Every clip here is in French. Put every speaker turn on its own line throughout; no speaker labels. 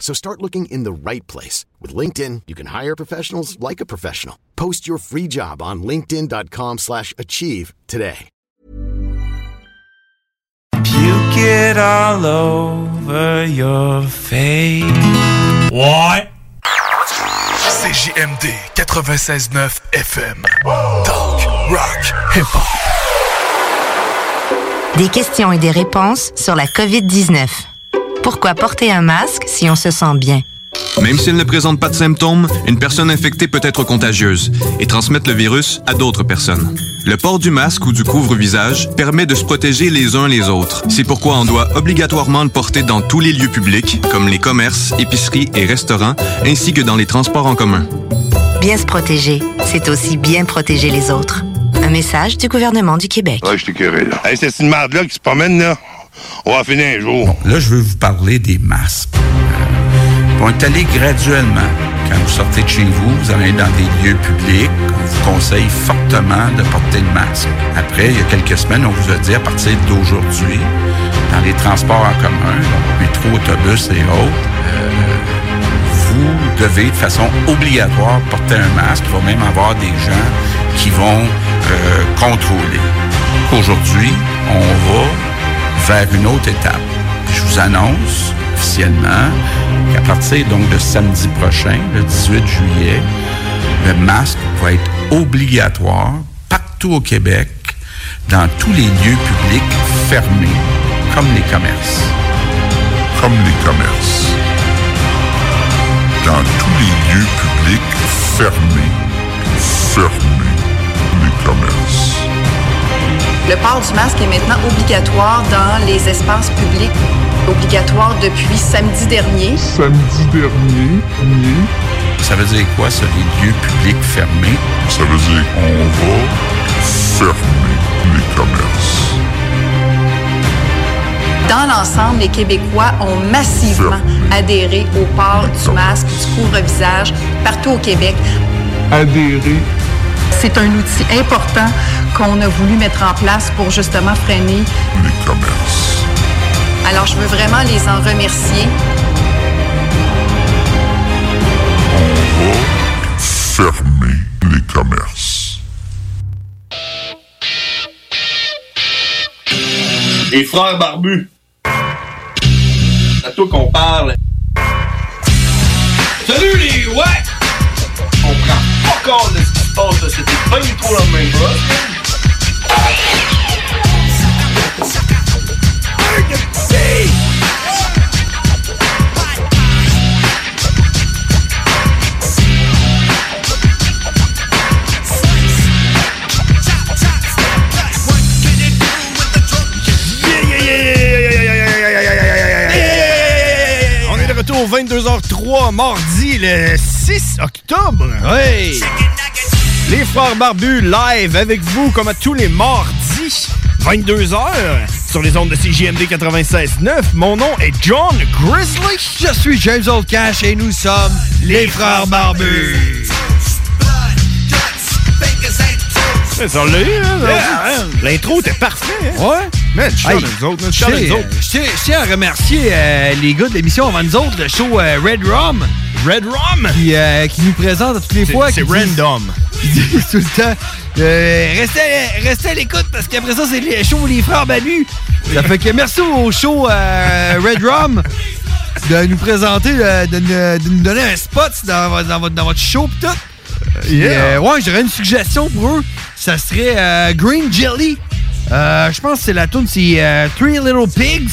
So start looking in the right place. With LinkedIn, you can hire professionals like a professional. Post your free job on linkedin.com/achieve slash achieve today.
Puke it all over your face. What?
CJMD 96.9 FM. Talk, rock, hip-hop.
Des questions et des réponses sur la COVID-19. Pourquoi porter un masque si on se sent bien?
Même s'il ne présente pas de symptômes, une personne infectée peut être contagieuse et transmettre le virus à d'autres personnes. Le port du masque ou du couvre-visage permet de se protéger les uns les autres. C'est pourquoi on doit obligatoirement le porter dans tous les lieux publics, comme les commerces, épiceries et restaurants, ainsi que dans les transports en commun.
Bien se protéger, c'est aussi bien protéger les autres. Un message du gouvernement du Québec.
Ouais, je t'ai curé, là. Hey, c'est une merde là qui se promène, là. On va finir un jour.
Là, je veux vous parler des masques. Euh, On est allé graduellement. Quand vous sortez de chez vous, vous allez dans des lieux publics. On vous conseille fortement de porter le masque. Après, il y a quelques semaines, on vous a dit à partir d'aujourd'hui, dans les transports en commun, donc métro, autobus et autres, euh, vous devez de façon obligatoire porter un masque. Il va même avoir des gens qui vont euh, contrôler. Aujourd'hui, on va vers une autre étape. Je vous annonce officiellement qu'à partir donc de samedi prochain, le 18 juillet, le masque va être obligatoire partout au Québec, dans tous les lieux publics fermés, comme les commerces. Comme les commerces.
dans tous les lieux publics fermés. Fermés les commerces.
Le port du masque est maintenant obligatoire dans les espaces publics. Obligatoire depuis samedi dernier.
Samedi dernier, Ça veut dire quoi, ça, les lieux publics fermés? Ça veut dire qu'on va fermer les commerces.
Dans l'ensemble, les Québécois ont massivement adhéré au port du masque, du couvre-visage partout au Québec.
adhérer.
C'est un outil important qu'on a voulu mettre en place pour justement freiner.
Les commerces.
Alors, je veux vraiment les en remercier.
Fermer les commerces.
Les frères barbus. C'est à toi qu'on parle. Salut les ouais! On prend pas compte de ce qui se passe, là. c'était pas du tout la même
On est de retour au 22h03, mardi le 6 octobre. Oui. Les Frères Barbus live avec vous comme à tous les mardis, 22h, sur les ondes de CJMD 96.9. Mon nom est John Grizzly. Je suis James Oldcash et nous sommes les Frères Barbus. Mais ça l'a eu, hein? L'intro était parfait,
Ouais.
Man, je suis
Hey,
dans les autres, man, je suis
je
dans les
tiens-
autres.
je tiens- Je tiens à remercier euh, les gars de l'émission avant nous autres, le show euh, Red Rum.
Red Rum?
Qui, euh, qui nous présente à toutes les
C'est-
fois.
c'est
qui dit-
random.
Ils disent tout le temps. euh, restez, à- restez à l'écoute parce qu'après ça, c'est les shows Les Frères Balu. Ça fait que merci au show euh, Red Rum de nous présenter, euh, de, nous- de nous donner un spot dans, vo- dans votre, dans votre show pis tout.
yeah.
Et, euh, ouais, j'aurais une suggestion pour eux. Ça serait euh, Green Jelly. Euh, je pense que c'est la tune, c'est euh, Three Little Pigs.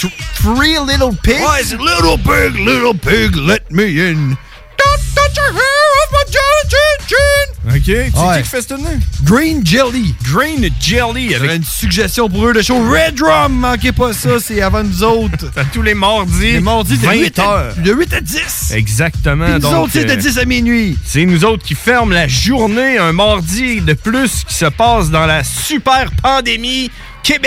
Th- Three Little Pigs?
Ouais, c'est Little Pig, Little Pig, let me in.
Don't touch your hair off my jelly chin chin.
OK. C'est
Ouais.
qui qui fait ce tune
Green Jelly.
Green Jelly. Avec...
une suggestion pour eux de show Red Drum. Manquez pas ça, c'est avant nous autres.
tous les mardis.
Les mardis de
20
8 à,
heures.
de 8 à 10.
Exactement.
Puis nous
donc,
autres, c'est de
euh,
10 à minuit.
C'est nous autres qui ferment la journée un mardi de plus qui se passe dans la super pandémie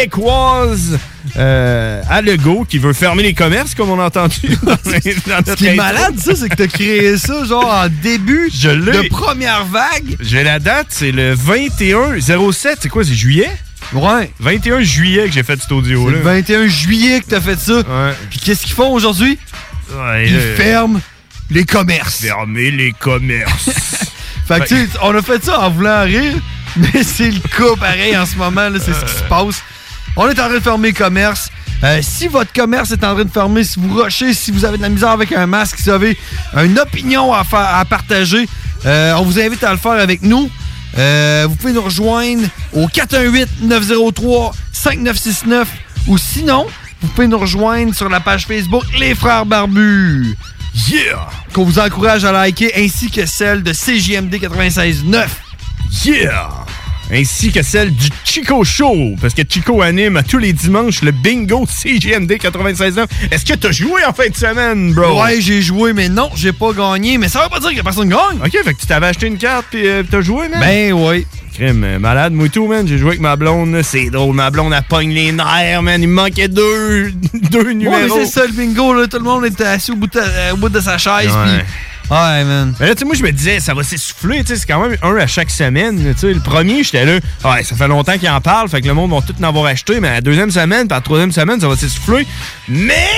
québécoise euh, à Legault qui veut fermer les commerces comme on a entendu. dans notre
Ce qui est
intro.
malade, ça, c'est que t'as créé ça, genre, en début
Je l'ai.
de première vague.
J'ai la date, c'est le 21 07. C'est quoi, c'est juillet?
Ouais.
21 juillet que j'ai fait cet
C'est
audio-là.
le 21 juillet que t'as fait ça. Puis qu'est-ce qu'ils font aujourd'hui?
Ouais,
Ils
euh,
ferment les commerces.
Fermer les commerces.
Fait que, tu sais, on a fait ça en voulant rire, mais c'est le cas pareil en ce moment, là, c'est ce qui se passe. On est en train de fermer le commerce. Euh, si votre commerce est en train de fermer, si vous rushez, si vous avez de la misère avec un masque, si vous avez une opinion à, faire- à partager, euh, on vous invite à le faire avec nous. Euh, vous pouvez nous rejoindre au 418-903-5969 ou sinon, vous pouvez nous rejoindre sur la page Facebook Les Frères Barbus.
Yeah!
Qu'on vous encourage à liker ainsi que celle de CJMD 96.9.
Yeah! Ainsi que celle du Chico Show, parce que Chico anime à tous les dimanches le bingo CGMD 96.9. Est-ce que t'as joué en fin de semaine, bro?
Ouais, j'ai joué, mais non, j'ai pas gagné. Mais ça veut pas dire que personne gagne.
Ok, fait que tu t'avais acheté une carte puis euh, t'as joué, man?
Ben oui.
Crime, euh, malade, moi et tout, man. J'ai joué avec ma blonde, là. c'est drôle. Ma blonde, elle pogne les nerfs, man. Il me manquait deux, deux
Ouais, mais
numéros.
c'est ça le bingo, là. Tout le monde était assis au bout de, euh, au bout de sa chaise.
Ouais.
puis- Ouais, man.
Mais là, tu sais, moi, je me disais, ça va s'essouffler, tu sais, c'est quand même un à chaque semaine. là, Tu sais, le premier, j'étais là, ouais, ça fait longtemps qu'il en parle, fait que le monde va tout en avoir acheté, mais à la deuxième semaine, puis à la troisième semaine, ça va s'essouffler. Mais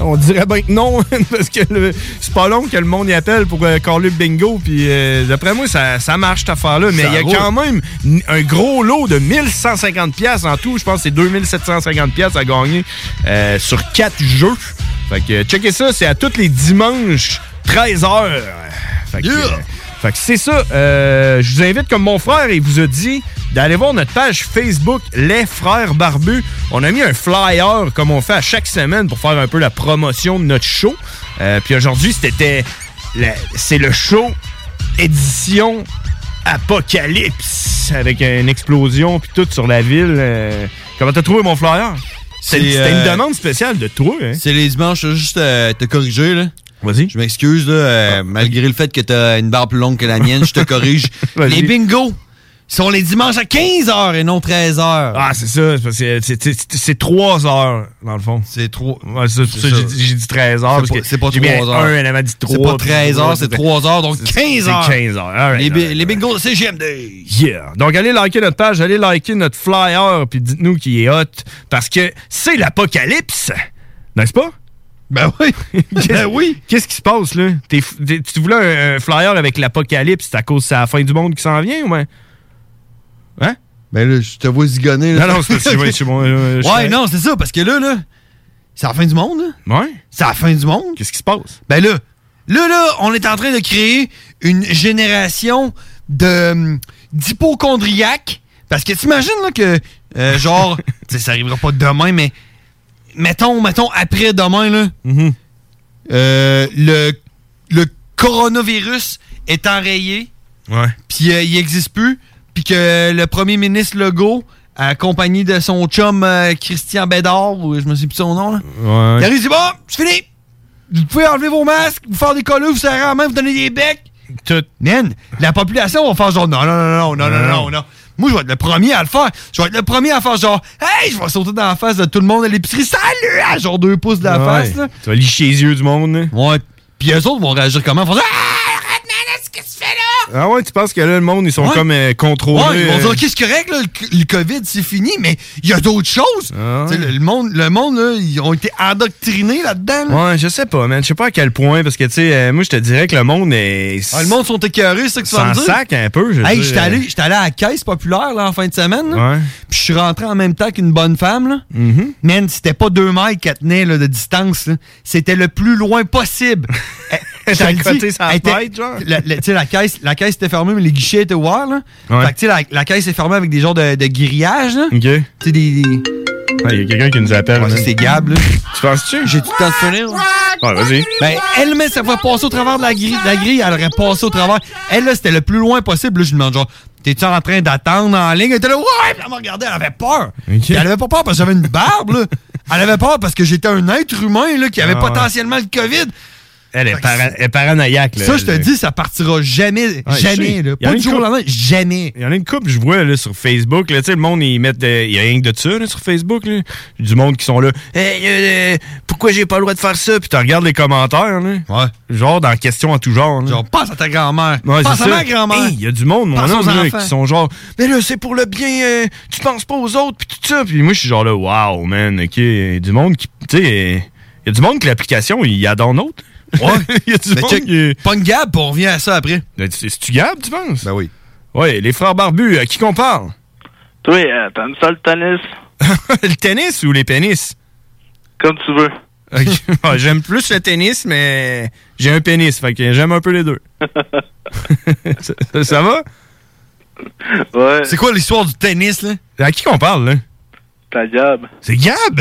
on dirait bien que non, parce que le- c'est pas long que le monde y appelle pour euh, caller le bingo, puis euh, d'après moi, ça, ça marche, cette affaire-là, mais
Ça
il y a
roule.
quand même n- un gros lot de 1150 pièces en tout, je pense que c'est 2750 pièces à gagner euh, sur quatre jeux. Fait que euh, checkez ça, c'est à tous les dimanches 13h. Fait que, euh, fait que c'est ça. Euh, je vous invite, comme mon frère, il vous a dit, d'aller voir notre page Facebook Les Frères Barbus. On a mis un flyer, comme on fait à chaque semaine, pour faire un peu la promotion de notre show. Euh, puis aujourd'hui, c'était... la- C'est le show édition Apocalypse, avec une explosion, puis tout sur la ville. Euh, comment t'as trouvé mon flyer?
C'est,
C'était c'était
euh,
une demande spéciale de toi, hein?
C'est les dimanches, là, juste euh, te corriger, là.
Vas-y. Ah.
Je m'excuse, là. euh, Malgré le fait que t'as une barre plus longue que la mienne, je te corrige. les bingos sont les dimanches à 15h et non 13h.
Ah, c'est ça. c'est parce que c'est- c'est- c'est- C'est 3 heures, dans le fond.
C'est 3.
Ouais, c'est ça, c'est pour ça que j'ai dit- j'ai dit 13 heures. parce que
C'est pas
j'ai
3
mis
heures.
Un, elle avait dit 3.
C'est pas 13 heures, c'est 3 heures, donc 15 heures.
C'est 15 heures. all right,
les,
all
bi-
right.
les bingos, c'est GMD.
Yeah. Donc, allez liker notre page, allez liker notre flyer, puis dites-nous qui est hot, parce que c'est l'apocalypse, n'est-ce pas?
Ben oui. ben oui.
Qu'est-ce qui se passe, là? T'es f- t'es- tu voulais un, un flyer avec l'apocalypse, c'est à cause de la fin du monde qui s'en vient, ou ben? Hein?
Ben là, je te vois zigonner. là.
Non, non, c'est parce que je vais- je vais- euh, je
Ouais,
fais-
non, c'est ça, parce que là, là, c'est la fin du monde, là.
Ouais.
C'est la fin du monde.
Qu'est-ce qui se passe?
Ben là, là, là, on est en train de créer une génération de hum, d'hypochondriaques. Parce que t'imagines, là, que, euh, genre, tu sais, ça arrivera pas demain, mais mettons, mettons, après demain, là,
Mm-hmm.
euh, le, le coronavirus est enrayé
Ouais.
puis euh, il n'existe plus, puis que le premier ministre Legault, accompagné de son chum euh, Christian Bédard, ou je me souviens plus son nom, là,
Ouais.
il arrive, il dit Bon, c'est fini Vous pouvez enlever vos masques, vous faire des colleux, vous serrer la main, vous donner des becs.
Tout.
Man, la population va faire genre Non, non, non, non, non, non, non, non. Moi, je vais être le premier à le faire. Je vais être le premier à faire genre Hey, je vais sauter dans la face de tout le monde à l'épicerie. Salut à genre deux pouces de la
Ouais.
face, là.
Tu vas licher les yeux du monde, là.
Ouais. Puis eux autres vont réagir comment Ils vont dire, Ah!
Ah ouais, tu penses que là, le monde, ils sont
Ouais.
comme euh, contrôlés.
Ouais, ils vont dire,
euh,
OK, c'est correct, là, le, c- le COVID, c'est fini, mais il y a d'autres choses.
Ah ouais.
Tu sais, Le, le monde, le monde là, ils ont été endoctrinés là-dedans. là.
Ouais, je sais pas, man. Je sais pas à quel point, parce que, tu sais, euh, moi, je te dirais que le monde est.
Ah, le monde sont écœurés, c'est ça que tu vas me
Sans
dire.
sac, un peu, je veux
Hey,
dire. euh.
j'étais allé, j'étais allé à la caisse populaire là, en fin de semaine. là.
Ouais. Mm-hmm.
Puis je suis rentré en même temps qu'une bonne femme. Là. Man, c'était pas deux mètres qu'elle tenait là, de distance. là. C'était le plus loin possible. Elle- Je te
T'as
le dis,
coté sa
elle était-
fenêtre, genre?
la- la- tu sais, la caisse, la caisse était fermée, mais les guichets étaient ouverts, là.
Ouais.
Fait que, tu sais, la, la caisse est fermée avec des genres de, de grillages, là.
OK.
Tu sais, des. des-
Ouais, il y a quelqu'un qui nous appelle.
Ouais, ça,
man.
c'est Gab, là.
Tu penses-tu?
J'ai tout le temps de finir. là.
Ouais, vas-y.
Ben, elle, mais ça va passer au travers de la grille. La grille, elle aurait passé au travers. Elle, là, c'était le plus loin possible. Là, je lui demande, genre, t'es-tu en train d'attendre en ligne? Elle était là, ouais! Puis elle m'a regardé, elle avait peur. Puis Elle avait pas peur parce que j'avais une barbe, là. Elle avait peur parce que j'étais un être humain, là, qui avait
Ah, ouais.
potentiellement le COVID.
Elle est, para- elle est paranoïaque. Là,
Ça, je te dis, ça partira jamais,
Ouais, je sais.
jamais, là.
Il y en a
Pas du
une
jour au
couple-
lendemain, jamais.
Il y en a une couple, je vois là, sur Facebook. Là, tu sais, le monde, ils mettent. des- Il y a rien que de ça là, sur Facebook. là. Du monde qui sont là. Hey, euh, euh, pourquoi j'ai pas le droit de faire ça? Puis tu regardes les commentaires. Là, Genre dans question en tout genre. Genre,
passe à ta grand-mère.
Ouais,
Pense
c'est
à ma
ça.
grand-mère.
Hey, Il y a du monde, mon
Pense aux
homme, là,
enfants.
qui sont genre. Mais là, c'est pour le bien. euh, tu penses pas aux autres, puis tout ça. Puis moi, je suis genre là, wow, man, OK. Il y a du monde qui. Tu sais, il y a du monde que l'application, il y a dans l'autre. Ouais. Il y a du
Mais
monde
check,
qui-
Pas une Gab, puis on revient à ça après.
ben, C'est tu Gab, tu penses?
Ben oui.
Oui, les frères barbus, à qui qu'on parle?
Toi, euh, t'aimes ça le tennis?
le tennis ou les pénis?
Comme tu veux.
Ouais, j'aime plus le tennis, mais j'ai un pénis, fait que j'aime un peu les deux. ça, ça- ça va?
Ouais.
C'est quoi l'histoire du tennis, là?
À qui qu'on parle, là?
Ta job.
C'est Gab!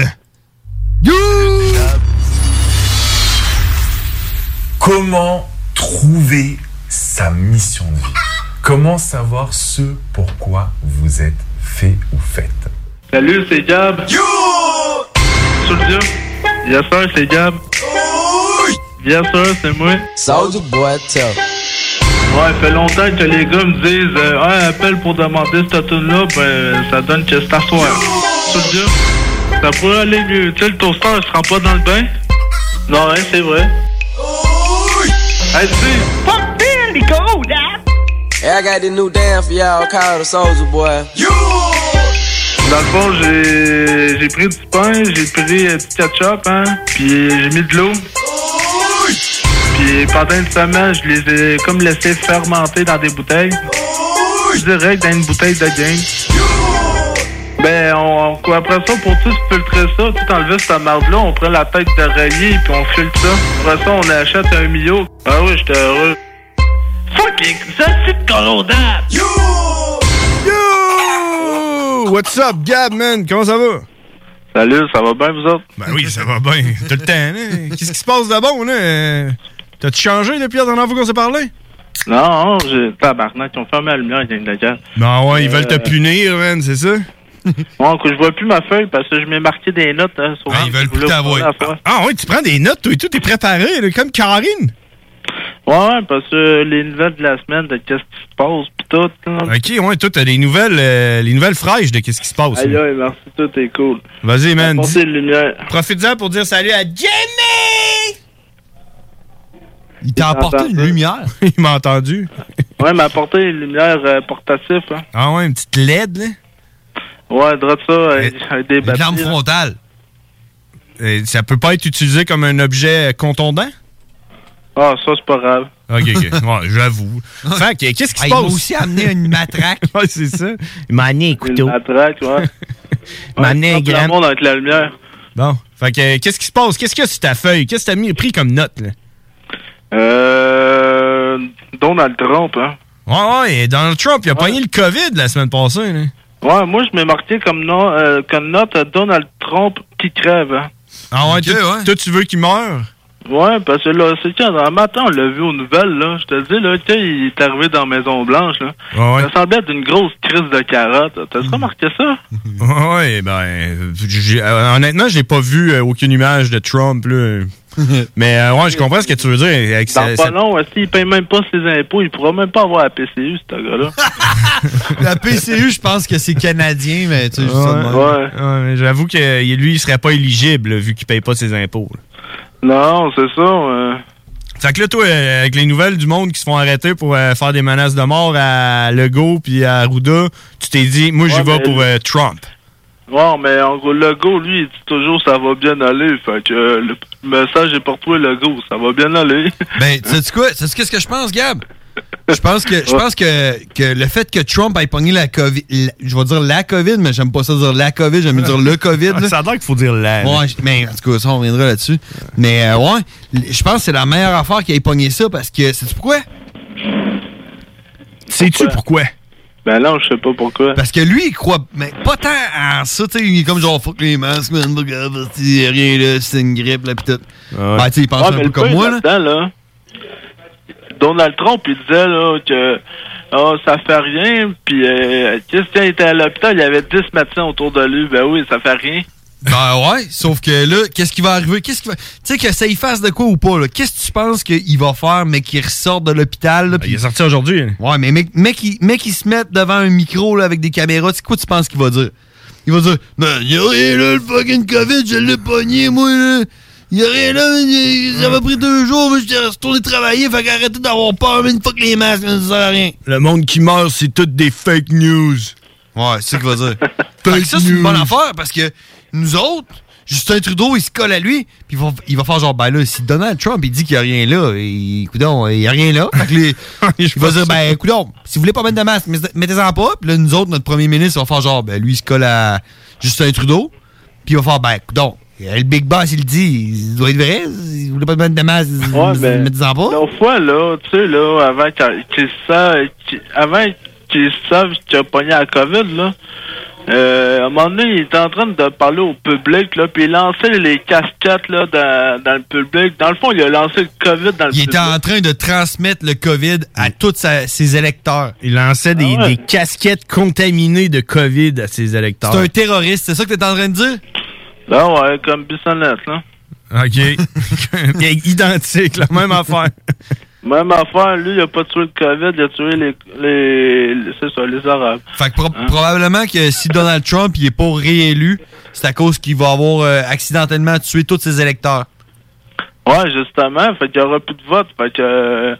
Comment trouver sa mission de vie Comment savoir ce pourquoi vous êtes fait ou faites
Salut, c'est Gab. Yo! Sur le job. Yes, sir, c'est Gab. Yes, sir, c'est moi. Sors du boîte, Ouais, fait longtemps que les gars me disent euh, Ah, appelle pour demander cette tune-là, ben ça donne que c'est à soir. Sur le job. Ça pourrait aller mieux. Tu sais, le toaster, il se rend pas dans le bain. Non, hein, c'est vrai. Hey, tu sais,
Fuck Billy Gold, Hey, I got this new dance for y'all called the Soldier Boy.
Dans le fond, j'ai j'ai pris du pain, j'ai pris euh, du ketchup, hein, puis j'ai mis de l'eau. Puis pendant une semaine, je les ai comme laissés fermenter dans des bouteilles. Je dirais que dans une bouteille de gang. Ben, on, on- après ça, pour tout filtrer ça, tout enlever cette marde-là, on prend la tête d'oreiller puis on filtre ça. Après ça, on achète un million. Ah oui, j'étais heureux. Fucking, ça c'est colondable!
Yo! What's up, Gab, man? Comment ça va?
Salut, ça va bien, vous autres?
Ben oui, ça va bien. Tout le temps, hein? Qu'est-ce qui se passe de bon, là? Euh, T'as-tu changé depuis la dernière fois qu'on s'est parlé?
Non, j'ai tabarnak, ils ont fermé la lumière, gang de gang.
Non, Ah ouais, ils veulent te
Euh,
punir, man, c'est ça?
Bon, que je vois plus ma feuille parce que je m'ai marqué des notes. Hein, souvent, ils veulent plus t'avoir.
Ah ouais, tu prends des notes, toi et tout, t'es préparé, là, comme Karine.
Ouais, ouais, parce que les nouvelles de la semaine, de qu'est-ce qui se passe, pis tout. là.
Ok, ouais, toi, t'as des nouvelles, euh, les nouvelles fraîches de qu'est-ce qui se passe.
Aïe,
là.
aïe, merci, tout est cool.
Vas-y, man. dis-
Montez les lumières.
Profite-en pour dire salut à Jimmy!
Il t'a apporté une lumière.
Il m'a entendu.
Ouais, il m'a apporté les lumières euh, portatives. Hein.
Ah ouais, une petite LED, là?
Ouais, droit de ça, euh, avec des batteries. là.
frontale. euh, ça peut pas être utilisé comme un objet contondant?
Ah, ça, c'est pas grave.
Ok, ok. Ouais, j'avoue. Fait que, qu'est-ce qui se
Ah, il m'a
passe?
aussi
amené une matraque.
ouais, c'est ça. Il m'a amené un couteau.
Une matraque, ouais.
Il m'a amené un
Tout le
gramme.
monde avec la lumière.
Bon. Fait que, euh, qu'est-ce qui se passe? Qu'est-ce qu'il y a sur ta feuille? Qu'est-ce que t'as mis, pris comme note, là?
Euh. Donald Trump, hein.
Ouais, ouais, et Donald Trump, il a pogné le COVID la semaine passée, là.
Ouais, moi, je m'ai marqué comme, nom, euh, comme note euh, Donald Trump qui crève. Hein.
Ah ouais, toi, toi, tu veux qu'il meure?
Ouais, parce que là, c'est quand un matin, on l'a vu aux nouvelles, là. Je te dis, là, quand il est arrivé dans Maison-Blanche, là.
Ouais, Hmm. ouais.
Ça semblait être une grosse crise de carotte. T'as remarqué ça?
Ouais, ben, j'ai- euh, honnêtement, j'ai pas vu euh, aucune image de Trump, là. Mais euh, ouais, je comprends ce que tu veux dire. Avec
Dans
sa-
pas
sa-
long, aussi, il paye même pas ses impôts. Il pourra même pas avoir la PCU, ce gars-là.
La PCU, je pense que c'est canadien, mais tu sais, juste ça de même.
Ouais, mais J'avoue que euh, lui, il serait pas éligible, là, vu qu'il paye pas ses impôts. là.
non, c'est ça. euh.
Fait que là, toi, euh, avec les nouvelles du monde qui se font arrêter pour euh, faire des menaces de mort à Legault puis à Arruda, tu t'es dit, moi, j'y
Ouais,
vais
mais-
pour euh, Trump.
Ouais, mais en gros, le go, lui, il dit toujours ça va bien aller. Fait que euh, le message est pour toi, le go. Ça va bien aller.
Ben, sais-tu quoi? Sais-tu qu'est-ce que je pense, Gab? Je pense que je pense que, que le fait que Trump ait pogné la COVID, la- je vais dire la COVID, mais j'aime pas ça dire la COVID, j'aime mieux dire le COVID.
Ça a l'air qu'il faut dire la.
Ouais, je- mais en tout cas, ça, on reviendra là-dessus. Mais euh, ouais, l- je pense que c'est la meilleure affaire qu'il ait pogné ça parce que. Sais-tu pourquoi?
Sais-tu pourquoi?
Ben non, je sais pas pourquoi.
Parce que lui, il croit mais pas tant à ça, tu sais, il est comme genre fuck les masques, man, pas grave, parce qu'il y a rien là, c'est une grippe là pis tout. Ouais, ben, tu sais, il pense
Ouais,
un
mais
peu
le
comme
pire
moi là.
là-dedans, là, Donald Trump, il disait là, que Ah, ça fait rien. Puis euh, Christian était à l'hôpital, il y avait 10 médecins autour de lui. Ben oui, ça fait rien.
Ben ouais, sauf que là, qu'est-ce qui va arriver? Qu'est-ce qui va... Tu sais, que ça y fasse de quoi ou pas, là? Qu'est-ce que tu penses qu'il va faire, mais qu'il ressorte de l'hôpital, là? Ben, il est sorti aujourd'hui. hein. Ouais, mais mec, mec, il, mec, il se mette devant un micro, là, avec des caméras, c'est quoi tu penses qu'il va dire? Il va dire, ben, y a rien, là, le fucking COVID, je l'ai pogné, moi, là. Y a rien, là, man, y- ça m'a pris deux jours, moi, j'étais retourné travailler, fait qu'arrêtez d'avoir peur, man, fuck les masques, man, ça sert à rien.
Le monde qui meurt, c'est toutes des fake news.
Ouais, c'est ce qu'il va dire. Fait que ça, c'est une bonne affaire parce que nous autres, Justin Trudeau, il se colle à lui, puis il va, il va faire genre, ben là, si Donald Trump, il dit qu'il n'y a rien là, et, coudon, il n'y a rien là. Fait que les- il va dire, ben, coudon, si vous voulez pas mettre de masque, mettez- mettez-en pas. Puis là, nous autres, notre premier ministre, il va faire genre, ben lui, il se colle à Justin Trudeau, puis il va faire, ben, coudon, le Big Boss, il le dit, il doit être vrai, si vous voulez pas mettre de masque,
Ouais, ben,
mettez-en pas.
L'autre fois, là, tu sais, là, avant qu'il- qu'ils savent, qu'il- avant qu'ils savent qu'il a pogné la COVID, là, euh, à un moment donné, il était en train de parler au public, là, puis il lançait les casquettes, là, dans, dans le public. Dans le fond, il a lancé le COVID dans le
Il
public.
était en train de transmettre le COVID à tous sa- ses électeurs.
Il lançait des,
Ah
des casquettes contaminées de COVID à ses électeurs.
C'est un terroriste, c'est ça que t'es en train de dire?
Là, Ben ouais, comme Bissonnette, là.
OK. Identique, la même affaire.
Même affaire, lui, il a pas tué le COVID, il a tué les, les, les- c'est ça, les Arabes.
Fait que
Hein?
pro- probablement que si Donald Trump il est pas réélu, c'est à cause qu'il va avoir euh, accidentellement tué tous ses électeurs.
Ouais, justement, fait qu'il y aura plus de vote, fait que euh,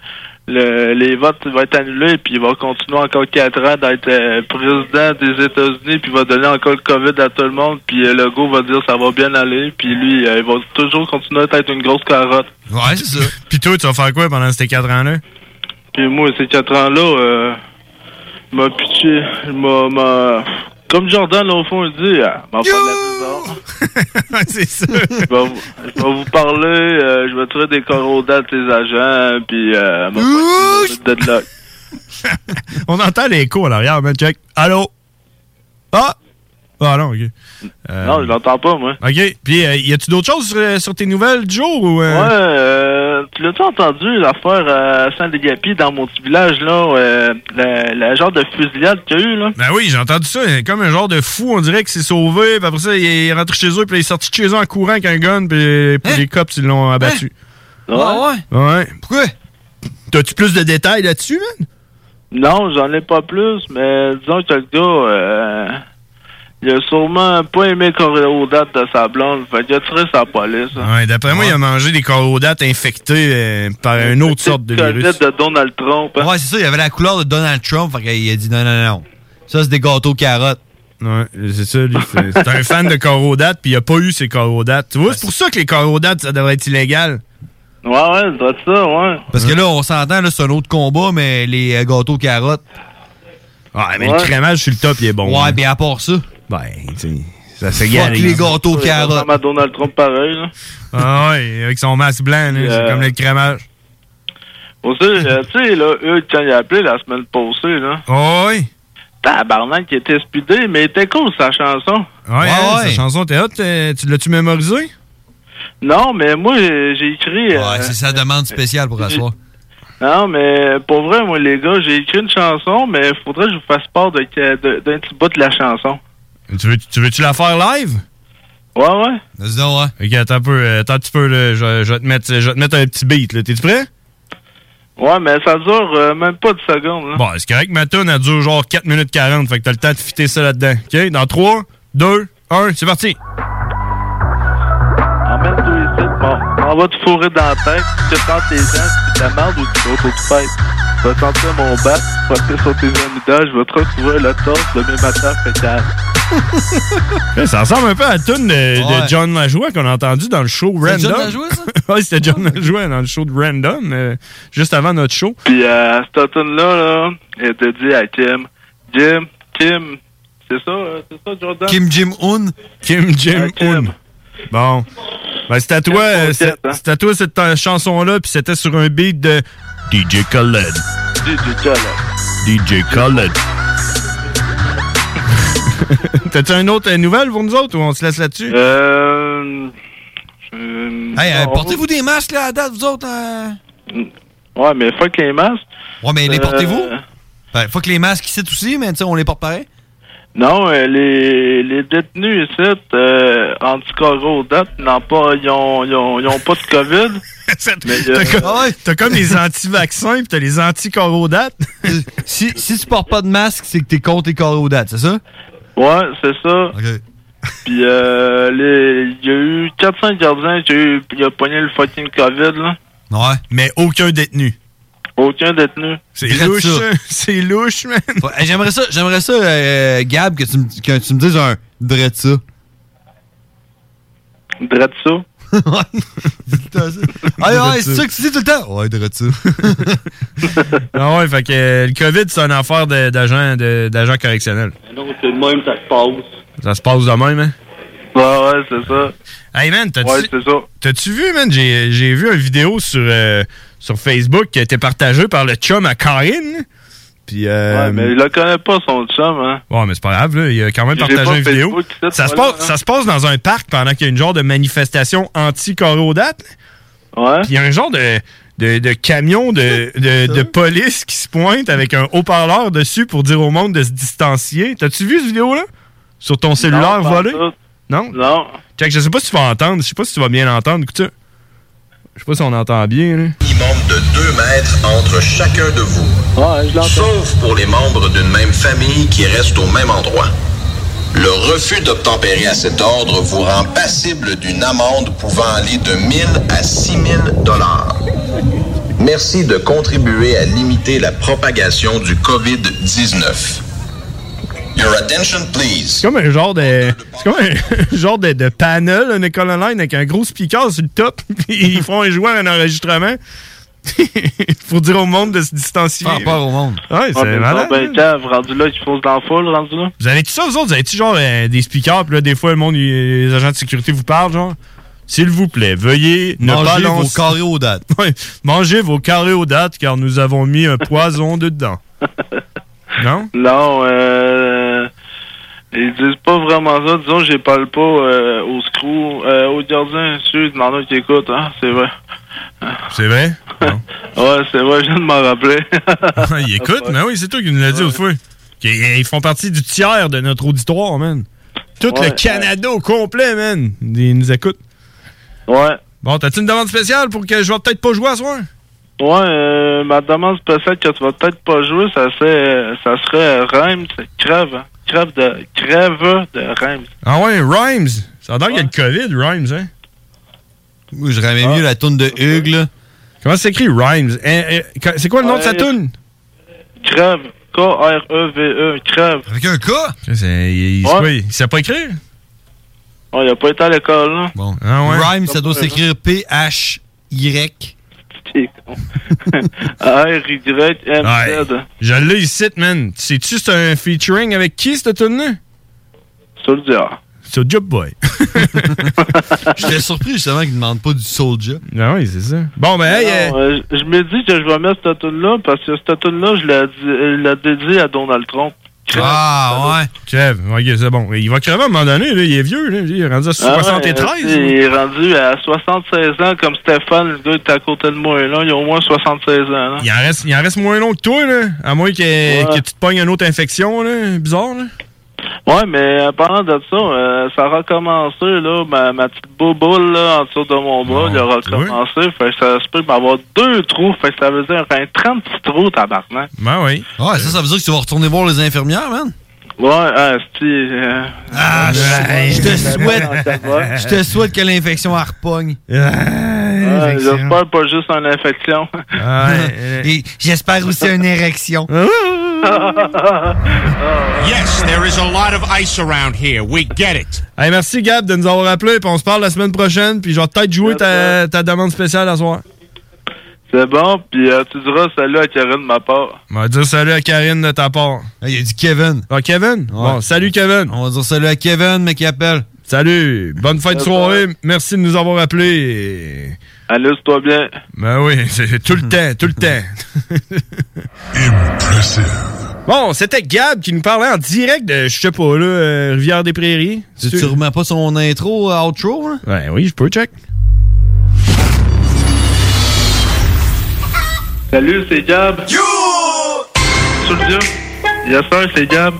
le- les votes vont être annulés, puis il va continuer encore quatre ans d'être euh, président des États-Unis, puis il va donner encore le COVID à tout le monde, puis euh, Legault va dire ça va bien aller, puis lui, euh, il va toujours continuer à être une grosse carotte.
Ouais, c'est ça.
Puis toi, tu vas faire quoi pendant ces quatre ans-là?
Puis moi, ces quatre ans-là, euh, il m'a pitché, il m'a, m'a- Comme Jordan, là, au fond, il dit, ah, il m'a parlé
c'est ça.
Je vais vous- je vais vous parler, euh, je vais tirer des corrodats de tes agents, puis euh, elle m'a pas dit de deadlock.
On entend l'écho à l'arrière, man. Check. Allô? Ah! Ah non, OK. Euh,
Non, je l'entends pas, moi.
OK. Puis, euh, y a-tu d'autres choses sur, euh, sur tes nouvelles du jour ou.
Ouais, euh, tu l'as-tu entendu, l'affaire euh, à Saint-Dégapi, dans mon petit village, là, où, euh, la, la genre de fusillade qu'il y a eu, là?
Ben oui, j'ai entendu ça. Il est Comme un genre de fou, on dirait qu'il s'est sauvé. Puis après ça, il est rentré chez eux. Puis il est sorti de chez eux en courant avec un gun. Puis, puis les cops, ils l'ont abattu.
Hein?
Ah
Hein? ouais? Ouais. Pourquoi? T'as-tu plus de détails là-dessus, man?
Non, j'en ai pas plus, mais disons que le gars, euh, il a sûrement pas aimé corrodats de sa blonde, fait qu'il a tiré sa police. hein.
Ouais, d'après moi, il a mangé des corrodates infectées euh, par une autre sorte de
Colette
virus.
de Donald Trump. hein.
Ouais, c'est ça, il avait la couleur de Donald Trump, fait qu'il a dit non, non, non. Ça, c'est des gâteaux carottes.
Ouais, c'est ça, lui. C'est c'est un fan de corrodates, puis il a pas eu ses corrodates. Tu vois, c'est pour ça que les corrodates, ça devrait être illégal.
Ouais, ouais, c'est ça, ouais.
Parce que là, on s'entend, là, c'est un autre combat, mais les euh, gâteaux carottes.
Ouais, mais le crémage sur le top, il est bon.
Hein?
hein.
Ouais, bien à part ça.
Ben, tu sais, ça
Fuck
s'égale.
les gâteaux
Ouais,
carottes.
ressemble à Donald Trump pareil, là.
Ah ouais, avec son masque blanc, là, c'est
Euh.
comme le crémage.
Aussi, euh, tu sais, là, eux, quand ils a appelé la semaine passée, là.
Oh
oui.
Tabarnak, il était speedé, mais il était cool, sa chanson.
Ouais, hein, sa chanson était hot. euh, Tu l'as-tu mémorisé?
Non, mais moi, j'ai j'ai écrit. euh,
Ouais, c'est sa demande spéciale pour asseoir.
Non, mais pour vrai, moi, les gars, j'ai écrit une chanson, mais faudrait que je vous fasse part de- de- d'un petit bout de la chanson.
Tu veux- tu veux-tu la faire live?
Ouais, ouais.
Vas-y donc,
ouais. Ok, attends un peu, euh, attends un petit peu, là, je, je vais te mettre, je vais te mettre un petit beat, là. T'es-tu prêt?
Ouais, mais ça dure euh, même pas de secondes, là.
Bon, c'est correct, ma tune, elle dure genre 4 minutes 40, fait que t'as le temps de fitter ça là-dedans. Ok, dans 3, 2, 1, c'est parti!
Emmène-toi ici, bon, on va te fourrer dans la tête, tu prends tes dents, tu te la merde ou tu vas au fête. Je vais sentir mon bat, je vais appuyer sur tes amygdales, je vais te retrouver le torse demain matin, fait calme.
Eh, Ça ressemble un peu à la tune de, de
Ouais.
John Lajoie qu'on a entendu dans le show Random.
C'est John Lajoie,
ça? oui, c'était John Lajoie dans le show de Random, euh, juste avant notre show.
Puis euh, cette tune-là, là, elle te dit à Kim, Jim, Kim, c'est ça, euh, c'est ça, Jordan?
Kim Jim Un. Kim Jim Un. Bon. Ben, c'est à toi, euh, c'est c'est à toi cette euh, chanson-là, puis c'était sur un beat de DJ Khaled.
Dis du gars, là.
DJ Khaled. T'as-tu une autre euh, nouvelle pour nous autres ou on se laisse là-dessus?
Euh... euh,
Hey,
eh,
euh,
on-
Portez-vous des masques, là, à date, vous autres? euh?
Ouais, mais fuck les masques.
hein? Ouais, mais les portez-vous?
Euh,
Ben, faut que les masques ici aussi, mais tu sais, on les porte pareil.
Non, euh, les, les détenus ici, euh, anticorrodate, n'ont pas, ils ont, ils ont, ils ont pas de COVID. mais, euh,
T'as comme,
Ah
t'as comme les anti-vaccins puis t'as les anti-corodates.
si, si tu portes pas de masque, c'est que t'es contre les corrodates, c'est ça?
Ouais, c'est ça. Puis, euh, les- il y a eu 400 gardiens qui ont eu- il a pogné le fucking COVID, là.
Ouais.
Mais aucun détenu.
Aucun détenu.
C'est louche, ça. C'est louche, man.
Ouais, j'aimerais ça, j'aimerais ça euh, Gab, que tu, me- que tu me dises un dread ça.
Dread ça?
Ah ouais, c'est ça que tu dis tout le temps? Ouais, dread ça.
Ah ouais, fait que euh, le COVID, c'est une affaire de- d'agents de- d'agents correctionnels.
Donc, c'est le même, ça se passe.
Ça se passe de même, hein?
Ouais, ouais, c'est ça.
Hey, man, t'as-tu-
Ouais, c'est ça.
T'as-tu vu, man? J'ai j'ai vu une vidéo sur, euh, sur Facebook qui a été partagée par le chum à Karine. Puis, euh,
Ouais, mais il le connaît pas, son chum, hein.
Ouais, mais c'est pas grave, là. Il a quand même
J'ai
partagé
pas
une vidéo.
Facebook, tout ça,
Ça se,
voilà,
passe,
hein.
ça se passe dans un parc pendant qu'il y a une genre de manifestation anti-corodate.
Ouais.
Puis il y a un genre de, de, de camion de, de, de police qui se pointe avec un haut-parleur dessus pour dire au monde de se distancier. T'as-tu vu cette vidéo-là? Sur ton cellulaire
pas
volé?
tout.
Non?
Non.
Check, je sais pas si tu vas entendre. Je sais pas si tu vas bien l'entendre. Écoute ça. Je sais pas si on entend bien, là.
minimum de 2 mètres entre chacun de vous. Sauf pour les membres d'une même famille qui restent au même endroit. Le refus d'obtempérer à cet ordre vous rend passible d'une amende pouvant aller de 1000 à 6000 dollars. Merci de contribuer à limiter la propagation du COVID-19. Your attention please.
C'est comme un genre de. C'est comme un genre de, de panel, une école online avec un gros speaker sur le top. puis Ils font un joueur un enregistrement. pour dire au monde de se distancier.
Faire peur
au monde.
Ouais, c'est
Ah, ben,
malade. hein.
non, ben, cave, rendu là, il faut dans la foule, rendu là.
Vous avez tout ça, vous autres? Vous avez-tu genre euh, des speakers, puis là, des fois, le monde, il- les agents de sécurité vous parlent, genre? S'il vous plaît, veuillez ne
Mangez
pas
vos
lancer-
carrés aux dates.
Ouais, mangez vos carrés aux dates, car nous avons mis un poison dedans. Non?
Non, euh, ils disent pas vraiment ça. Disons, je parle pas euh, aux screws, euh, aux gardiens, ceux, il y en a qui écoutent, hein, c'est vrai.
C'est vrai?
Ouais, c'est vrai, je viens de m'en rappeler.
ils écoutent, mais oui, c'est toi qui nous l'as dit autrefois. Qu'ils- Ils font partie du tiers de notre auditoire, man. Tout
Ouais,
le Canada au complet, man. Ils nous écoutent.
Ouais.
Bon, t'as-tu une demande spéciale pour que je vais peut-être pas jouer à soir?
Ouais, euh, ma demande spéciale que tu vas peut-être pas jouer, ça, serait- ça serait Rhymes, crève, hein. crève de, crève de Rhymes.
Ah ouais, Rhymes. Ça a l'air qu'il y a le COVID, Rhymes, hein?
Moi, je ramène mieux la toune de Hugues, là.
Comment s'écrit Rhymes? Eh, c'est quoi le nom de sa toune?
Crève, K-R-E-V-E, crève.
Avec un K?
Il, il-
Ouais.
c'est quoi, il sait pas écrire?
Ouais, il a pas été à l'école, là.
Bon.
Ah ouais?
Rhyme, ça doit s'écrire P-H-Y.
R-Y-M-Z.
Je l'ai ici, man. Sais-tu, c'est un featuring avec qui, cette tune-là?
Soldier.
Soldier Boy.
J'étais surpris, justement, qu'il ne demande pas du Soldier.
Ah oui, c'est ça. Bon, ben, hey,
Non, euh, je je me dis que je vais mettre cette tune-là parce que cette tune-là, je la, di- euh, la dédie à Donald Trump.
Ah,
Crève, ok, c'est bon. Il va crever à un moment donné, là. il est vieux, là. il est rendu à
Ah ouais,
73.
euh, il est rendu à 76 ans, comme Stéphane, le gars est à côté de moi, là. Il a au moins 76 ans, là.
il, en reste, il en reste moins long que toi, là. à moins que, que tu te pognes une autre infection là. bizarre. Là.
Ouais, mais en parlant de ça, euh, ça a recommencé, là, ma, ma petite bouboule, là, en dessous de mon bras,
Ah,
il a recommencé, fait que ça se peut m'avoir deux trous, fait que ça veut dire un 30 petits trous, tabarnak.
Ben oui.
Ouais, ça, ça veut dire que tu vas retourner voir les infirmières, man.
Ouais, ah, c'est... euh,
Ah, je, je te souhaite.
Ouais.
Je te souhaite que l'infection elle repogne.
Ouais,
Ah,
J'espère pas juste une infection.
Et J'espère aussi une érection.
Ah.
Yes, there is a lot of ice around here. We get it.
Hey, merci Gab de nous avoir appelé, puis on se parle la semaine prochaine, puis je vais peut-être jouer ta, ta demande spéciale à soir.
C'est bon, puis euh, tu diras salut à Karine de ma part.
On va dire salut à Karine de ta part. il a dit Kevin. Ah, Kevin? Bon, salut Kevin. On va dire salut à Kevin, mais qui appelle. Salut, bonne fête de
Bye
soirée, merci de nous avoir appelés.
Amuse-toi bien.
Ben oui, c'est tout le temps, tout le temps. Bon, c'était Gab qui nous parlait en direct de, je sais pas, là, euh, Rivière des Prairies.
Tu, tu remets pas son intro à outro, hein?
Ben oui, je peux check.
Salut, c'est Gab. Yo! Sur le dieu. Yes, sir, c'est Gab.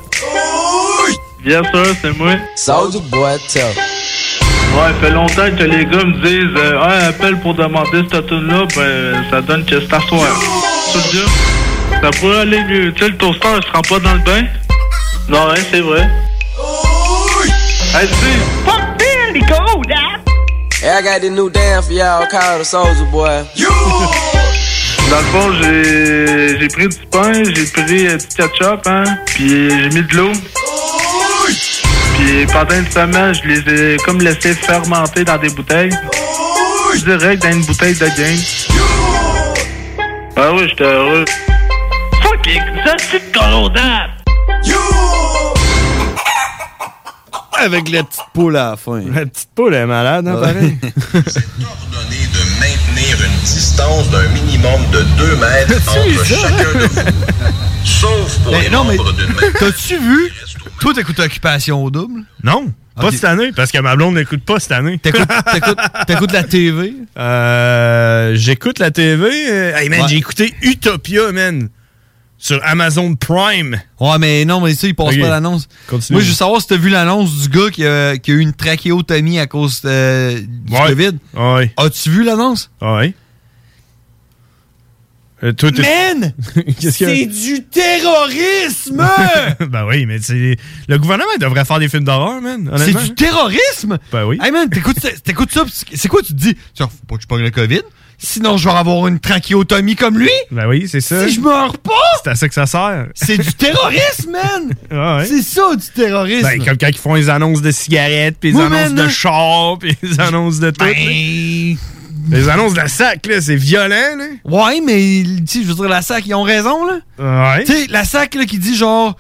Yes, sir, c'est moi. Sors du bois, Ouais, fait longtemps que les gars me disent euh, Ah, appelle pour demander cette tune-là, ben ça donne que c'est à toi. Sur le dieu. Ça pourrait aller mieux. Tu sais, le toaster, il se rend pas dans le bain. Non, hein, c'est vrai. Hey, tu
Fuck Billy, go down. Hey, I got this new dance for y'all called the Soldier Boy.
Dans le fond, j'ai j'ai pris du pain, j'ai pris euh, du ketchup, hein, puis j'ai mis de l'eau. Puis pendant une semaine, je les ai comme laissés fermenter dans des bouteilles. Je dirais que dans une bouteille de game. Ah oui, j'étais heureux.
Fucking, ça c'est colonade!
Avec la petite poule à la fin. La petite poule est malade, hein, pareil.
Maintenir une distance d'un minimum de 2 mètres entre chacun de vous. Sauf pour
Ben
les
non, mais
membres d'une même
t'as-tu vu? Toi, t'écoutes Occupation au double?
Non, pas
Ok.
cette année, parce que ma blonde n'écoute pas cette année. T'écoutes, la TV? Euh, j'écoute la TV. euh, Hey man,
Ouais.
j'ai écouté Utopia, man, sur Amazon Prime.
Ouais, mais non, mais ça, il passe
Ok.
pas l'annonce.
Continue.
Moi, je veux savoir si t'as vu l'annonce du gars qui a, qui a eu une trachéotomie à cause euh, du COVID.
Ouais.
As-tu vu l'annonce?
Ouais. Ah Euh, toi, t'es-
Man!
Qu'est-ce qu'il y a?
C'est du terrorisme!
ben oui, mais c'est- le gouvernement il devrait faire des films d'horreur, man.
C'est
honnêtement.
du terrorisme?
Ben oui.
Hey man, t'écoutes ça, t'écoutes ça, pis c'est- c'est quoi tu te dis? Tiens, faut pas que je pogne le COVID, sinon je vais avoir une trachéotomie comme lui?
Ben oui, c'est ça.
Si je meurs pas,
C'est à ça que ça sert.
c'est du terrorisme, man!
Ah ouais.
C'est ça, du terrorisme!
Ben, comme quand ils font les annonces de cigarettes, puis les
Oui,
annonces
man,
de
là.
chars, puis les annonces de tout. là. Ben. Les annonces de sac, là, c'est violent, là.
Ouais, mais tu sais, je veux dire, la SAC, ils ont raison, là.
Ouais.
Tu sais, la SAC, là, qui dit genre,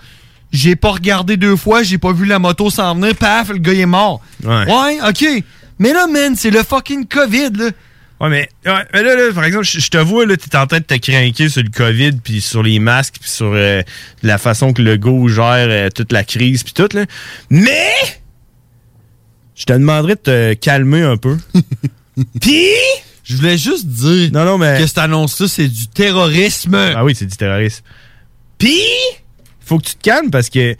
j'ai pas regardé deux fois, j'ai pas vu la moto s'en venir, paf, le gars il est mort.
Ouais.
ok. Mais là, man, c'est le fucking COVID, là.
Ouais, mais, ouais, mais là, là, par exemple, je je te vois, là, t'es en train de te craquer sur le COVID, puis sur les masques, puis sur euh, la façon que le go gère euh, toute la crise, puis tout, là. Mais! Je te demanderais de te calmer un peu. puis!
Je voulais juste dire
non, non, mais...
que cette annonce-là, c'est du terrorisme.
Ah oui, c'est du terrorisme. Puis, faut que tu te calmes parce que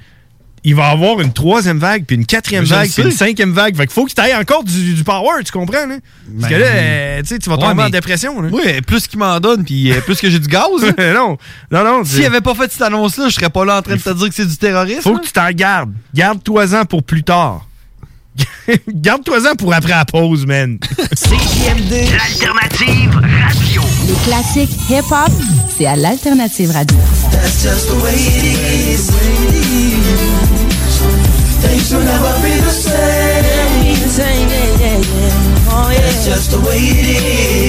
il va y avoir une troisième vague, puis une quatrième
Mais je
vague,
le
puis une
sais.
cinquième vague. Fait qu'il faut que tu ailles encore du, du power, tu comprends, là?
Ben
Parce que là, euh, tu sais, tu vas
Ouais,
tomber en
mais-
dépression, là.
Oui, plus qu'il m'en donne, puis euh, plus que j'ai du gaz.
non, non, non.
S'il avait pas fait cette annonce-là, je serais pas là en train de te dire que c'est du terrorisme.
Faut que tu t'en gardes. Garde-toi-en pour plus tard. Garde-toi-en pour après la pause, man.
CJMD, l'alternative radio.
Les classiques hip-hop, c'est à l'Alternative Radio.
That's just the way it is. Things will never be the same. That's just the way it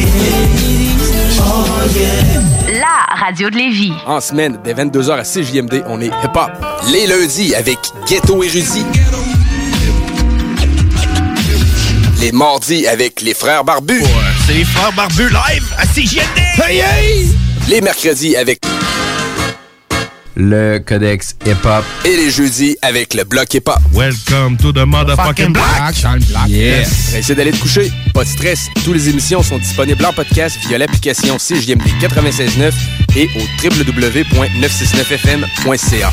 is. Oh yeah.
La radio de Lévis.
En semaine, dès 22h à 6 JMD, on est hip-hop. Les lundis avec Ghetto et Rudy. Les mardis avec les frères barbus. c'est les frères barbus live à CJMD. Hey, hey! Les mercredis avec...
Le codex hip-hop.
Et les jeudis avec le bloc hip-hop.
Welcome to the motherfucking black.
Yes. Pressé d'aller te coucher? Pas de stress. Toutes les émissions sont disponibles en podcast via l'application CJMD 96.9 et au www.969fm.ca.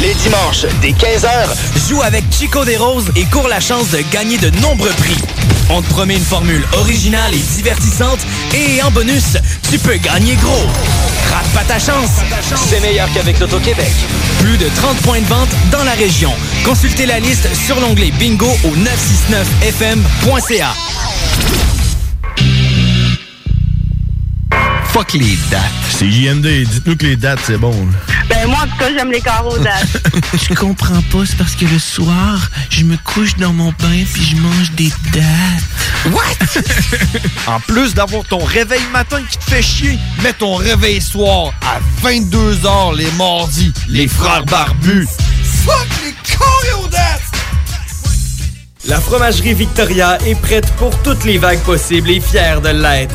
Les dimanches, dès 15h, joue avec Chico des Roses et cours la chance de gagner de nombreux prix. On te promet une formule originale et divertissante et en bonus, tu peux gagner gros. Rate pas ta chance. C'est meilleur qu'avec l'Auto-Québec. Plus de 30 points de vente dans la région. Consultez la liste sur l'onglet bingo au 969fm.ca.
Fuck les dates. C'est JMD, dites-nous que les dates, c'est bon.
Ben moi, en tout cas, j'aime les carreaux dates.
je comprends pas, c'est parce que le soir, je me couche dans mon bain puis je mange des dates.
What? en plus d'avoir ton réveil matin qui te fait chier, mets ton réveil soir à 22h les mardis, les frères barbus.
Fuck les carreaux dates!
La fromagerie Victoria est prête pour toutes les vagues possibles et fière de l'être.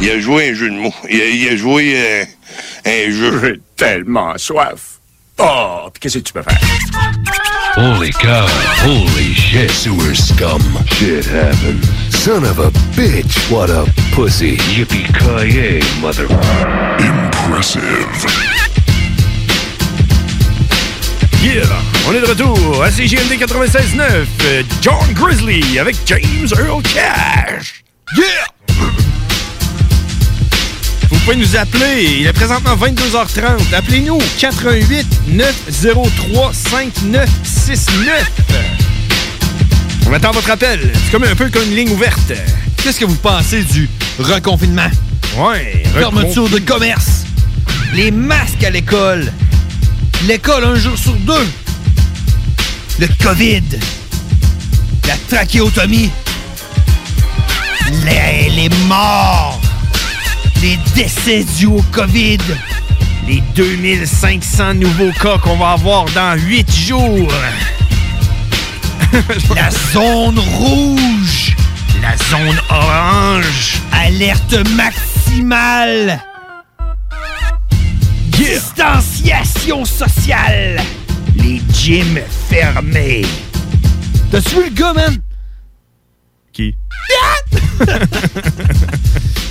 Il a joué un jeu de mots. Il a, il a joué euh, un jeu. J'ai tellement soif. Oh, puis qu'est-ce que tu peux faire?
Holy cow. Holy shit. Sewer scum. Shit happened. Son of a bitch. What a pussy. Yippee-ki-yay, mother... Impressive.
Yeah! On est de retour à CGMD 96.9. euh, John Grizzly avec James Earl Cash. Yeah! Vous pouvez nous appeler. Il est présentement 22h30. Appelez-nous au 88 903 5969. On attend votre appel. C'est comme un peu comme une ligne ouverte. Qu'est-ce que vous pensez du reconfinement? Ouais.
Fermeture de commerce. Les masques à l'école. L'école un jour sur deux. Le COVID. La trachéotomie. Les, les morts. Les décès dus au COVID.
Les 2500 nouveaux cas qu'on va avoir dans 8 jours.
La zone rouge. La zone orange. Alerte maximale. Distanciation sociale. Les gyms fermés. T'as-tu vu le gars, man?
Qui?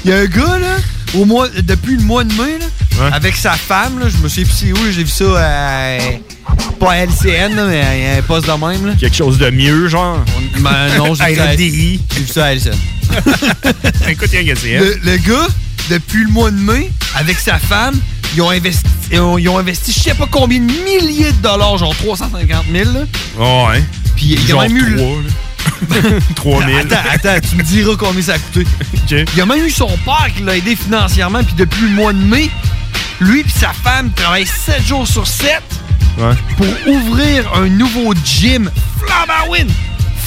Il y a un gars, là, au mois, depuis le mois de mai, là, avec sa femme, là, je me sais plus c'est où, j'ai vu ça à. Pas à LCN, là, mais à un poste de même. Là.
Quelque chose de mieux, genre.
Ben, non, j'ai vu ça à-
RDI.
J'ai vu ça à LCN.
Écoute, hein. il y a un
Le, le gars, depuis le mois de mai, avec sa femme, ils ont investi, ils ont, ils ont investi je sais pas combien de milliers de dollars, genre 350 000. là.
Ouais.
Puis il y a
Genre
même eu le-
trois, là. 3000.
Attends, attends, tu me diras combien ça a coûté. Il y a même eu son père qui l'a aidé financièrement, puis depuis le mois de mai, lui et sa femme travaillent 7 jours sur 7
Ouais.
pour ouvrir un nouveau gym Flambawin!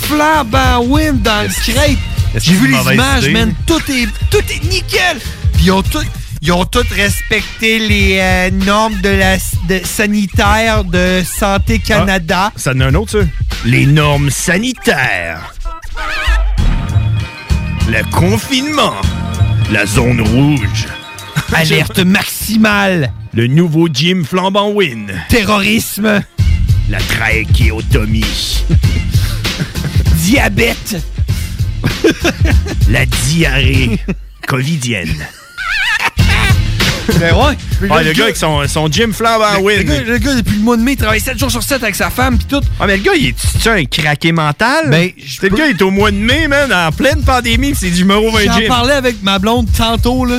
Flambawin dans le scrape!
est-ce
J'ai
que c'est
vu
une mauvaise
les images,
idée,
man, tout est, tout est nickel! Puis ils ont tout. Ils ont tous respecté les euh, normes de la de, sanitaires de Santé Canada.
Ah, Ça en a un autre, ça? Les normes sanitaires. Le confinement. La zone rouge.
Alerte maximale.
Le nouveau gym flambant win.
Terrorisme.
La trachéotomie.
Diabète.
La diarrhée covidienne.
Ben ouais.
Ah, le gars avec son, son gym flambant
Le
win.
gars, le gars, depuis le mois de mai, il travaille 7 jours sur 7 avec sa femme pis tout.
Ah, mais le gars, il est tu un craqué mental?
Ben,
C'est le gars, il est au mois de mai, man, en pleine pandémie, pis c'est du numéro 20
J'en
gym.
parlais avec ma blonde tantôt, là.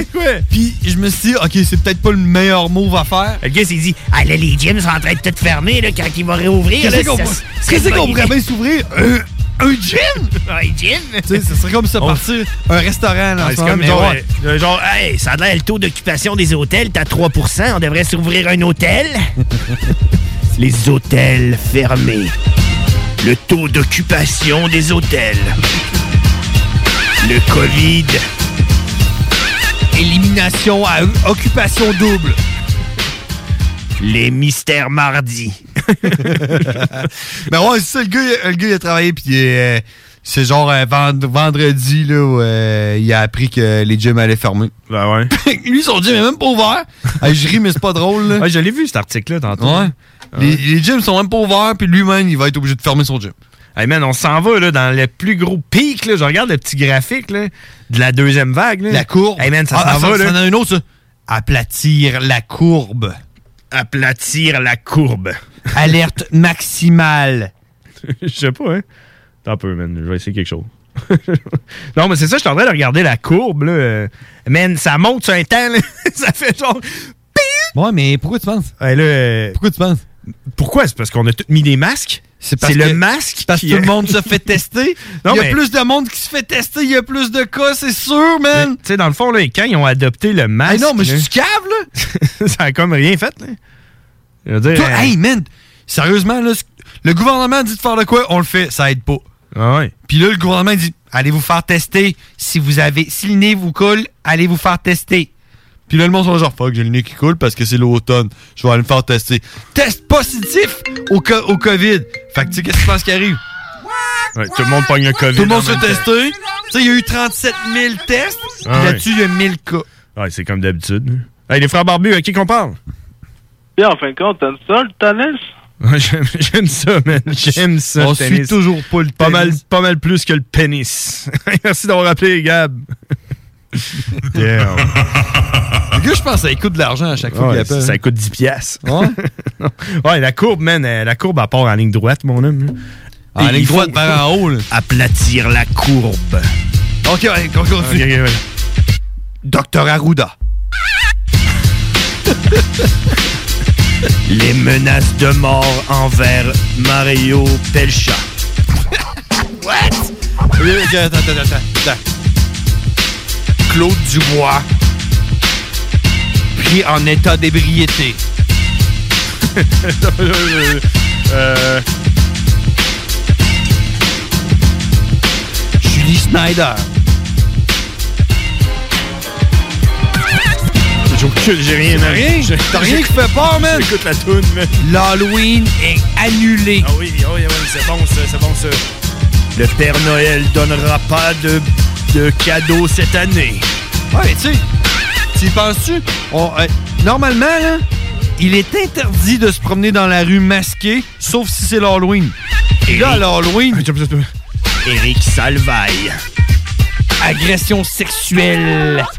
Puis je me suis dit, OK, c'est peut-être pas le meilleur move à faire.
Le gars s'est dit,
Ah là, les gyms sont en train de tout fermer là, quand ils vont réouvrir.
Qu'est-ce qu'on pourrait- qu'est-ce qu'on pourrait bien s'ouvrir? Euh,
Un gin? Un gin?
Tu sais, ce serait comme ça
Oh.
partir un restaurant. Là, en
Ouais,
ce
Ah,
moment,
c'est comme
mais
genre,
ouais.
euh, euh, genre, hey, ça a l'air le taux d'occupation des hôtels, t'as 3 on devrait s'ouvrir un hôtel. Les hôtels fermés. Le taux d'occupation des hôtels. Le COVID.
Élimination à occupation double.
Les mystères mardi.
Mais Ben ouais, c'est ça, le gars, il- le gars, il a travaillé, puis euh, c'est genre euh, vend- vendredi, là, où, euh, il a appris que les gyms allaient fermer.
Ben
ouais. Lui, son gym est même pas ouvert. Ah, je ris, mais c'est pas drôle, là.
Ouais, je l'ai vu, cet article-là, tantôt.
Ouais. Les, les gyms sont même pas ouverts, puis lui-même, il va être obligé de fermer son gym.
Hey man, on s'en va là, dans le plus gros pic. Là. Je regarde le petit graphique là, de la deuxième vague. Là.
La courbe.
Hey man, ça
Ah,
s'en
ça-
va. là.
ça en a une autre, ça. Aplatir la courbe.
Aplatir la courbe.
Alerte maximale.
Je sais pas, hein. Attends un peu, man. Je vais essayer quelque chose. non, mais c'est ça, je suis en train de regarder la courbe. Là. Euh, Man, ça monte sur un temps. là. ça fait genre.
Ouais, mais pourquoi tu penses?
Pourquoi
tu penses?
euh, Pourquoi? C'est parce qu'on a tous mis des masques.
C'est
parce
parce
que
que-
le masque.
Parce que
qui-
tout le monde se fait tester.
Non,
il y a
mais-
plus de monde qui se fait tester, il y a plus de cas, c'est sûr, man.
Tu sais, dans le fond, là, quand ils ont adopté le masque.
Hey, non, mais je suis
cave, là. ça a comme rien fait, là. Je veux dire,
Toi,
euh,
hey, man, sérieusement, là, c- le gouvernement dit de faire de quoi, on le fait, ça aide pas.
Ah
Puis là, le gouvernement dit, allez vous faire tester. Si vous avez, si le nez vous coule, allez vous faire tester. Puis là, le monde sont genre, fuck, j'ai le nez qui coule parce que c'est l'automne. Je vais aller me faire tester. Test positif au, co- au COVID. Fait que tu sais, qu'est-ce que tu penses qui arrive?
Ouais, tout le monde pogne le COVID.
Tout le monde
en
se
même
fait tester. Tu sais, il y a eu 37 000 tests. Puis
Ah ouais.
là-dessus, il y a 1000 cas.
Ouais, c'est comme d'habitude. Hey, les frères barbus, à qui qu'on parle?
Puis en fin de compte, t'aimes ça, le tennis?
Ouais, J'aime j'aime ça, man. J'aime ça.
On
le
suit
tennis.
toujours
pas le
Pas mal, pas mal plus que le pénis. Merci d'avoir appelé, Gab. Damn.
Le gars, je pense, ça coûte de l'argent à chaque fois qu'il
Ah Ouais,
appelle.
ça, coûte 10 piastres.
Ouais.
Non. ouais, la courbe, man, euh, la courbe, à part en ligne droite, mon homme. Ah,
En ligne droite vers en haut,
Aplatir la courbe.
Ok, ouais, on continue. Docteur Arruda.
Les menaces de mort envers Mario Pelcha.
What? attends, attends, attends, attends. Claude Dubois, pris en état d'ébriété. Euh, Julie Snyder.
J'ai aucune- j'ai rien, man.
Rien?
J'ai-
T'as rien qui fait peur, man?
J'écoute la toune, man.
L'Halloween est annulé.
Ah oui, ah oui, ah oui, c'est bon, ça, c'est bon, ça.
Le Père Noël donnera pas de, de cadeaux cette année.
Ouais, mais tu sais, tu y penses-tu? On, euh, normalement, là, il est interdit de se promener dans la rue masqué, sauf si c'est l'Halloween. Et là, à l'Halloween...
Eric Salvaille.
Agression sexuelle.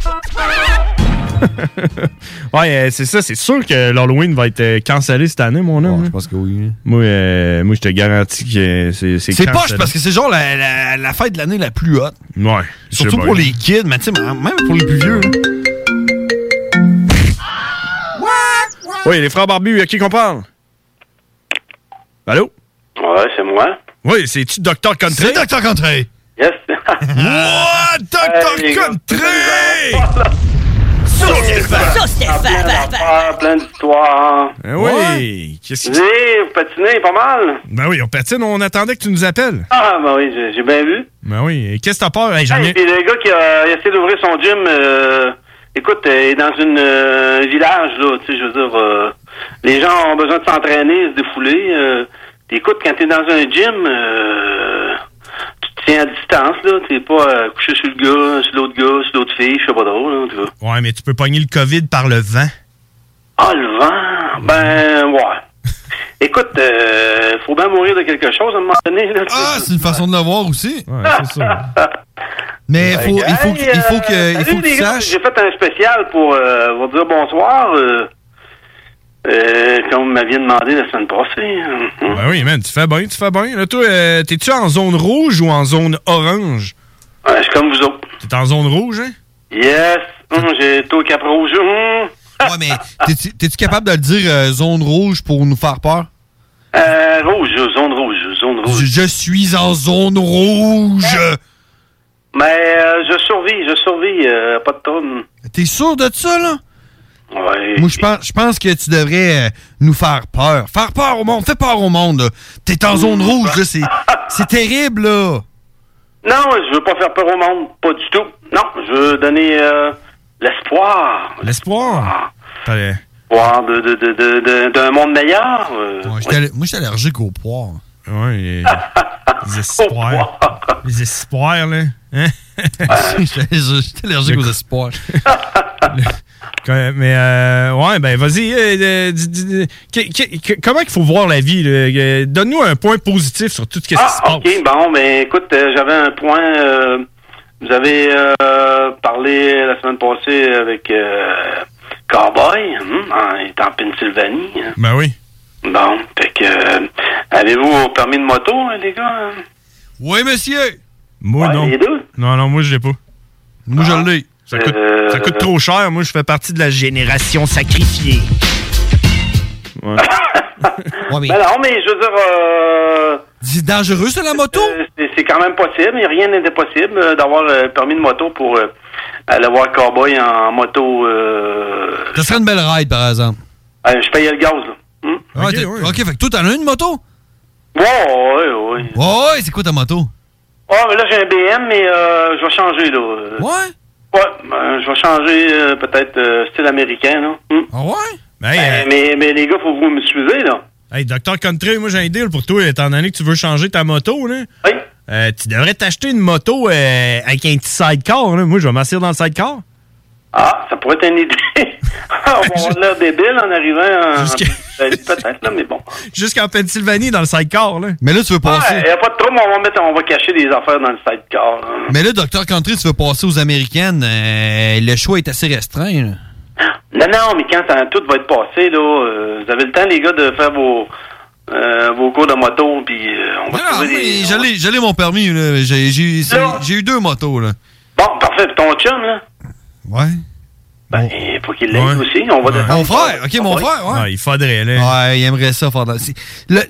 Ouais, euh, c'est ça, c'est sûr que l'Halloween va être euh, cancellé cette année, mon homme. je
pense que oui. hein.
Moi, euh, moi je te garantis que c'est
C'est poche parce que c'est genre la, la- la fête de l'année la plus haute.
Ouais. je sais
Surtout
pas.
pour les kids, mais tu sais, même pour les plus vieux. là.
Oui, les frères barbus, à qui qu'on parle? Allô?
Ouais, c'est moi.
Oui, c'est-tu Dr. Country? C'est
Dr. Country!
Yes.
What? Dr. Country!
Stéphane! Plein d'affaires, plein d'histoires.
Eh oui! Qu'est-ce que
Vous patinez pas mal.
Ben oui, on patine, on attendait que tu nous appelles.
Ah, ben oui, j'ai- j'ai bien vu.
Ben oui, et qu'est-ce que t'as peur? Hey, j'en
Hey,
ai...
puis le gars qui a, il a essayé d'ouvrir son gym, euh, écoute, euh, il est dans une, euh, un village, là, tu sais, je veux dire, euh, les gens ont besoin de s'entraîner, se défouler. euh, puis écoute, quand t'es dans un gym, euh, tu te tiens à distance, là, t'es pas euh, couché sur le gars, sur l'autre gars, sur l'autre fille, je sais pas drôle, là, en tout cas.
Ouais, mais tu peux pogner le COVID par le vent.
Ah, le vent! Ben, ouais. Écoute, euh, faut bien mourir de quelque chose à un moment donné. Là, ah,
C'est une façon de le voir aussi.
c'est ça.
Mais faut- il faut que- il faut
euh,
que- il faut que tu saches.
J'ai fait un spécial pour euh, vous dire bonsoir, euh, euh, comme vous m'aviez demandé la semaine passée.
Ben oui, man, tu fais bien, tu fais bien. Là, toi, euh, t'es-tu en zone rouge ou en zone orange?
Ouais, je suis comme vous autres.
T'es en zone rouge, hein?
Yes! Hum, J'ai tout au cap rouge. Hum.
Ouais, mais t'es-tu t'es-tu capable de le dire euh, zone rouge pour nous faire peur?
Euh, rouge, zone rouge, zone rouge.
Je, je suis en zone rouge.
Mais euh, je survis, je survis, euh, pas de trouble.
T'es sûr de ça, là?
Ouais.
Moi, je pense, je pense que tu devrais euh, nous faire peur. Faire peur au monde. Fais peur au monde, là. T'es en zone rouge, là. C'est, c'est terrible, là.
Non, je veux pas faire peur au monde, pas du tout. Non, je veux donner euh, l'espoir.
L'espoir. Allez.
L'espoir de- de- de- de- de- d'un monde meilleur. euh,
Moi, j'étais allé- moi, j'étais allergique au poire.
Ouais, les, les espoirs. les espoirs, là. Hein?
J'étais j'étais allergique aux espoirs.
Que- Mais, euh, ouais, ben, vas-y. euh, euh, dis- dis- dis- que- que- que- comment il faut voir la vie? là? Euh, Donne-nous un point positif sur tout ce qui se passe.
Ah, OK, bon, ben écoute, euh, j'avais un point. euh, vous avez euh, parlé la semaine passée avec euh, Cowboy, hein, en- il est en Pennsylvanie. hein.
Ben oui.
Bon, fait que euh, avez-vous permis de moto, hein, les gars?
Oui, monsieur.
Moi, non.
les deux?
Non, non, moi, je l'ai
Ah.
pas. Moi, je l'ai. Ça coûte,
Euh,
ça coûte trop cher. Moi, je fais partie de la génération sacrifiée. Ouais.
Ben non, mais je veux dire. euh,
C'est Ah, dangereux, ça, la moto?
C'est c'est quand même possible. et Rien n'est impossible euh, d'avoir le permis de moto pour euh, aller voir Cowboy en moto. euh,
Ça serait une belle ride, par exemple.
euh, je payais le gaz, là. Hmm?
Ah, t'es- ok, fait que toi, t'en as une moto?
Ouais, ouais, ouais.
Ouais, ouais, c'est quoi ta moto?
Ah, mais là, j'ai un BM, mais euh, je vais changer, là. Euh,
Ouais?
Ouais, euh, je vais changer euh, peut-être euh, style américain, là. Hmm.
Ah ouais? Ben, hey,
Euh,
euh,
Mais, mais les gars, faut que vous me suivez, là.
hey, Dr. Country, moi, j'ai un deal pour toi. Étant donné que tu veux changer ta moto, là, euh, tu devrais t'acheter une moto euh, avec un petit sidecar. Là. Moi, je vais m'asseoir dans le sidecar.
Ah, ça pourrait être une idée. On va avoir l'air débile en arrivant. en- Ben, Peut-être, là, mais bon.
Jusqu'en Pennsylvanie, dans le sidecar. Là. Mais là, tu veux
Il n'y a pas de trouble, on va, mettre, on va cacher des affaires dans le sidecar. là.
Mais là, Dr. Country, tu veux passer aux Américaines. euh, le choix est assez restreint. là.
Non, non, mais quand ça- tout va être passé, là, euh, vous avez le temps, les gars, de faire vos, euh, vos cours de moto, puis euh, on va trouver des...
Et J'allais j'allais mon permis. là. J'ai j'ai- c'est- j'ai eu deux motos. là.
Bon, parfait, puis ton chum, là.
Ouais.
Ben, il faut qu'il l'aide aussi. On va
Mon frère, ok, mon frère, ouais.
il faudrait,
là. Ouais, il aimerait ça, faire dans- c'est- le-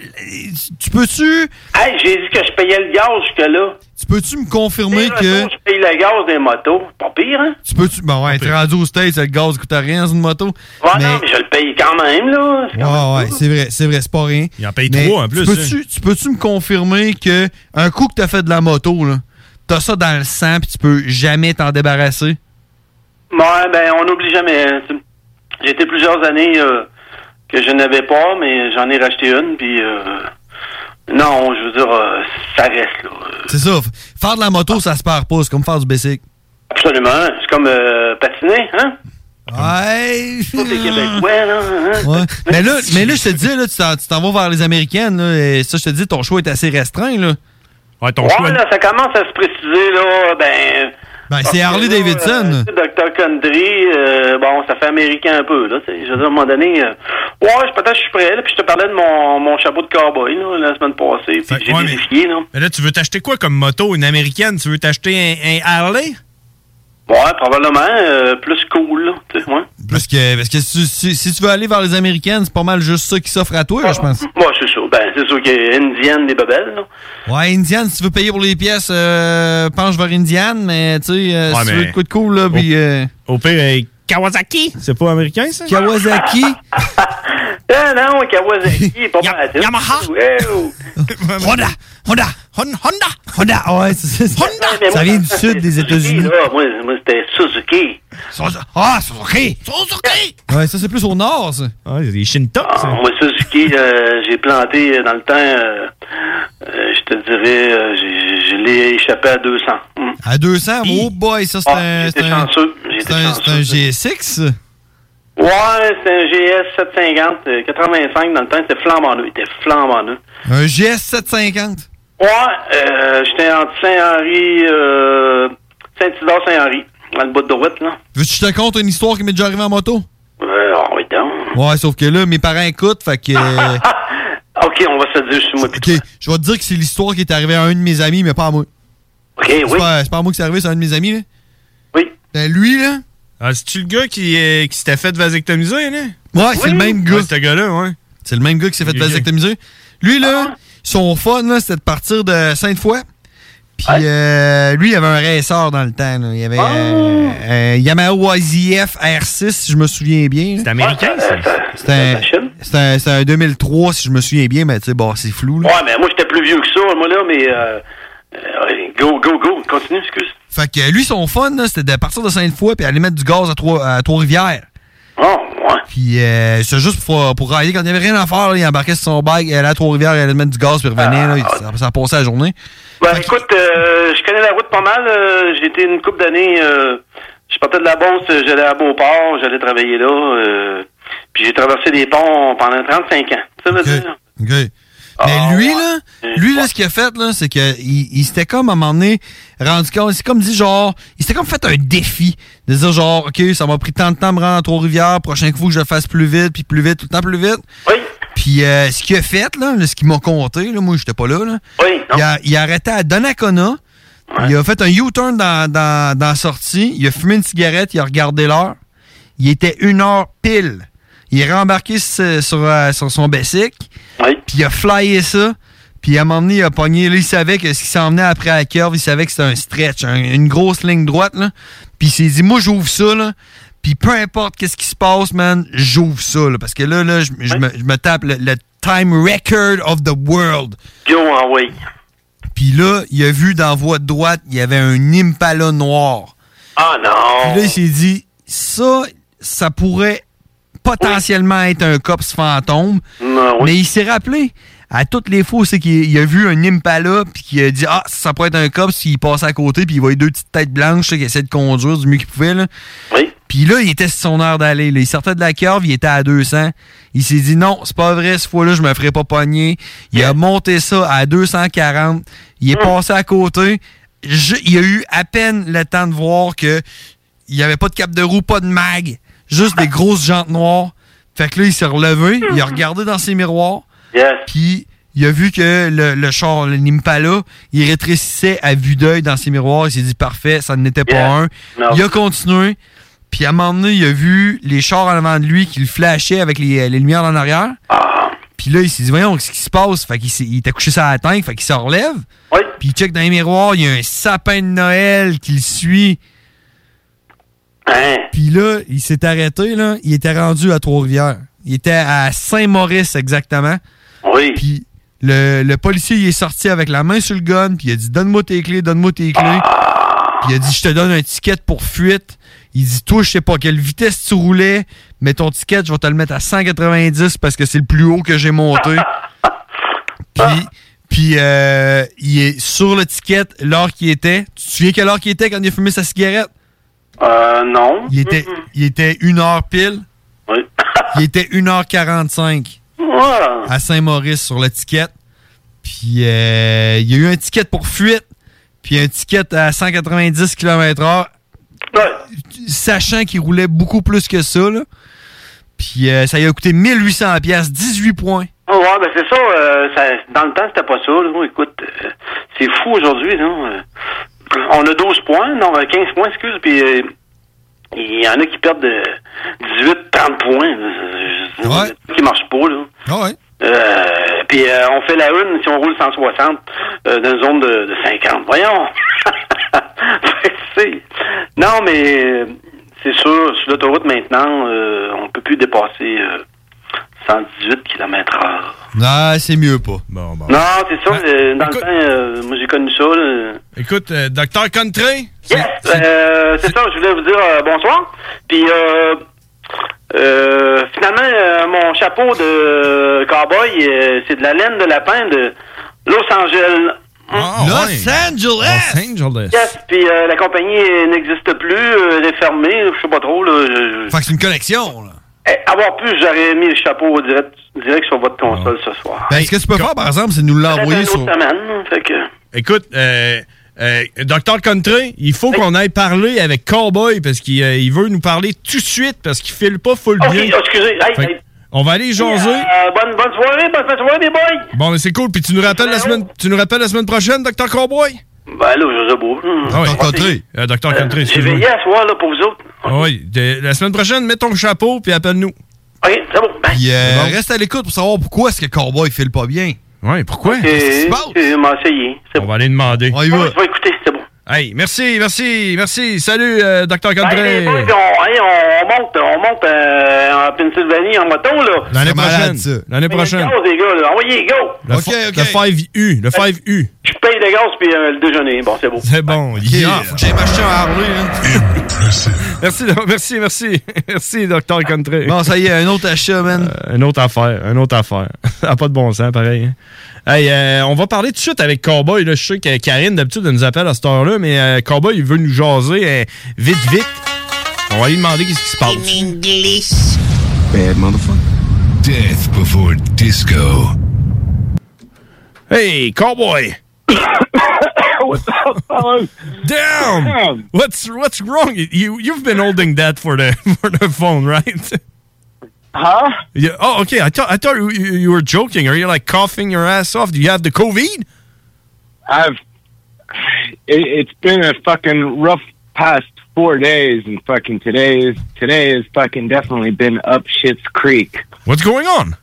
Tu peux-tu.
Hey, j'ai dit que je payais le gaz jusque-là.
Tu peux-tu me confirmer que.
Je paye le gaz des motos. Pas pire, hein?
Tu peux-tu. Bon, ouais, t'es rendu aux States, le gaz coûte rien, c'est une moto.
Ouais, non, mais je le paye quand même, là.
Ouais, ouais, c'est vrai, c'est vrai, c'est pas rien.
Il en paye
Mais
trois, en plus, hein.
Tu peux-tu, tu peux-tu me confirmer que un coup que t'as fait de la moto, là, t'as ça dans le sang puis tu peux jamais t'en débarrasser?
Ouais, ben, on n'oublie jamais. hein. J'ai été plusieurs années euh, que je n'avais pas, mais j'en ai racheté une, puis... euh, non, je veux dire, euh, ça reste, là.
C'est ça. f- Faire de la moto, ça se perd pas, c'est comme faire du basic.
Absolument. C'est comme euh, patiner, hein?
Ouais.
les Québécois, là. hein?
Ouais. mais là, mais là, je te dis, là, tu t'en, tu t'en vas vers les Américaines, là, et ça, je te dis, ton choix est assez restreint, là.
Ouais,
ouais, là, ça commence à se préciser, là, ben...
Ben,
parce
c'est
que,
Harley
là,
Davidson.
euh, Dr. Country, euh, bon, ça fait américain un peu, là, tu sais. Je veux dire, à un moment donné, euh, ouais, je- peut-être que je suis prêt, là, puis je te parlais de mon, mon chapeau de cowboy, là, la semaine passée, puis j'ai vérifié, là.
Mais là, tu veux t'acheter quoi comme moto? Une américaine? Tu veux t'acheter un, un Harley?
Ouais, probablement, euh, plus cool, là, tu sais, ouais.
Parce que, parce que si, tu- si- si tu veux aller vers les Américaines, c'est pas mal juste ça qui s'offre à toi, là, je pense.
Ouais, c'est sûr. Ben, c'est sûr qu'il y a Indienne des babelles, là.
Ouais, Indiane, si tu veux payer pour les pièces, euh, penche vers Indiane, mais tu sais, euh,
Ouais,
si tu
mais-
veux de coup de cool, là, puis... euh,
Au pire, euh, Kawasaki? C'est pas américain, ça?
Kawasaki?
Ah non, Kawasaki, pas mal. Yamaha?
Honda! Honda! Honda!
Honda! Ouais, c'est ça.
mais
Ça
moi,
vient du sud des États-Unis.
Là, moi, moi c'était Suzuki.
Ah, Suzuki! Ouais, ça, c'est plus au nord, ça.
Ouais, c'est des Shinta, ça.
ah, Moi, Suzuki, euh, j'ai planté euh, dans le temps, euh, euh, je te dirais, euh, j'ai- j'ai- je l'ai échappé à 200. Mm.
À 200, oh boy, ça, c'est un...
Ah, J'étais
c'est un-
chanceux. J'étais
C'est un,
chanceux.
c'est un G6?
Ouais, c'est un GS 750, euh, 85 dans le temps, c'était flambant neuf. Il était flambant neuf.
Un GS750?
Ouais, euh, j'étais entre Saint-Henri, euh, Saint-Isidore-Saint-Henri, dans le bout de droite, là.
Veux-tu que je te conte une histoire qui m'est déjà arrivée en moto?
Euh, on est dans.
Ouais, sauf que là, mes parents écoutent, fait que... euh,
OK, on va se dire sur moi.
OK, je vais te dire que c'est l'histoire qui est arrivée à un de mes amis, mais pas à moi.
OK,
c'est
oui.
Pas, c'est pas à moi que c'est arrivé, c'est à un de mes amis, là.
Oui.
Ben, lui, là...
Ah, c'est-tu le gars qui, euh, qui s'était fait vasectomiser, là?
Ouais, c'est le même gars.
Ouais, ce gars-là, ouais.
C'est le même gars qui s'est fait vasectomiser. Lui, là, son fun, là, c'était de partir de Sainte-Foy. Puis euh, lui, il avait un racer dans le temps. là. Il avait euh, un Yamaha YZF R6, si je me souviens bien. C'est
américain, ça?
C'est un, c'est un- c'est un 2003, si je me souviens bien, mais tu sais, bon, c'est flou. Là.
Ouais, mais moi, j'étais plus vieux que ça, moi, là, mais... euh, euh, go, go, go. Continue, excuse.
Fait que lui, son fun, là, c'était de partir de Sainte-Foy puis aller mettre du gaz à Trois- à Trois-Rivières.
Oh, ouais.
Puis euh, c'est juste pour, pour rider. Quand il n'y avait rien à faire, là, il embarquait sur son bike, il allait à Trois-Rivières, il allait mettre du gaz puis revenir. là, il- ça, ça passait la journée.
Ben, écoute, euh, je connais la route pas mal. euh, J'ai été une couple d'années. euh, je partais de la Beauce, euh, j'allais à Beauport, j'allais travailler là. euh, puis j'ai traversé des ponts pendant 35 ans. Ça veut dire.
OK.
Ah,
Mais lui, là, lui, là, ce qu'il a fait, là, c'est que il, il s'était comme, à un moment donné, rendu compte, c'est comme dit, genre, il s'était comme fait un défi de dire, genre, OK, ça m'a pris tant de temps de me rendre à Trois-Rivières, prochain coup, je le fasse plus vite, puis plus vite, tout le temps plus vite.
Oui.
Puis euh, ce qu'il a fait, là, là, ce qu'il m'a conté, là, moi, j'étais pas là, là.
Oui,
il, a, il a arrêté à Donnacona. Il a fait un U-turn dans, dans, dans la sortie. Il a fumé une cigarette. Il a regardé l'heure. Il était une heure pile. Il est rembarqué sur, sur, euh, sur son Bessic. Puis il a flyé ça. Puis à un moment donné, il a pogné. Là, il savait que ce qui s'emmenait après la curve, il savait que c'était un stretch, un- une grosse ligne droite. Là. Puis il s'est dit, moi, j'ouvre ça. Là. Puis peu importe qu'est-ce qui se passe, man, j'ouvre ça. là. parce que là, là je, je me, je me tape le, le time record of the world.
Yo, en oui.
Puis là, il a vu dans la voie de droite, il y avait un Impala noir.
Ah non!
Puis là, il s'est dit, ça, ça pourrait potentiellement être un cops fantôme.
Non, oui.
Mais il s'est rappelé à toutes les fois, c'est qu'il il a vu un Impala, puis qu'il a dit, ah, ça pourrait être un cops, puis il passe à côté, puis il voyait deux petites têtes blanches qui essaient de conduire du mieux qu'il pouvait. Là. Puis là, il était sur son heure d'aller. là. Il sortait de la curve, il était à 200. Il s'est dit non, c'est pas vrai, cette fois-là, je me ferai pas pogner. Il a monté ça à 240. Il est passé à côté. Je- il a eu à peine le temps de voir que il n'y avait pas de cap de roue, pas de mag, juste des grosses jantes noires. Fait que là, il s'est relevé, il a regardé dans ses miroirs. Puis il a vu que le, le char, le Nimpala, il rétrécissait à vue d'œil dans ses miroirs. Il s'est dit parfait, ça n'était pas
Yeah.
un.
Non.
Il a continué. Puis à un moment donné, il a vu les chars en avant de lui qui le flashaient avec les, les lumières en arrière. Puis là, il s'est dit, voyons, qu'est-ce qui se passe? Fait qu'il s'est- il était couché sur la tank, fait qu'il se relève. Puis il check dans les miroirs, il y a un sapin de Noël qui le suit. Puis là, il s'est arrêté, là. Il était rendu à Trois-Rivières. Il était à Saint-Maurice, exactement.
Oui.
Puis le, le policier, il est sorti avec la main sur le gun, puis il a dit Donne-moi tes clés, donne-moi tes clés. Puis il a dit Je te donne un ticket pour fuite. Il dit Toi, je sais pas à quelle vitesse tu roulais, mais ton ticket, je vais te le mettre à 190 parce que c'est le plus haut que j'ai monté. Puis, puis euh, il est sur le ticket l'heure qu'il était. Tu te souviens quelle heure qu'il était quand il a fumé sa cigarette?
Euh, non.
Il était, il était une heure pile. il était 1h45 à Saint-Maurice sur l'étiquette. Puis euh, il y a eu un ticket pour fuite, puis un ticket à 190 km/h, sachant qu'il roulait beaucoup plus que ça. là. Puis euh, ça lui a coûté 1800 pièces, 18 points.
Oh, ouais, ben c'est ça, euh, ça. Dans le temps, c'était pas ça. là. Écoute, euh, c'est fou aujourd'hui. non? Euh, On a 12 points, non, euh, 15 points, excuse, puis euh, il y en a qui perdent de 18, 30 points. Je- je- Qui marche pas, là. Euh, puis euh, on fait la une si on roule 160 euh, dans une zone de, de 50. Voyons! Fait que c'est- non, mais euh, c'est sûr, sur l'autoroute maintenant, euh, on peut plus dépasser euh, 118 km h
Non, Ah, c'est mieux pas.
Non, c'est ça. euh, dans le temps, euh, moi j'ai connu ça. là.
Ah, Écoute, euh, Docteur Country,
Yes! euh, C'est ça, je voulais vous dire euh, bonsoir. Puis euh, euh, finalement, euh, mon chapeau de cowboy, euh, c'est de la laine de lapin de Los Angeles.
Los Angeles! Los Angeles.
Yes, puis euh, la compagnie euh, n'existe plus, euh, elle est fermée, je sais pas trop. Là, je-
Fait que c'est une connexion. là.
Eh, avoir plus, j'aurais mis le chapeau direct, direct sur votre console
Ah.
ce soir.
Ben, ce que tu peux faire, par exemple, c'est nous
Peut-être
l'envoyer
une
sur.
autre semaine, fait que...
Écoute, euh, euh, Docteur Country, il faut qu'on aille parler avec Cowboy parce qu'il euh, il veut nous parler tout de suite parce qu'il file pas full
Ok,
bien.
Ah, excusez, hey,
Fait que
hey.
On va aller jaser.
Euh, bonne, bonne soirée, bonne fin de soirée, les boys!
Bon, mais c'est cool. Puis tu nous rappelles la semaine, tu nous rappelles la semaine prochaine, Docteur Cowboy.
Ben là, je sais pas. Hmm.
Ah ouais. Euh, Docteur Country,
J'ai
excuse-moi.
veillé à soir, là, pour vous autres.
Ah oui, de- la semaine prochaine, mets ton chapeau puis appelle-nous. euh,
Ok, c'est bon.
Puis, euh, Reste à l'écoute pour savoir pourquoi est-ce que Cowboy file pas bien.
Ouais, pourquoi?
C'est m'a essayé.
On va aller demander. On y va.
Je vais écouter, c'est bon.
Hey, merci, merci, merci. Salut, euh, Dr. Condré.
Ben, les boys, on, hey, on monte, on monte euh, en Pennsylvanie en moto, là.
L'année prochaine. L'année prochaine.
Go, les gars, là. Envoyez, go!
Le, fa- le 5U. Le 5U.
Je paye le gaz puis euh, le déjeuner. Bon, c'est beau.
C'est bon. Yeah. J'ai m'acheter un Harley. merci, merci, merci. Merci, Dr. Country.
Bon, ça y est, un autre achat, man.
Euh, une autre affaire, une autre affaire. Ça a pas de bon sens, pareil. hein. Hey, euh, on va parler tout de suite avec Cowboy. Là. Je sais que Karine, d'habitude, elle nous appelle à cette heure-là, mais euh, Cowboy, il veut nous jaser euh, vite, vite. On va lui demander qu'est-ce qui se passe.
Bad motherfucker. Death before disco.
Hey, Cowboy!
What's up, fellas?
Damn! What's what's wrong? You you've been holding that for the for the phone, right?
Huh?
Yeah. Oh, okay. I thought I thought you, you you were joking. Are you like coughing your ass off? Do you have the COVID?
I've it, it's been a fucking rough past four days, and fucking today is today is fucking definitely been up shit's creek.
What's going on?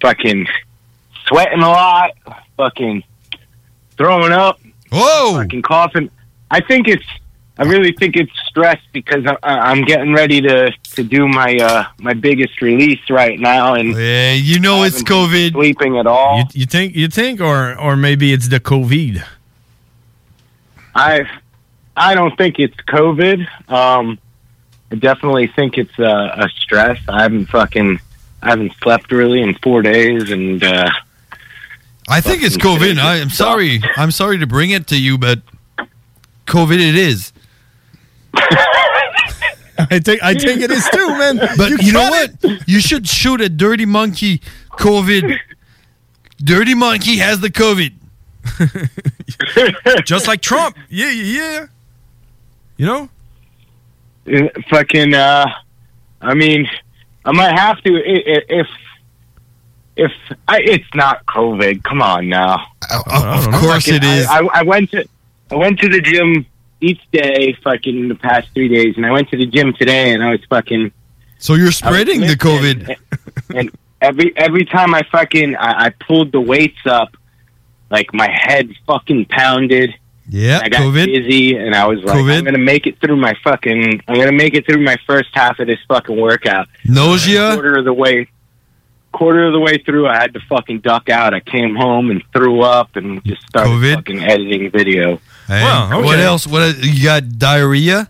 Fucking sweating a lot, fucking throwing up.
Whoa!
Fucking coughing. I think it's. I really think it's stress because I, I- I'm getting ready to to do my uh my biggest release right now, and
yeah, you know it's COVID.
Sleeping at all.
You, you think you think, or or maybe it's the COVID.
I I don't think it's COVID. Um, I definitely think it's a, a stress. I haven't fucking I haven't slept really in four days, and uh,
I think it's COVID. I, I'm sorry. I'm sorry to bring it to you, but COVID it is.
I think I think it is too, man.
But you, know what? You should shoot a dirty monkey. COVID. Dirty monkey has the COVID.
Just like Trump. Yeah, yeah, yeah. You know,
it- fucking. Uh, I mean, I might have to i- i- if if I, it's not COVID. Come on now.
Uh,
of course it is.
I, I went to I went to the gym each day, fucking the past three days, and I went to the gym today, and I was fucking.
So you're spreading the COVID.
and every every time I fucking I, I pulled the weights up, like my head fucking pounded.
Yeah,
I got
COVID.
dizzy, and I was like, I'm gonna make it through my fucking. I'm gonna make it through my first half of this fucking workout.
Nausea.
Quarter of the way. Quarter of the way through, I had to fucking duck out. I came home and threw up and just started fucking editing video.
And
Oh,
What else? What you got? Diarrhea.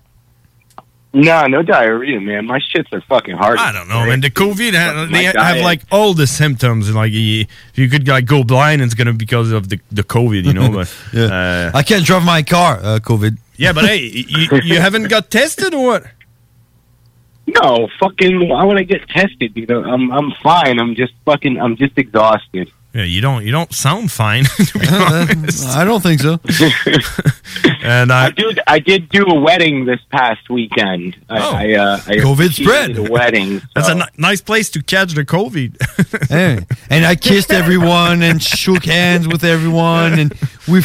No, no diarrhea, man. My shits are fucking hard.
I don't know, man. The COVID ha-
my
they ha- have
diet.
like all the symptoms, and like y- if you could like go blind, it's gonna be because of the the COVID, you know. But yeah.
I can't drive my car. Uh, COVID.
yeah, but hey, you, you haven't got tested or what?
No, fucking. Why would I get tested? You know, I'm I'm fine. I'm just fucking. I'm just exhausted.
Yeah, you don't you don't sound fine. to be honest.
I don't think so.
and I,
did. I did do a wedding this past weekend. I, I, uh, I
COVID
officiated
spread.
a wedding.
Oh. That's
so-
a ni- nice place to catch the COVID.
Hey, and I kissed everyone and shook hands with everyone and we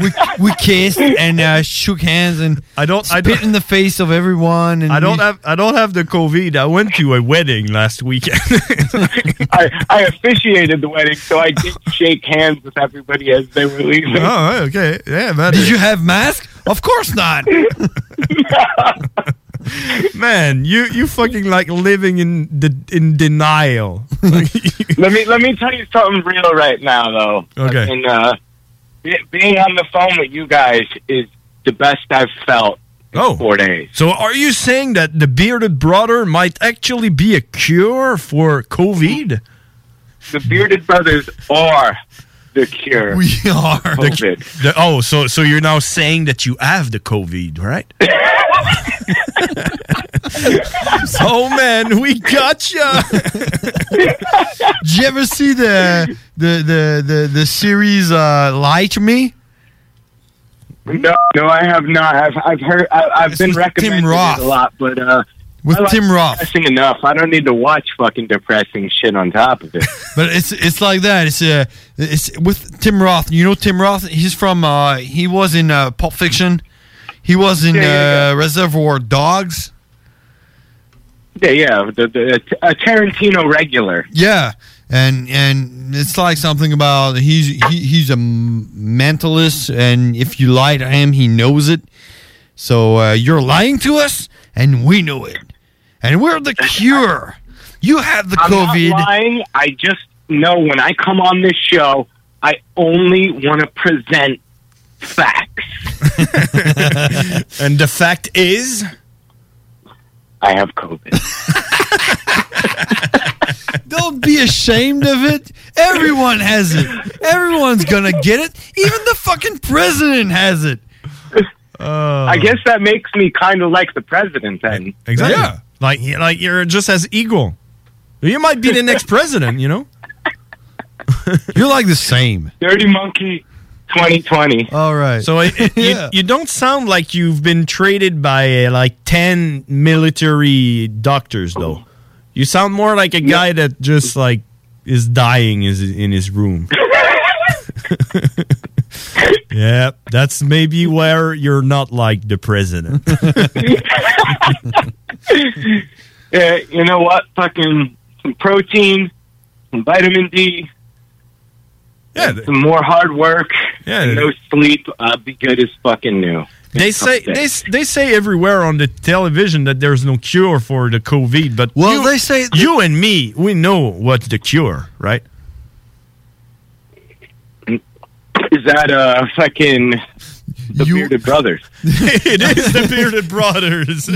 we, we kissed and uh, shook hands and
I don't
spit in the face of everyone and
I don't
we-
have I don't have the COVID. I went to a wedding last weekend.
I, I officiated the wedding, so I did shake hands with everybody as they were leaving.
oh, okay, yeah, man.
Did you have mask? Of course not.
man, you you fucking like living in the in denial.
let me let me tell you something real right now, though.
Okay.
And uh, be- being on the phone with you guys is the best I've felt in
Oh.
four days.
So, are you saying that the bearded brother might actually be a cure for COVID?
The bearded brothers are the cure.
We are
The- the- oh, so so you're now saying that you have the COVID, right? oh man, we gotcha.
Did you ever see the the the the, the series uh, Lie to Me?
No, no, I have not. I've I've heard. I, I've been recommended
Roth.
it a lot, but uh,
With
I like
Tim Roth.
depressing enough. I don't need to watch fucking depressing shit on top of it.
But it's it's like that. It's uh, it's with Tim Roth. You know Tim Roth. He's from. Uh, he was in uh, Pulp Fiction. He was in
Yeah, yeah,
uh, Reservoir Dogs.
yeah, yeah, the, the, a Tarantino regular.
Yeah, and and it's like something about he's he, he's a m- mentalist, and if you lie to him, he knows it. So uh, you're lying to us, and we know it, and we're the cure. You have the
I'm
COVID.
Not lying. I just know when I come on this show, I only want to present facts.
and the fact is,
I have COVID.
Don't be ashamed of it. Everyone has it. Everyone's gonna get it. Even the fucking president has it.
Oh,
I guess that makes me kind of like the president then.
Exactly. Like like you're just as equal. You might be the next president, you know?
you're like the same.
Dirty Monkey 2020.
All right.
So it, it- you, you don't sound like you've been traded by uh, like 10 military doctors though. You sound more like a guy that just like is dying is in his room. yeah, that's maybe where you're not like the president.
Yeah, uh, you know what? Fucking some protein, some vitamin D.
Yeah,
some more hard work.
Yeah,
and no sleep. I'll be good as fucking new.
They say they, s- they say everywhere on the television that there's no cure for the COVID, but well, you, they say you and me, we know what's the cure, right?
Is that uh fucking the bearded brothers?
it is the bearded brothers.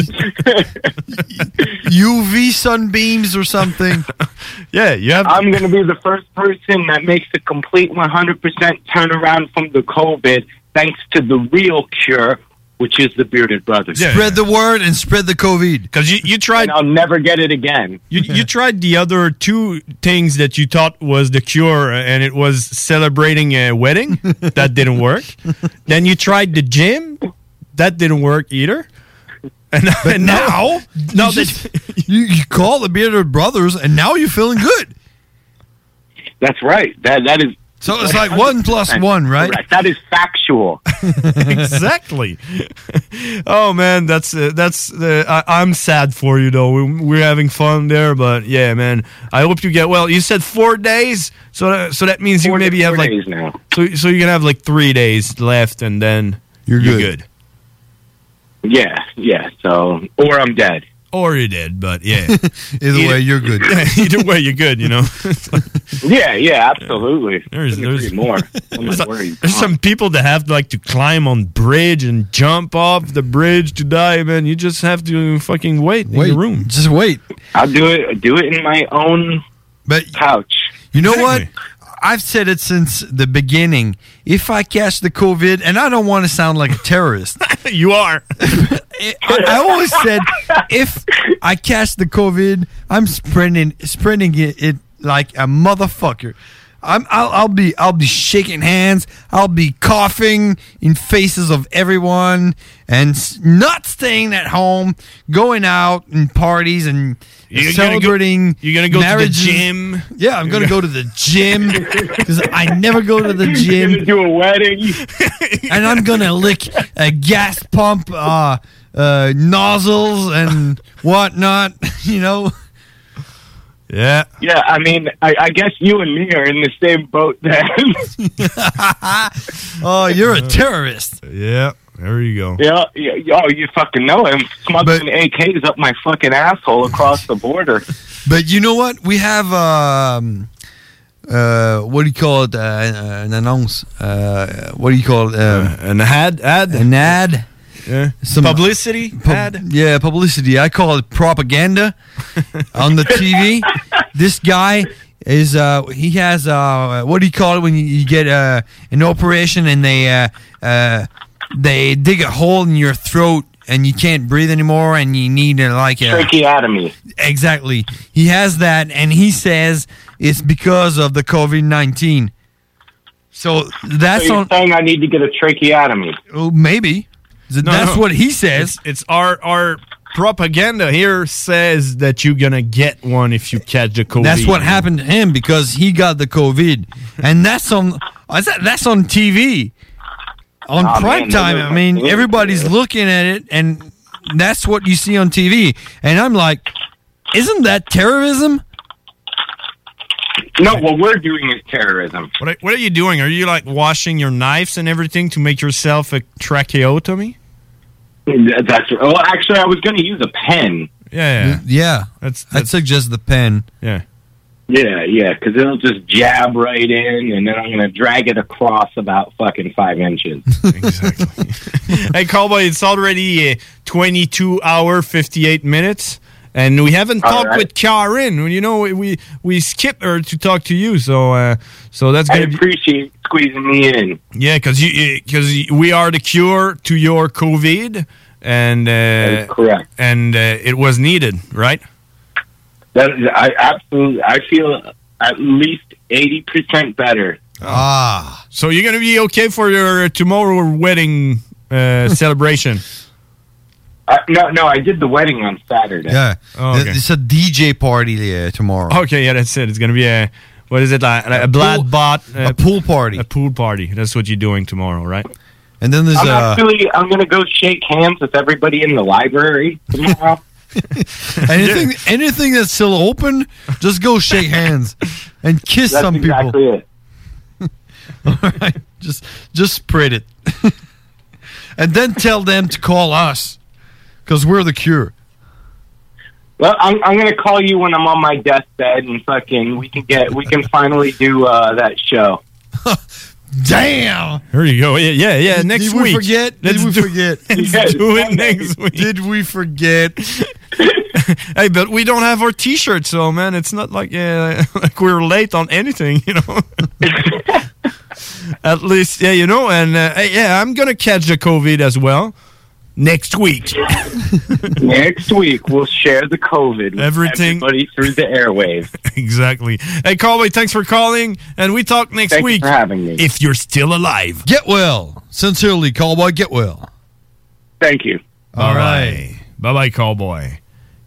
UV sunbeams or something.
yeah, you have.
I'm gonna be the first person that makes a complete 100 percent turnaround from the COVID, thanks to the real cure, which is the bearded brothers.
Spread the word and spread the COVID.
Because you, you tried,
I'll never get it again.
You you tried the other two things that you thought was the cure, and it was celebrating a wedding. that didn't work. Then you tried the gym. That didn't work either. And, and now, now that
you, you call the bearded brothers, and now you're feeling good.
That's right. That that is.
So it's like one plus one, right?
Correct. That is factual.
exactly. oh man, that's uh, that's. Uh, I, I'm sad for you though. We, we're having fun there, but yeah, man. I hope you get well. You said four days, so that, so that means you maybe have like so so you're gonna have like three days left, and then you're good.
Yeah, yeah. So, or I'm dead.
Or you did, but yeah.
Either way, you're good.
Either way, you're good. You know.
Yeah, yeah, absolutely.
There's, there's
more. I'm
There's,
not
some-
worried.
there's some people that have like to climb on bridge and jump off the bridge to die, man. You just have to fucking wait, in your room.
Just wait.
I'll do it. Do it in my own
but
couch.
You know what? I've said it since the beginning. If I catch the COVID, and I don't want to sound like a terrorist,
you are.
I, I always said if I catch the COVID, I'm sprinting, sprinting it, it like a motherfucker. I'm, I'll, I'll be, I'll be shaking hands. I'll be coughing in faces of everyone, and s- not staying at home, going out and parties and
You're gonna go-
celebrating.
you're gonna go to the
marriages.
gym.
Yeah, I'm gonna go to the gym because I never go to the gym.
do a wedding,
and I'm gonna lick a gas pump uh, uh, nozzles and whatnot. You know,
Yeah.
Yeah, I mean, I, I guess you and me are in the same boat then.
oh, you're a terrorist.
Yeah, there you go.
yeah, yeah, yeah, oh, you fucking know him. Smuggling AKs up my fucking asshole across the border.
But you know what? We have um, uh, what do you call it? Uh, an announce. Uh, what do you call it? Um,
an ad. Ad.
An ad.
Yeah. Publicity ad?
Yeah, publicity. I call it propaganda on the TV. this guy is uh he has uh what do you call it when you, you get uh an operation and they uh uh they dig a hole in your throat and you can't breathe anymore and you need uh, like a
Tracheotomy.
Exactly. He has that and he says it's because of the COVID-19. So that's
so you're
on
saying I need to get a tracheotomy.
Oh, maybe. Th- that's what he says.
It's, it's our our propaganda here says that you're gonna get one if you catch the COVID.
That's what happened to him because he got the COVID, and that's on is that- that's on TV, on
Aw,
prime
man,
time.
those are
I mean,
fucking
everybody's looking at it, and that's what you see on TV. And I'm like, isn't that terrorism?
No, what we're doing is terrorism.
What are, what are you doing? Are you like washing your knives and everything to make yourself a tracheotomy?
That's well. Actually, I was going to use a pen.
Yeah, yeah.
Yeah,
that's,
that's I'd suggest the pen.
Yeah,
yeah, yeah, because it'll just jab right in, and then I'm going to drag it across about fucking five inches.
hey, Cowboy, it's already uh, 22 hour 58 minutes, and we haven't
All
talked
right.
with Karin. You know, we we skip her to talk to you, so uh, so that's
I
gonna be
appreciate squeezing me in.
yeah, because you because we are the cure to your COVID, and uh,
correct,
and uh, it was needed, right?
That is, I absolutely. I feel at least eighty percent better.
Ah, so you're gonna be okay for your tomorrow wedding uh, celebration.
Uh, no, no, I did the wedding on Saturday.
Yeah. Oh, okay.
It's a DJ party uh, tomorrow.
Okay, yeah, that's it. It's gonna be a what is it like, like a, blood bot, a pool party, a pool party. That's what you're doing tomorrow, right?
And then
uh,
uh,
I'm actually. I'm gonna go shake hands with everybody in the library tomorrow.
anything anything that's still open, just go shake hands and kiss
That's
some
exactly
people.
it.
All right, just just spread it, and then tell them to call us because we're the cure.
Well, I'm, I'm going to call you when I'm on my deathbed, and fucking, we can get, we can finally do uh, that show.
Damn!
Here you go. Yeah, yeah. yeah.
Did
Next
we
week.
forget? Did
Let's
we
do-
forget?
Let's do it next week.
Did we forget?
hey, but we don't have our T-shirt, so man, it's not like uh, like we're late on anything, you know. At least, yeah, you know, and uh, hey, yeah, I'm gonna catch the COVID as well next week.
Next week, we'll share the COVID with
Everything-
everybody through the airwaves.
exactly. Hey, Callway, thanks for calling, and we talk next
Thank you
week
for having me.
if you're still alive.
Get well, sincerely, cowboy. Get well.
Thank you.
All right. Bye bye, cowboy.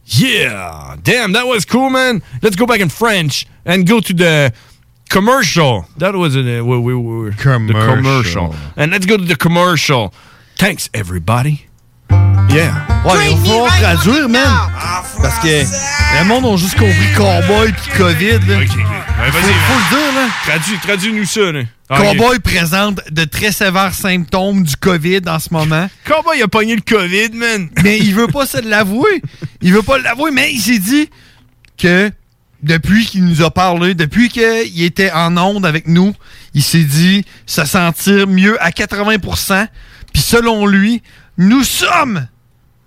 Yeah. Damn, that was cool, man. Let's go back in French and go to the commercial. That was uh, we, we, we were The commercial.
Commercial.
And let's go to the commercial. Thanks, everybody. Yeah.
Ouais, mais il va falloir traduire, man. Parce que le monde ont juste compris cowboy puis COVID. Là.
Ouais,
Faut- faut le dire, là.
Traduis, traduis-nous ça, là. Ah,
Cowboy
hein. ok.
présente de très sévères symptômes du COVID en ce moment.
Cowboy a pogné le COVID, man.
Mais il veut pas se l'avouer. Il veut pas l'avouer, mais il s'est dit que depuis qu'il nous a parlé, depuis qu'il était en onde avec nous, il s'est dit se sentir mieux à 80%. Puis selon lui, nous sommes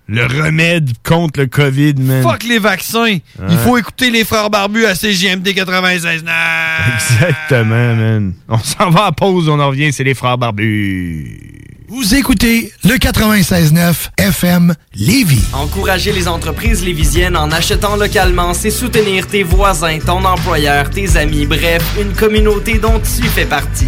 Le remède contre le COVID,
Hein.
man.
Fuck les vaccins. Il faut écouter les frères barbus à CGMD 96.
Exactement, man. On s'en va à pause, on en revient, c'est les frères barbus.
Vous écoutez le 96.9 FM Lévis.
Encourager les entreprises lévisiennes en achetant localement, c'est soutenir tes voisins, ton employeur, tes amis, bref, une communauté dont tu fais partie.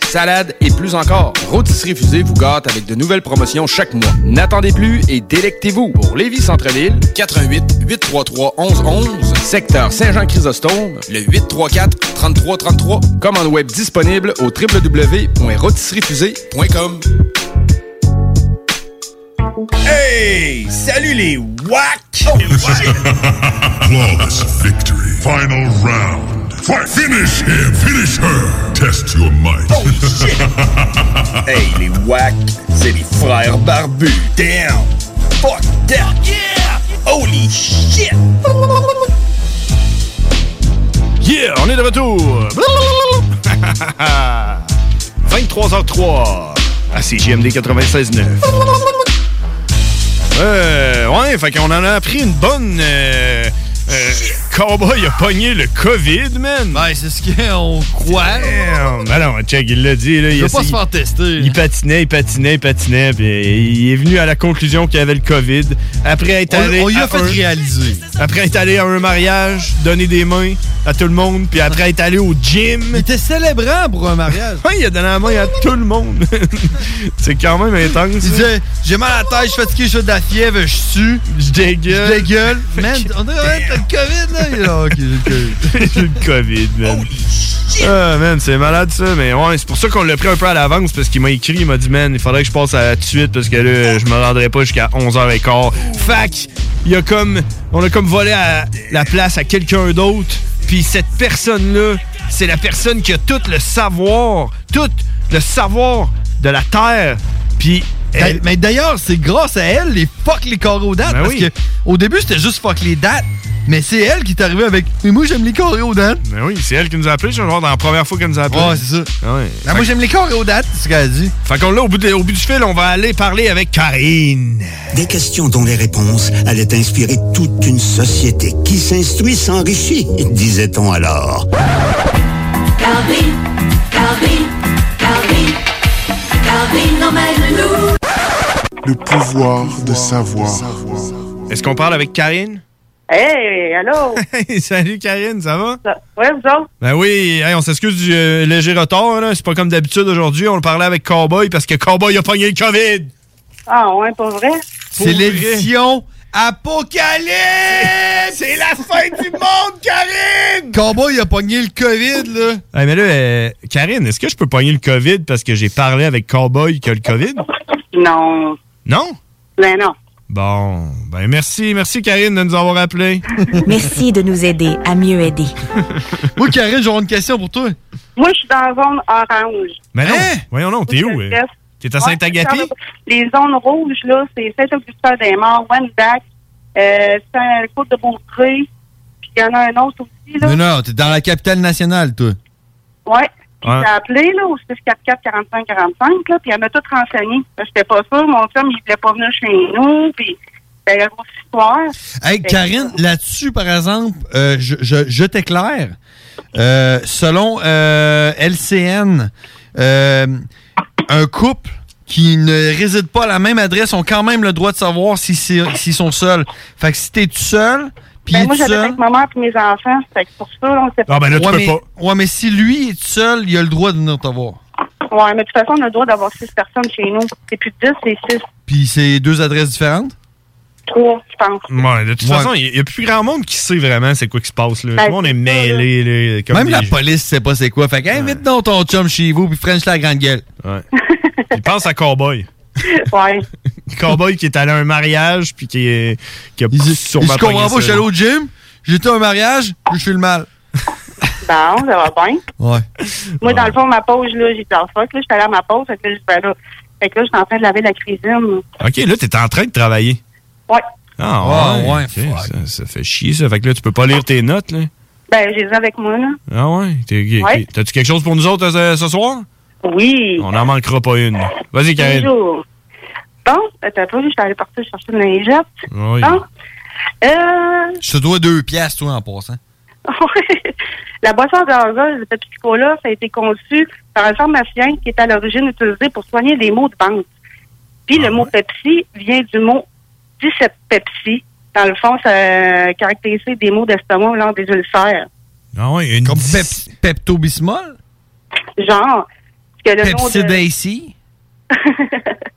salade et plus encore. Rôtisserie fusée vous gâte avec de nouvelles promotions chaque mois. N'attendez plus et délectez-vous. Pour Lévis Centre-Ville, 88 833 1111, secteur Saint-Jean-Chrysostome, le 834 3333. Commande web disponible au www.rôtisseriefusée.com.
Hey! Salut les WAC!
Flawless victory. Final round. Fight. Finish him. Finish her. Test your might.
hey, les WAC, c'est les frères barbus. Damn! Fuck that! Holy shit! Yeah, on est de retour! 23h03 à CGMD 96.9. Euh, ouais, fait qu'on en a appris une bonne. Euh, euh, Cowboy a pogné le COVID, man!
Ben,
Ouais, c'est ce qu'on croit! Ben non, check, il l'a dit, là.
Il
a
veut pas se
essayé-
faire tester.
il patinait, il patinait, il patinait, puis il est venu à la conclusion qu'il avait le COVID. Après être
On-
allé.
on lui a
à
fait
un-
réaliser.
Après être allé à un mariage, donner des mains à tout le monde, puis après être allé au gym. Il était célébrant pour un mariage. ouais, il a donné la main à tout le monde. C'est quand même intense. hein.
Il disait J'ai mal à la tête, je suis fatigué, je fais de la fièvre, je sue,
je dégueule.
Je dégueule. Man, on dirait ouais, t'as le COVID là. Il est là, ok, j'ai le COVID.
J'ai le COVID, man. Ah, man, c'est malade ça, mais ouais, c'est pour ça qu'on l'a pris un peu à l'avance parce qu'il m'a écrit, il m'a dit, man, il faudrait que je passe à la suite parce que là, je me rendrai pas jusqu'à 11h15. Fac, il y a comme, on a comme volé à la place à quelqu'un d'autre, puis cette personne-là, c'est la personne qui a tout le savoir, tout le savoir de la Terre, puis
D'a- Mais d'ailleurs, c'est grâce à elle, les fuck les choréodates.
Ben
parce
oui.
que au début, c'était juste fuck les dates. Mais c'est elle qui est arrivée avec Mais moi, j'aime les choréodates.
Ben oui, c'est elle qui nous a appelé, je crois, dans la première fois qu'elle nous a appelé.
Ouais, c'est ça.
Ouais.
Ben, moi, j'aime les choréodates, c'est ce qu'elle a dit.
Fait qu'on là, au bout, de- au bout du fil, on va aller parler avec Karine.
Des questions dont les réponses allaient inspirer toute une société qui s'instruit s'enrichit, disait-on alors.
Calvin, Calvin, Calvin, Calvin emmène-nous.
Le pouvoir de savoir.
Est-ce qu'on parle avec Karine?
Hey, allô?
Salut Karine, ça va?
Ouais, vous autres?
Ben oui, hey, on s'excuse du euh, léger retard, là. c'est pas comme d'habitude aujourd'hui, on le parlait avec Cowboy parce que Cowboy a pogné le COVID!
Ah, ouais, pas vrai?
C'est l'édition
Apocalypse!
Eh, C'est la fin du monde, Karine!
Cowboy, il a pogné le COVID, là.
Hey, mais là, euh, Karine, est-ce que je peux pogner le COVID parce que j'ai parlé avec Cowboy qui a le COVID?
Non.
Non?
Ben non.
Bon, ben merci, merci Karine de nous avoir appelés.
Merci de nous aider à mieux aider.
Moi, Karine, j'aurais une question pour toi. Hein?
Moi, je suis dans la zone orange.
Mais Ben non, voyons non, t'es où? euh?
Yes.
T'es à
Ouais,
Saint-Agapi?
je suis dans le- Les zones rouges, là, c'est Saint-Augustin-des-Morts, Wendac, euh, Saint-Côte-de-Beaupré, puis il y en a un autre aussi, là.
Non, non, t'es dans la capitale nationale, toi.
Ouais. Puis
Ouais.
j'ai appelé, là, au 644-45-45, là, puis elle m'a tout renseigné. Parce que J'étais pas sûre, mon chum, il voulait pas venir chez nous, puis c'était la grosse histoire.
Hey,
Fait que-
Karine, là-dessus, par exemple, euh, je, je- je t'éclaire. Euh, selon euh, LCN, euh, un couple qui ne réside pas à la même adresse ont quand même le droit de savoir si c'est- s'ils sont seuls. Fait que si t'es tout seul, puis Ah, ben il
Ben,
est
moi,
tout
j'avais
seul...
avec ma mère et mes enfants, fait que pour ça, Ah, ben là, on s'est pas.
Ouais, mais- Ouais, mais si lui est tout seul, il a le droit de venir te voir.
Ouais, mais de toute façon, on a le droit d'avoir six personnes chez nous. C'est plus de dix, c'est six,
Puis c'est deux adresses différentes?
trois, je pense.
Ouais, de toute
Ouais.
façon, il n'y a plus grand monde qui sait vraiment c'est quoi qui se passe. Là. Tout le monde est mêlé. Là, comme
Ben, Même
des-
la police sait pas c'est quoi. Fait que, hey, invite donc ton chum chez vous, puis French la grande gueule.
Ouais. Il pense à Cowboy.
Ouais.
Cowboy qui est allé à un mariage puis qui, est, qui a
Il
sûrement
se comprend
pogné
pas, je suis
ça.
allé au gym, j'étais à un mariage, puis je fais le mal.
Bon, ça va bien.
Ouais.
Moi, dans le fond, ma pause, là, j'ai dit, ah, fuck, là, j'étais allée à ma pause, fait que là, je vais là. Fait que là, j'étais en train de laver la cuisine.
OK, là, t'es en train de travailler.
Ouais.
Ah ouais, ok, ça, ça fait chier, ça. Fait que là, tu peux pas lire tes notes, là.
Ben, j'ai les ai avec moi, là.
Ah ouais? T'es-
Ouais.
T'as-tu quelque chose pour nous autres euh, ce soir?
Oui.
On n'en manquera pas une. Vas-y, Karine.
Bonjour. Bon, t'as pas vu, j'étais allée partir chercher une lingette.
Oui.
Bon. Euh,
Je te dois deux piastres, toi, en passant.
Ouais. La boisson gazeuse, le Pepsi Cola, ça a été conçu par un pharmacien qui est à l'origine utilisé pour soigner les maux de vente. Puis le mot Pepsi vient du mot 17 Pepsi. Dans le fond, ça caractérise des maux d'estomac lors des ulcères.
Ah oui, une Comme Pep- Pepto-Bismol?
Genre, parce que le nom
Pepsi
de-
Daisy?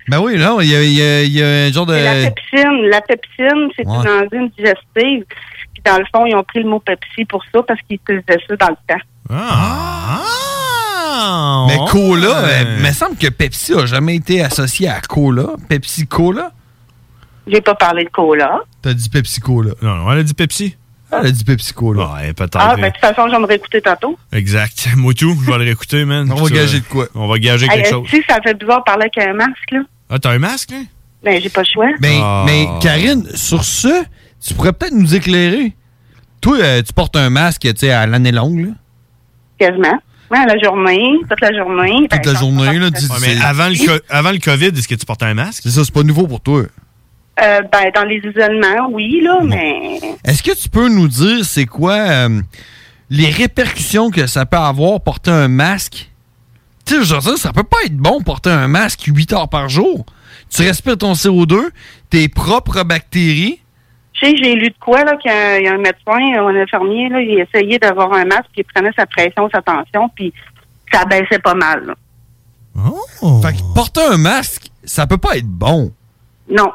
ben oui, non, il y, a- il y a- il y a un genre de...
C'est la pepsine. La pepsine, c'est
Ouais.
une enzyme digestive. Puis dans le fond, ils ont pris le mot Pepsi pour ça parce qu'ils utilisaient ça dans le temps.
Ah! Mais cola, euh, me semble que Pepsi a jamais été associé à cola. Pepsi Cola?
J'ai pas parlé de cola.
T'as dit Pepsi Cola. Non, non, elle a dit Pepsi. Elle a dit Pepsi Cola.
Ouais, peut-être.
Ah, ben, de toute façon, j'en aurais écouté tantôt.
Exact. Moutou, je vais le réécouter, man. On va gager de
quoi?
On va gager
Hey,
quelque
est-ce
chose.
que ça fait bizarre de parler avec un masque, là.
Ah, t'as un masque, là?
Ben, j'ai pas le choix.
Mais,
Ah.
mais Karine, sur ce, tu pourrais peut-être nous éclairer. Toi, euh, tu portes un masque tu sais, à l'année longue. Là.
Quasiment. Ouais, la journée, toute la journée. Ben,
la journée, là,
Ouais, mais avant le, co- avant le COVID, est-ce que tu portais un masque?
C'est ça, c'est pas nouveau pour toi.
euh, ben, dans les isolements, oui, là, mais...
Est-ce que tu peux nous dire c'est quoi euh, les répercussions que ça peut avoir porter un masque? Tu sais, je veux dire, ça peut pas être bon porter un masque 8 heures par jour. Tu respires ton CO2, tes propres bactéries.
Tu sais, j'ai lu de quoi, là, qu'il y a- il y a un médecin, un infirmier, là, il essayait d'avoir un masque, puis il prenait sa pression, sa tension, puis ça baissait pas mal, là.
Oh.
Fait que porter un masque, ça peut pas être bon.
Non.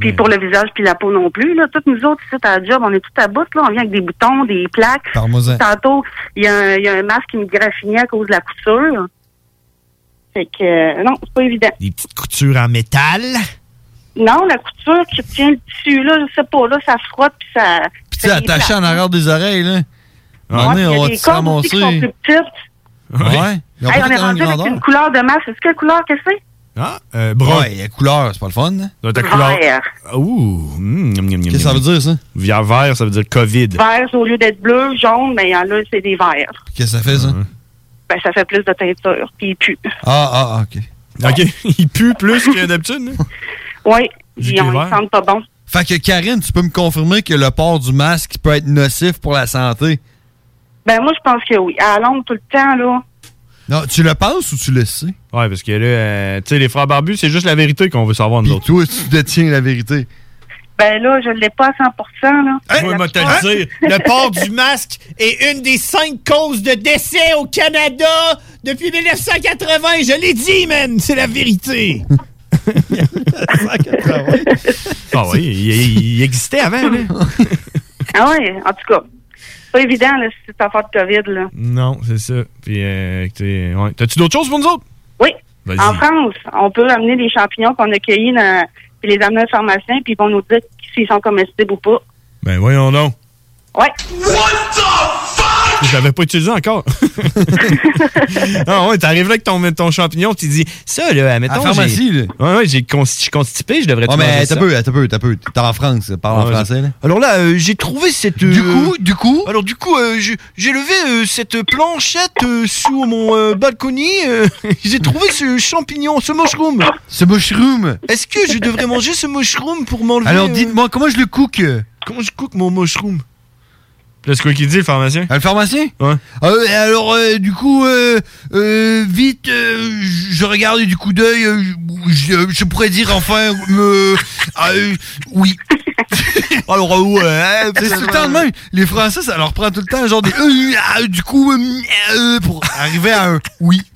Puis pour le visage puis la peau non plus. Là. Toutes nous autres, ici, à la job, on est tout à bout. Là. On vient avec des boutons, des plaques.
Parmesan.
Tantôt, il y, a un- il y a un masque qui me graffinait à cause de la couture. Fait que, euh, non, c'est pas évident.
Des petites coutures en métal.
Non, la couture qui tient le tissu, là, je sais pas, là, ça frotte puis ça.
Puis tu sais, attaché en arrière des oreilles, là.
Ah. Ouais,
Un moment
puis
donné,
il y
on
a
va
des
se
cordes aussi qui sont
ramasser.
plus petites.
Ouais. Ils ont pas
Hey, on
tout
est
la même
rendu avec
grandeur.
une couleur de masque. C'est quelle couleur que c'est?
Ah, euh, brun.
Ouais, il y a couleur, c'est pas le fun. hein?
Donc, ta couleur. Ah,
Vert.
Ouh. hmm, Qu'est-ce
que ça veut dire, ça?
Vert, ça veut dire COVID.
Vert, au lieu d'être bleu, jaune, ben, il y en a, c'est des verts.
Qu'est-ce que ça fait, ça?
Uh-huh.
Ben, ça fait plus de teinture, puis il pue.
Ah, ah, ah, OK.
OK. il pue plus que d'habitude.
Oui,
Vu
ils
qu'il est
ont- ils
vert.
sentent pas bon.
Fait que Karine, tu peux me confirmer que le port du masque peut être nocif pour la santé.
Ben moi je pense que oui. À la longue tout le temps là.
Non, tu le penses ou tu le sais?
Ouais, parce que là, euh, tu sais, les frères barbus, c'est juste la vérité qu'on veut savoir, nous autres.
toi, tu détiens la vérité.
Ben là, je l'ai pas à 100 là.
Moi, moi, te le dire. Hein?
Hein?
Le port du masque est une des cinq causes de décès au Canada depuis 1980. Je l'ai dit, man. C'est la vérité. Ah
Oh,
oui, il, il existait avant, là.
Ah ouais, en tout cas. c'est Pas évident là, si c'est affaire de Covid là.
Non, c'est ça. Puis, euh, écoutez, ouais. T'as-tu d'autres choses pour nous autres?
Oui.
Vas-y.
En France, on peut amener les champignons qu'on a cueillis dans, puis les amener au pharmacien puis ils vont nous dire s'ils sont comestibles ou pas.
Ben voyons donc.
Ouais.
Je l'avais pas utilisé encore. ah ouais, t'arrives là avec ton, ton champignon, tu dis ça là, mettons.
À la pharmacie,
j'ai- Ouais, ouais, j'ai con- je suis constipé, je devrais
Ouais,
te manger
mais
ça.
t'as peu, t'as peu, t'as peu. T'es en France, parle en
Ouais,
français, là.
Alors là, euh, j'ai trouvé cette. Du coup, du coup. Alors du coup, euh, je- j'ai levé euh, cette planchette euh, sous mon euh, balconnier. euh, j'ai trouvé ce champignon, ce mushroom.
Ce mushroom!
Est-ce que je devrais manger ce mushroom pour m'enlever
Alors
euh,
dites-moi, comment je le cook?
Comment je cook mon mushroom? Là, c'est quoi qu'il dit, le pharmacien?
Ah, Le pharmacien?
Ouais.
Euh, alors, euh, du coup, euh, euh, vite, euh, je- je regarde du coup d'œil, euh, je, je- je pourrais dire enfin, euh, ah, euh, oui. alors, euh, ouais, c'est tout le temps de même. Les Français, ça leur prend tout le temps genre des, euh, ah, du coup, euh, euh, pour arriver à un oui.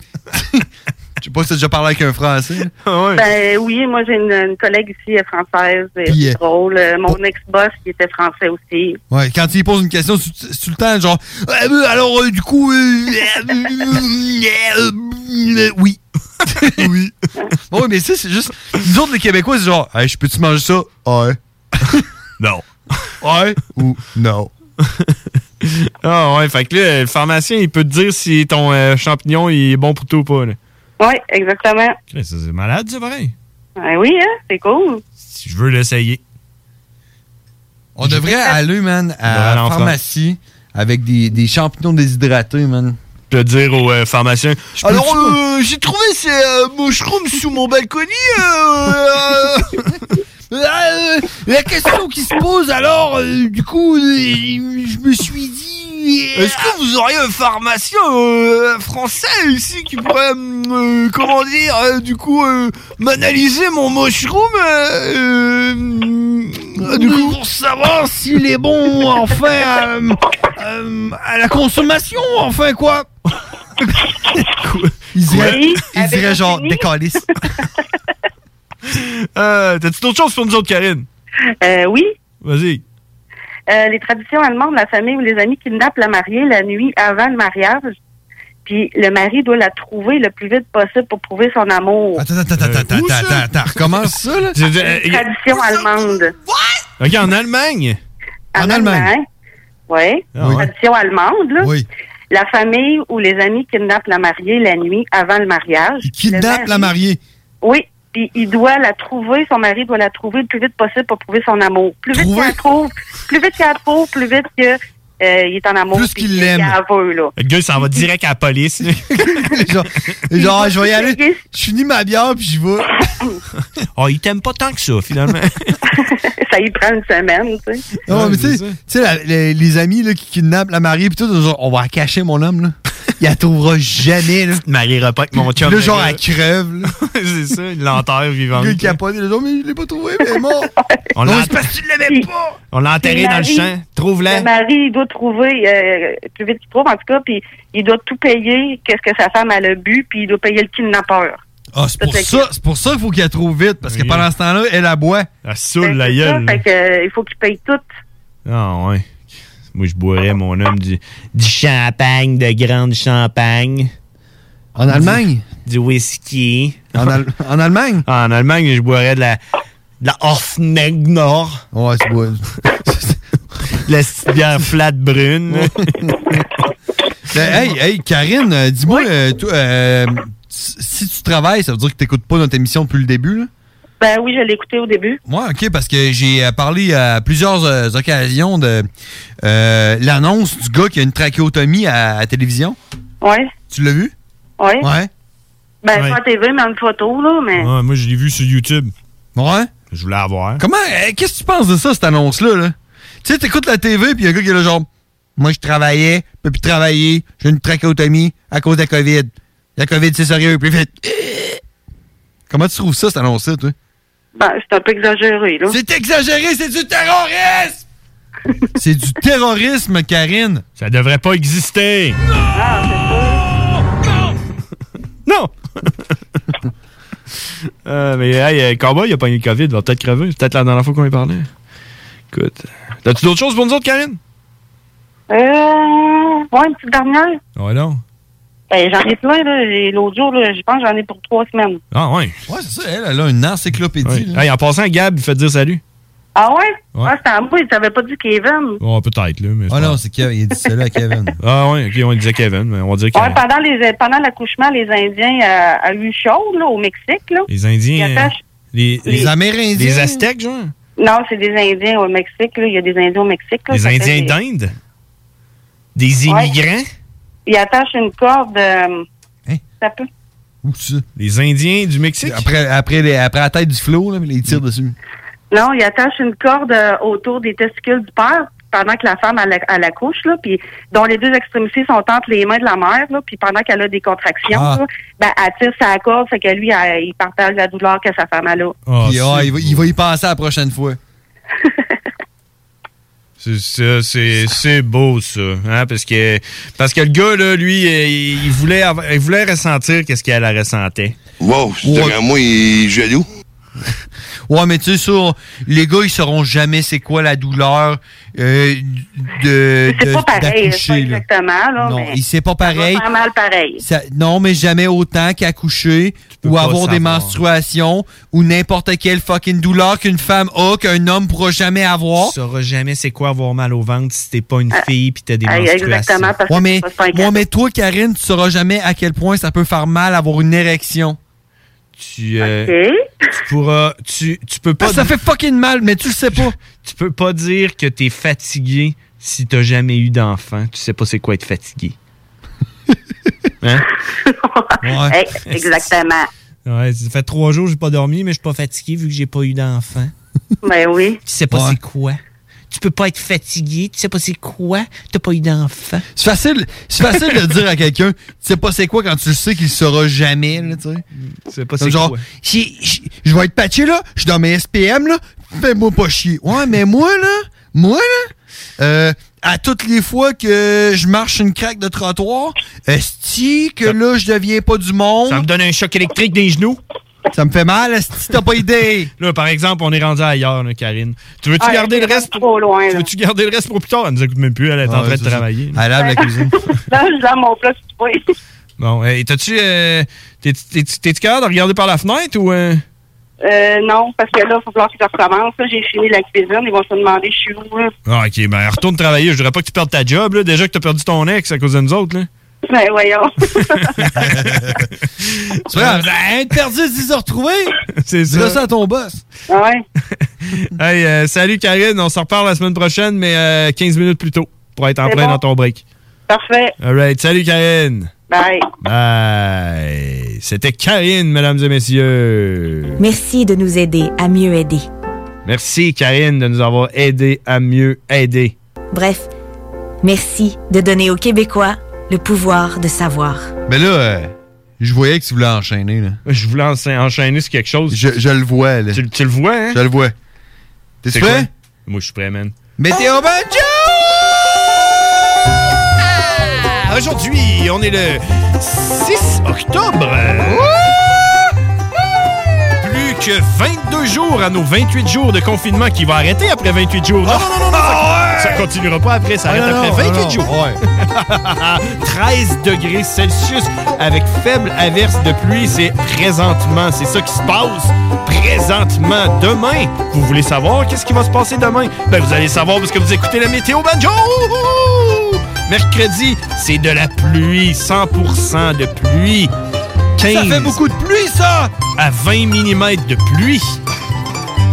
Je sais pas si t'as déjà parlé avec un Français.
Ben oui, moi j'ai une, une collègue ici elle est française, et
Puis,
c'est
euh,
drôle. Euh, Mon ex-boss il était français aussi.
Ouais, quand il pose une question, c'est c'est tout le temps genre, euh, euh, alors, euh, du coup, euh, euh, euh, euh, oui. oui. Bon, oui, mais ça, c'est juste. Nous autres, les Québécois, c'est genre, hey, je peux-tu manger ça? Ah, Ouais.
non.
Ouais ou non.
Ah ouais, fait que là, le pharmacien, il peut te dire si ton euh, champignon il est bon pour toi ou pas. là.
Oui, exactement.
Chris, C'est malade, ça, pareil.
Ben oui, hein, c'est cool.
Si je veux l'essayer.
On devrait aller, man, à
aller en
la pharmacie avec des, des champignons déshydratés, man.
Je vais dire au euh, pharmacien. Je peux-tu-
Alors, euh, j'ai trouvé ces euh, mushrooms sous mon balconnier. euh, euh, euh, la question qui se pose, alors, euh, du coup, euh, je me suis dit,
Est-ce que vous auriez un pharmacien euh, français ici qui pourrait, euh, comment dire, euh, du coup, euh, m'analyser mon mushroom euh, euh, euh, du coup,
Pour savoir s'il est bon, enfin, euh, euh, à la consommation, enfin, quoi. il dirait,
Oui,
il
avez-vous
dirait genre,
fini?
décalisse.
euh, T'as-tu d'autres choses pour nous autres, Karine?
Euh, oui.
Vas-y.
Euh, les traditions allemandes, la famille ou les amis kidnappent la mariée la nuit avant le mariage. Puis le mari doit la trouver le plus vite possible pour prouver son amour.
Attends, attends, Euh, attends, attends, attends, attends, attends, recommence ça, là.
Tradition allemande.
Ok, euh, en Allemagne.
En, Allemagne. Oui.
Ah ouais.
Tradition allemande, là. La famille ou les amis kidnappent la mariée la nuit avant le mariage.
Kidnappe
Le
la
mari-
mariée.
Oui. Puis il doit la trouver, son mari doit la trouver le plus vite possible pour prouver son amour. Plus vite qu'elle la trouve, plus vite qu'elle la trouve, plus vite qu'il est en amour. Plus qu'il l'aime. là.
Le gars, il s'en va direct à la police.
genre, genre, je vais y aller. Je finis ma bière, puis j'y vais.
oh, il t'aime pas tant que ça, finalement.
ça y prend une semaine, tu sais.
Non, mais tu sais- tu sais, la- les, les amis là, qui kidnappent la mariée, puis tout, genre, on va la cacher mon homme, là. Il la trouvera jamais, là.
Mariera pas avec mon chum.
Puis là, genre, elle crève, là.
C'est ça, une lenteur vivante.
Le gars qui a pas dit, genre, mais je l'ai pas trouvé, mais elle est mort.
On
Non,
l'a-
c'est parce que tu l'avais pas.
On l'a enterré
Puis
dans le
mari-
champ. Trouve-la.
Le mari, il doit trouver, euh, plus vite qu'il trouve, en tout cas, puis il doit tout payer, qu'est-ce que sa femme elle a bu, puis il doit payer le kidnappeur.
Ah, c'est pour
Tout est
ça, c'est pour ça qu'il faut qu'elle trouve vite, parce que pendant ce temps-là, elle aboie.
Elle saoule la
Ben, Ça,
gueule.
fait que, euh, il faut qu'il paye tout.
Ah, ouais. Moi, je boirais, mon homme, du, du champagne, de grande champagne.
En Allemagne?
Du, whisky. Ah,
En, Allemagne?
En Allemagne, je boirais de la, de la Hofnegner.
Ouais, c'est bois.
de la petite bière flat brune.
Ben, hey, hey, Karine, euh, dis-moi, euh, toi, euh, si si tu travailles, ça veut dire que t'écoutes pas notre émission depuis le début, là?
Ben oui, je l'ai écouté au début.
Moi, OK, parce que j'ai euh, parlé à plusieurs euh, occasions de euh, l'annonce du gars qui a une trachéotomie à, à télévision.
Ouais.
Tu l'as vu?
Ouais.
Ouais.
Ben,
Ouais.
pas à TV, mais en photo, là, mais.
moi, je l'ai vu sur YouTube.
Ouais?
Je voulais avoir.
Comment, euh, qu'est-ce que tu penses de ça, cette annonce-là? Là? Tu sais, t'écoutes la TV, puis y a un gars qui est là, genre, moi, je travaillais, je peux plus travailler, j'ai une trachéotomie à cause de la COVID. La COVID, c'est sérieux, plus vite. Comment tu trouves ça, cette annonce-là, toi?
Ben, c'est un peu exagéré, là.
C'est exagéré, c'est du terrorisme! C'est du terrorisme, Karine!
Ça devrait pas exister! Non! Euh, mais hey, euh, Cowboy, il a pas eu le COVID, il va peut-être crever. C'est peut-être la dernière fois qu'on lui parlait. Écoute. euh, T'as-tu d'autres choses pour nous autres, Karine?
Euh. Ouais, une petite dernière.
Ouais, non.
Ben, j'en ai plein, là. J'ai- L'autre jour, là, je pense que j'en ai pour trois semaines.
Ah, ouais.
Ouais, c'est ça, elle, elle a une encyclopédie.
Hey, en passant, Gab, il fait dire salut.
Ah ouais?
Ouais.
Ah, c'était à moi, il t'avait pas dit Kevin.
Oh, peut-être, là. Mais
Ah non, c'est Kevin. Il a dit salut à Kevin.
Ah, ouais, ok, on disait Kevin, mais on va dire
Ouais,
Kevin.
pendant les pendant l'accouchement, les Indiens euh, à eu chaud là, au Mexique là.
Les Indiens.
Ils
euh,
attachent-
les,
Les Amérindiens.
Les Aztèques, genre.
Non, c'est des Indiens au Mexique là. Il y a des Indiens au Mexique. Là,
Les
Ça fait
Indiens
des-
d'Inde. Des
Ouais.
immigrants.
Ils attachent une corde. euh,
Hein?
Ça peut.
Où ça?
Les Indiens du Mexique?
Après, après, les- après la tête du flot, là, mais ils tirent dessus.
Non, ils attachent une corde euh, autour des testicules du père pendant que la femme elle, elle accouche là, puis dont les deux extrémités sont entre les mains de la mère là, puis pendant qu'elle a des contractions,
Ah.
là, ben elle tire sa corde, fait que lui elle- il partage la douleur que sa femme elle a.
Puis, ah, il, va, il va y penser la prochaine fois.
C'est ça, c'est, c'est beau ça, hein, parce que parce que le gars là, lui, euh, il, il voulait avoir- il voulait ressentir qu'est-ce qu'elle elle ressentait.
Wow, c'est à moi, il est jaloux.
Ouais, mais tu sais, ça, les gars, ils sauront jamais c'est quoi la douleur euh, de.
C'est
de-
pas pareil, c'est pas
d'accoucher, là.
exactement là,
Non,
mais
il sait pas pareil.
pas mal pareil.
Ça- non, mais jamais autant qu'accoucher ou
pas
avoir des
savoir.
menstruations ou n'importe quelle fucking douleur qu'une femme a qu'un homme pourra jamais
Oh.
avoir.
Tu sauras jamais c'est quoi avoir mal au ventre si t'es pas une
Ah,
fille puis t'as des
ah,
menstruations.
exactement, parce que Ouais, mais- tu vas se faire Ouais, mais toi, Karine, tu sauras jamais à quel point ça peut faire mal avoir une érection.
tu, euh, tu pourras, tu, tu peux pas.
Ah, ça fait fucking mal, mais tu le sais pas.
Tu peux pas dire que t'es fatigué si t'as jamais eu d'enfant. Tu sais pas c'est quoi être fatigué. hein?
Hey, exactement.
Ouais, ça fait trois jours que j'ai pas dormi, mais je suis pas fatigué vu que j'ai pas eu d'enfant.
Ben oui.
Tu sais pas c'est quoi.
tu peux pas être fatigué, tu sais pas c'est quoi, t'as pas eu d'enfant.
C'est facile, c'est facile de dire à quelqu'un, tu sais pas c'est quoi quand tu le sais qu'il le saura jamais, là, tu sais. C'est
pas c'est
genre,
quoi.
J'ai- j'ai- je vais être patché, là, je suis dans mes SPM, là, fais-moi pas chier. Ouais, mais moi, là, moi, là, euh, à toutes les fois que je marche une craque de trottoir, esti que là, je deviens pas du monde. Ça me donne un choc électrique des genoux. Ça me fait mal, esti, t'as pas idée.
Là, par exemple, on est rendu ailleurs, là, Karine. Tu veux-tu
Ah,
garder le
c'est
reste
trop loin,
tu
là.
veux-tu garder le reste pour plus tard? Elle nous écoute même plus, elle est en train de travailler.
Elle lave la cuisine.
Là, je lave mon plat, tu vois.
Bon, hey, t'as-tu. euh, t'es- t'es- T'es-tu capable de regarder par la fenêtre ou. euh,
Euh, non, parce que là, il faut falloir que je recommence. Là, j'ai fini la cuisine. Ils vont se demander, je suis où, là.
Ah, ok, ben retourne travailler. Je voudrais pas que tu perdes ta job, là. Déjà que t'as perdu ton ex à cause de nous autres, là.
Ben, voyons.
Tu vois, perdu, ils se retrouver. C'est ça.
Dis-le ça à ton boss.
Ah Ouais.
Hey, euh, salut Karine, on s'en reparle la semaine prochaine, mais euh, 15 minutes plus tôt pour être en
C'est
plein
bon.
dans ton break.
Parfait.
All right, salut Karine.
Bye.
Bye. C'était Karine, mesdames et messieurs.
Merci de nous aider à mieux aider.
Merci Karine de nous avoir aidés à mieux aider.
Bref, merci de donner aux Québécois le pouvoir de savoir.
Mais là, euh, je voyais que tu voulais enchaîner. Là.
Je voulais enchaîner sur quelque chose.
Je, je le vois. Là. Tu,
le vois, hein?
Je le vois. T'es
C'est
prêt?
quoi? Moi, je suis prêt, man.
Météo Banjo!
Ah, Aujourd'hui, on est le 6 octobre. Plus que 22 jours à nos 28 jours de confinement qui va arrêter après 28 jours. Non, non, non, non, non, ça, ça continuera pas après, ça
Ah,
arrête
non, non,
après 28
non,
jours. 13 degrés Celsius avec faible averse de pluie, c'est présentement. C'est ça qui se passe présentement. Demain, vous voulez savoir qu'est-ce qui va se passer demain? Ben, vous allez savoir parce que vous écoutez la météo banjo! Mercredi, c'est de la pluie, 100% de pluie. 15 ça fait beaucoup de pluie, ça! À 20 mm de pluie.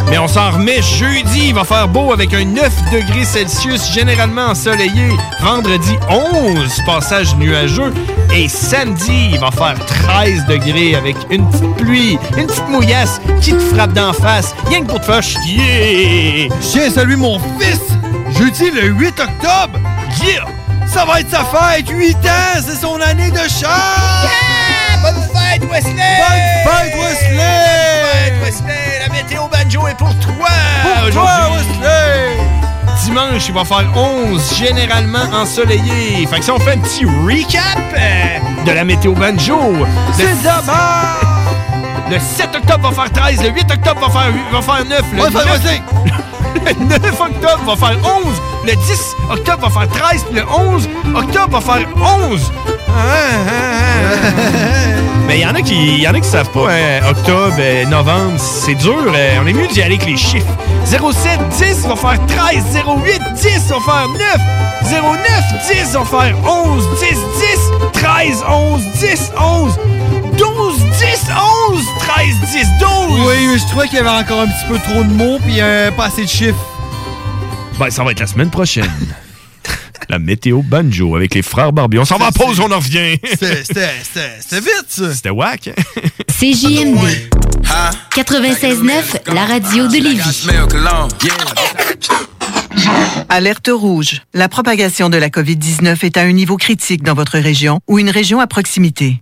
Mais on s'en remet jeudi, il va faire beau avec un 9 degrés Celsius généralement ensoleillé. Vendredi 11, passage nuageux. Et samedi, il va faire 13 degrés avec une petite pluie, une petite mouillasse qui te frappe d'en face. Rien que pour te faire Eh, chier.
Tiens, salut mon fils! Jeudi le 8 octobre!
Yeah!
Ça va être sa fête! 8 ans! C'est son année de char!
Bonne fête, Wesley!
Bonne fête, Wesley!
Bonne fête, Wesley! La météo banjo est pour toi!
Pour toi,
Dimanche, il va faire 11, généralement ensoleillé. Fait que si on fait un petit recap euh, de la météo banjo, c'est Le 7 octobre va faire 13, le 8 octobre va faire, huit- va faire 9, le
Bonne
9
fête, Wesley!
le 9 octobre va faire 11. Le 10 octobre va faire 13. puis Le 11 octobre va faire Ah, 11. ah. Mais il y en a qui y en a qui savent pas. hein. Octobre, euh, novembre, c'est dur. euh, on est mieux d'y aller avec les chiffres. 07, 10 va faire 13. 08, 10 va faire 9. 09, 10 va faire 11. 10, 10, 13, 11. 10, 11. 12, 10, 11. 13, 10, 12.
Oui, mais je trouvais qu'il y avait encore un petit peu trop de mots puis euh, pas assez de chiffres.
Ben, ça va être la semaine prochaine. la météo banjo avec les frères Barbie. On s'en va à pause, on en revient.
C'était- C'était c'était- c'était vite, ça!
C'était whack. hein?
CJMD 96.9, la radio de Lévis.
Alerte rouge. La propagation de la COVID-19 est à un niveau critique dans votre région ou une région à proximité.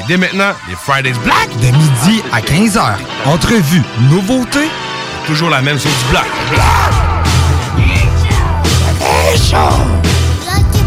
Et dès maintenant, les Fridays Black. De midi à 15h, entrevues, nouveautés. Toujours la même sauce du bloc.
Bloc hip-hop,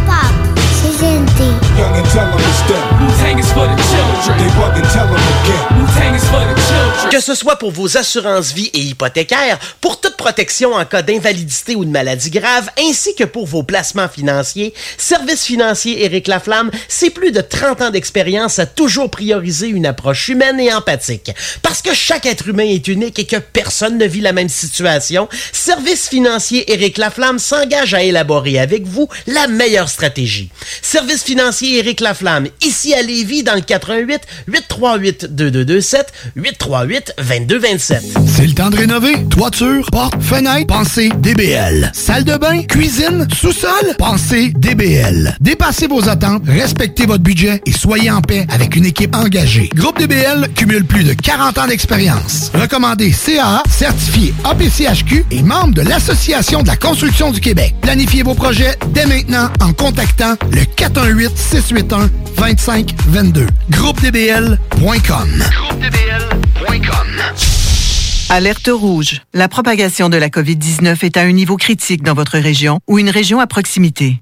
CGMD.
Young and tell 'em it's them. Wu-Tang is for the children. They bugging, tell 'em again. Wu-Tang is for the children.
Que ce soit pour vos assurances vie et hypothécaires, pour toute protection en cas d'invalidité ou de maladie grave, ainsi que pour vos placements financiers. Service financier Éric Laflamme, c'est plus de 30 ans d'expérience à toujours prioriser une approche humaine et empathique. Parce que chaque être humain est unique et que personne ne vit la même situation, Service financier Éric Laflamme s'engage à élaborer avec vous la meilleure stratégie. Service financier Éric Laflamme, ici à Lévis, dans le 88 838 2227 838 2227.
C'est le temps de rénover. Toiture, porte, fenêtre, pensez DBL. Salle de bain, cuisine, sous-sol, pensez DBL. Dépassez vos attentes, respectez votre budget et soyez en paix avec une équipe engagée. Groupe DBL cumule plus de 40 ans d'expérience. Recommandé CAA, certifié APCHQ et membre de l'Association de la construction du Québec. Planifiez vos projets dès maintenant en contactant le 418-681-2522. GroupeDBL.com.
Alerte rouge. La propagation de la COVID-19 est à un niveau critique dans votre région ou une région à proximité.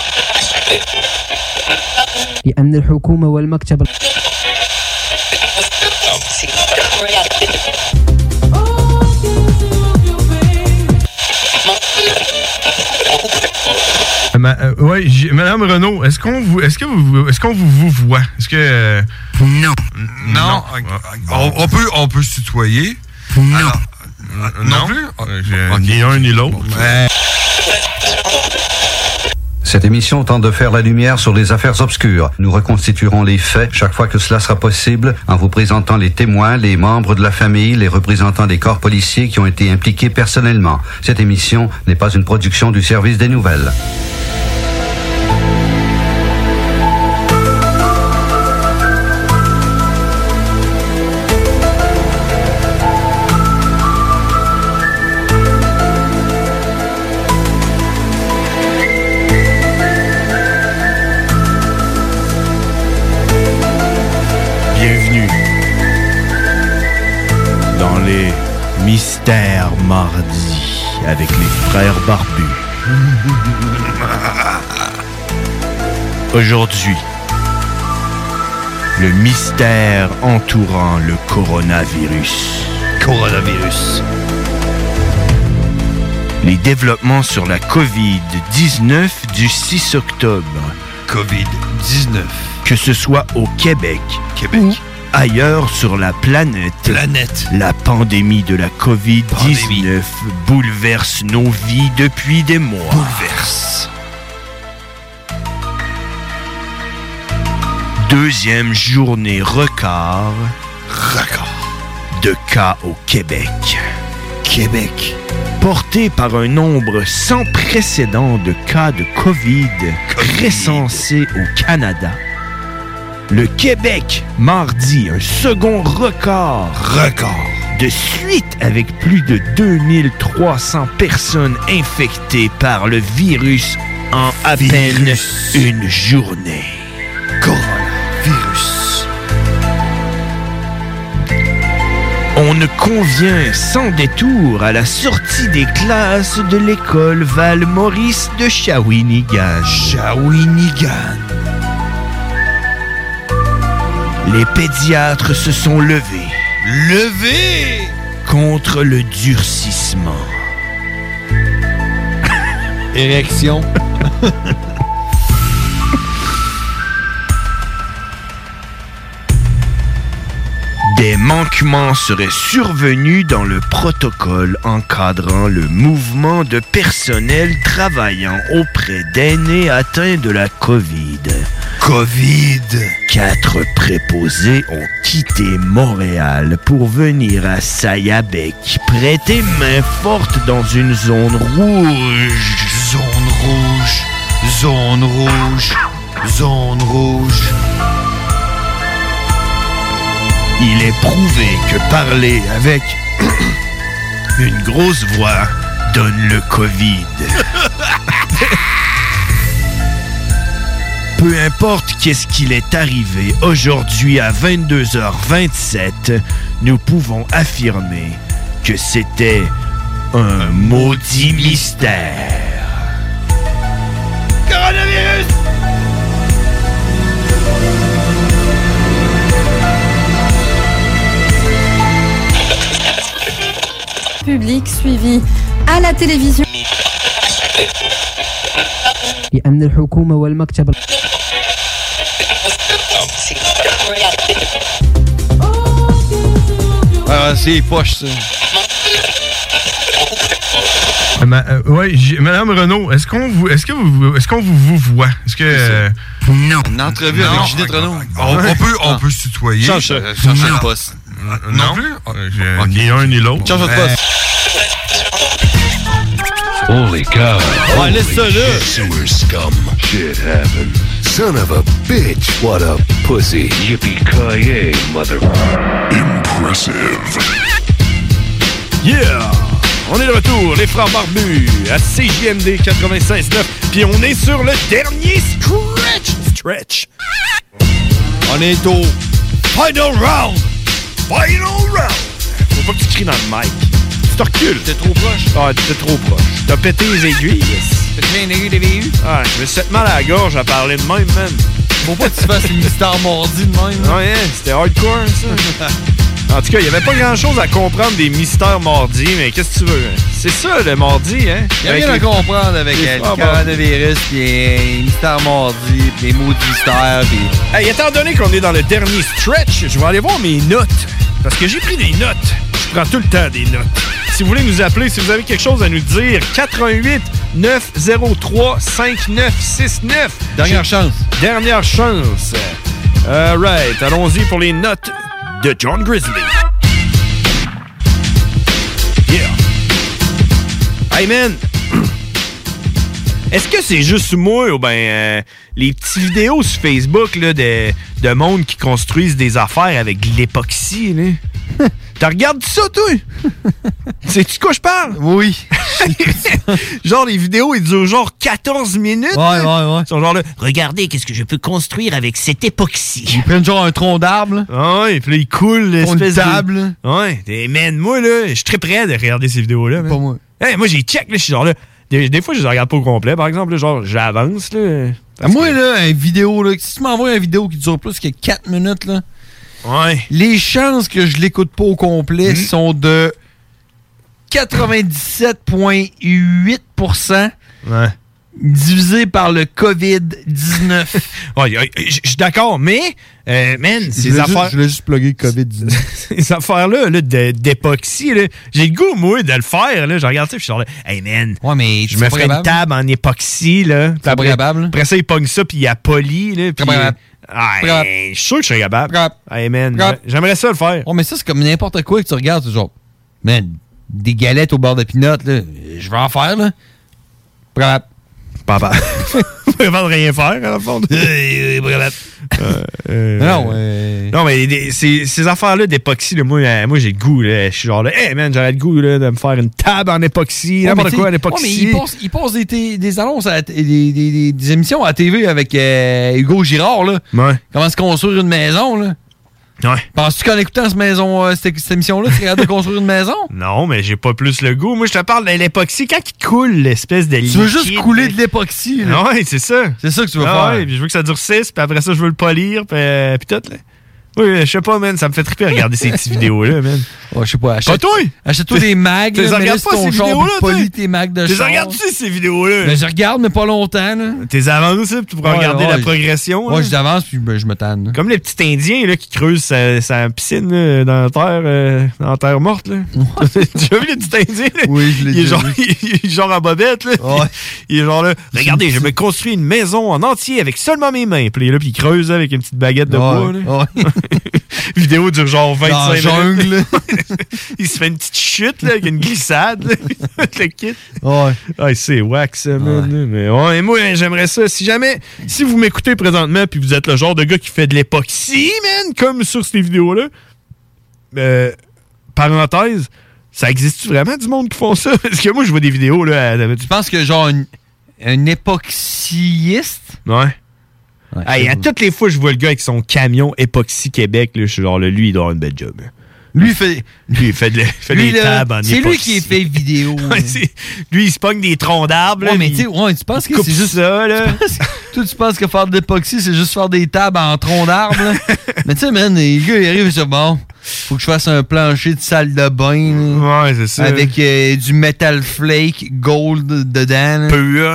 لأن الحكومة والمكتب
Ma- euh, ouais, j'ai- Madame Renault, est-ce qu'on vous, est-ce que vous, est-ce qu'on vous, vous voit Est-ce que non, non, Oh, on, peut, on peut se tutoyer. Non, non, plus. Ni un ni l'autre.
Ah, Cette émission tente de faire la lumière sur les affaires obscures. Nous reconstituerons les faits chaque fois que cela sera possible en vous présentant les témoins, les membres de la famille, les représentants des corps policiers qui ont été impliqués personnellement. Cette émission n'est pas une production du service des nouvelles.
Bienvenue dans les mystères mardi avec les frères barbus. Aujourd'hui, le mystère entourant le coronavirus. Coronavirus. Les développements sur la COVID-19 du 6 octobre. COVID-19. Que ce soit au Québec, Québec. ou ailleurs sur la planète. Planète. La pandémie de la COVID-19 bouleverse nos vies depuis des mois. Bouleverse. Deuxième journée record. Record. De cas au Québec. Québec. Porté par un nombre sans précédent de cas de COVID, recensés au Canada. Le Québec, mardi, un second record. Record. De suite avec plus de 2300 personnes infectées par le virus en à peine une journée. Coronavirus. On ne convient sans détour à la sortie des classes de l'école Val-Maurice de Shawinigan. Shawinigan. Les pédiatres se sont levés. Levés Contre le durcissement. Érection. Des manquements seraient survenus dans le protocole encadrant le mouvement de personnel travaillant auprès d'aînés atteints de la COVID. COVID. Quatre préposés ont quitté Montréal pour venir à Sayabec, prêter main forte dans une zone rouge. Zone rouge. Zone rouge. Zone rouge. Il est prouvé que parler avec une grosse voix donne le COVID. Peu importe qu'est-ce qu'il est arrivé, aujourd'hui à 22h27, nous pouvons affirmer que c'était un maudit mystère.
Coronavirus!
Public suivi à la télévision.
يأمن الحكومة والمكتب
Ah, c'est poche, ça.
Euh, ma- euh, ouais, j'ai- Madame Renault, est-ce qu'on vous, est-ce que vous, est-ce qu'on vous, vous voit Est-ce que euh, non Ah, Une
entrevue avec Judith Renault.
On, on peut, on
Ah.
peut se tutoyer.
Change ça.
Euh, change ça.
Non. Poste.
Euh, Non, plus. Euh, Ni un ni l'autre.
Change votre
Euh,
poste.
Holy cow.
Ouais,
Holy
laisse ça là.
shit, Sewer scum. Shit happened. Son of a bitch. What a pussy. Yippee-ki-yay, mother... Impressive.
Yeah! On est de retour, les frères barbus, à CJMD 96.9, puis on est sur le dernier stretch! Stretch!
On est au
final round! Final round! Faut pas que tu cries dans le mic. Tu te recules. T'es trop proche. Ah, t'es trop proche. T'as pété les aiguilles. T'as pété les aiguilles des VU? Ah, je me suis fait mal à la gorge à parler de même, man. Faut pas que tu fasses une star mordie de même. Ouais, hein, c'était hardcore, ça. En tout cas, il n'y avait pas grand-chose à comprendre des mystères mordis, mais qu'est-ce que tu veux? hein? C'est ça, le mordi, hein?
Il a rien à
Avec les-
comprendre avec
les
euh, le
frères barbus.
coronavirus, puis euh, les mystères mordis, puis les maudits mystères, puis...
Hey, étant donné qu'on est dans le dernier stretch, je vais aller voir mes notes. Parce que j'ai pris des notes. Je prends tout le temps des notes. Si vous voulez nous appeler, si vous avez quelque chose à nous dire, 88 903 5969.
Dernière
J'ai-
chance.
Dernière chance. All right, allons-y pour les notes de John Grizzly. Yeah. Hey man, est-ce que c'est juste moi ou ben euh, les petites vidéos sur Facebook là, de, de monde qui construisent des affaires avec de l'époxy, là? T'as regardes ça, toi? Sais-tu de quoi je parle? Oui. genre, les vidéos, ils durent genre 14 minutes. Ouais, ouais, ouais. Ils sont genre là, regardez, qu'est-ce que je peux construire avec cette époxy. Ils prennent genre un tronc d'arbre. Ah Ouais, puis là, ils coulent l'espèce de...
table.
Ouais. Et man, moi, là, je suis très prêt de regarder ces vidéos-là. Pas moi. moi, j'ai check, là, je suis genre là... Des, des fois, je les regarde pas au complet, par exemple. là, genre, j'avance, là.
Moi, là, une vidéo, là, si tu m'envoies une vidéo qui dure plus que 4 minutes, là, les chances que je l'écoute pas au complet sont de 97,8% divisé par le COVID-19.
Ouais, ouais, je je suis d'accord, mais, euh, man,
Je
ces
voulais
affaires...
juste- je voulais juste plugger COVID-19.
ces affaires-là là, de- d'époxy, là, j'ai le goût, moi, de le faire. Là. Je regarde ça et je suis genre, là, hey man, je
c'est
me
pas
ferais une
capable?
table en époxy. Là, Puis après, après ça, il pogne ça puis il a poli. Là, puis,
capable.
Ah,
Pas capable.
hey, je suis sûr que je suis capable. Hey man,
Capable.
j'a- j'aimerais ça le faire.
Oh, mais ça, c'est comme n'importe quoi que tu regardes, c'est genre, man, des galettes au bord de pinottes, là, je vais en faire, là. Probable.
Papa. Avant de rien faire, à la fond. Euh, euh,
Non,
Non, mais des- ces, ces affaires-là d'époxy, là, moi, euh, moi j'ai le goût. là. Je suis genre, là, hey man, j'aurais le goût là, de me faire une table en époxy,
Ouais, Oh, mais
n'importe
t'sais-
quoi en
ouais,
époxy.
mais il passe, il passe des, t- des annonces, à la t- des, des- des- des émissions à la TV avec euh, Hugo Girard, là. Comment se construire une maison, là. Penses-tu qu'en écoutant cette, maison, euh, cette, cette émission-là, tu regardes de construire une maison?
Non, mais j'ai pas plus le goût. Moi, je te parle de l'époxy. Quand il coule l'espèce de
Tu veux juste couler de l'époxy, là.
Ouais, c'est ça.
C'est ça que tu veux
Ah
faire.
ouais, puis je veux que ça durcisse, puis après ça, je veux le polir, puis, euh, puis tout, là. Oui, je sais pas, man, ça me fait triper à regarder ces petites vidéos-là, man.
Ouais, je sais pas.
Achète- toi!
Achète-toi des mags,
Tu les
là, mets-les
regardes
sur
pas,
ton
ces
char,
vidéos-là,
puis
toi?
polis tes mags de
Tu les
char.
regardes-tu, ces vidéos-là?
Ben, je regarde, mais pas longtemps, là.
T'es avant ça, puis tu pourras
Ouais,
regarder
ouais,
la
je-
progression.
ouais,
là.
je d'avance, puis ben, je me tanne. là.
Comme les petits Indiens là, qui creusent sa, sa piscine là, dans, la terre, euh, dans la terre morte. Là. tu as vu le petit Indien? Là? Oui, je
l'ai
il est
déjà
genre, il est genre en bobette. Là. Il est genre là, regardez, je me construis une maison en entier avec seulement mes mains. Puis il est là, puis il creuse là, avec une petite baguette de bois.
Ouais,
là. Vidéo dure genre 25
Dans la
minutes. il se fait une petite chute là, avec une glissade. là. le kit.
Ouais.
Ah, c'est wax, ça, man,
hein,
là. Mais ouais, et moi, j'aimerais ça. Si jamais, si vous m'écoutez présentement puis vous êtes le genre de gars qui fait de l'époxy, man, comme sur ces vidéos-là, euh, parenthèse,
Ça existe vraiment du monde qui font ça? Parce que moi, je vois des vidéos, là. Tu penses que genre un époxyiste? Ouais. Hey, à toutes les fois, je vois le gars avec son camion Époxy Québec, là, je suis genre, là, lui, il doit avoir une belle job. Lui, il fait, lui, il fait, de la- il fait Lui, des là, tables en c'est lui époxy. qui est fait vidéo. Ouais, c'est- lui, il se pogne des troncs d'arbres. Ouais, là, mais puis tu sais, ouais, tu penses il que c'est coupe juste. ça, là. Tu penses- Toi, tu penses que faire de l'époxy, c'est juste faire des tables en tronc d'arbre, là? Mais tu sais, man, les gars, ils arrivent, ils disent, bon, faut que je fasse un plancher de salle de bain. Ouais, c'est ça. Avec euh, du metal flake gold dedans. Peu,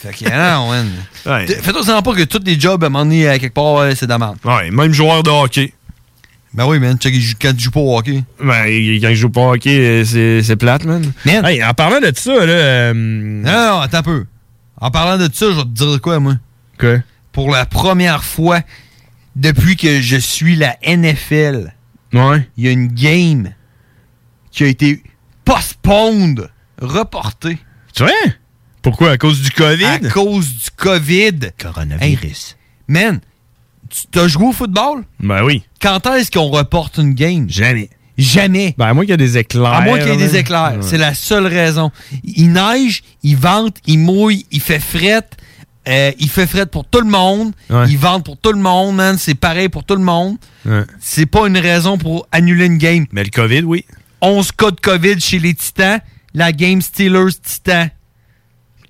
Fait que, non, man. T- Fais-toi savoir pas que tous les jobs, à un moment donné, à quelque part, euh, c'est de la merde. Ouais, même joueur de hockey. Ben oui, man, check, il joue- quand tu joues pas au hockey.
Ben, il- quand je joue pas au hockey, euh, c'est c'est plate, man. Hey, en parlant de ça, là. euh,
Non, non, non, attends un peu. En parlant de ça, je vais te dire de quoi, moi. Pour la première fois depuis que je suis la NFL, il y a une game qui a été postponed, reportée. Tu vois? Pourquoi? À cause du COVID? À cause du COVID. Coronavirus. man, tu t'as joué au football?
Ben oui.
Quand est-ce qu'on reporte une game?
Jamais.
Jamais.
Ben, à moins qu'il y ait des éclairs.
À moins qu'il y ait des
là.
éclairs.
Ouais.
C'est la seule raison. Il neige, il vente, il mouille, il fait fret. euh, il fait fret pour tout le monde.
Ouais.
Il vente pour tout le monde, man. C'est pareil pour tout le monde.
Ouais.
C'est pas une raison pour annuler une game.
Mais le COVID, oui.
11 cas de COVID chez les Titans. La game Steelers-Titans.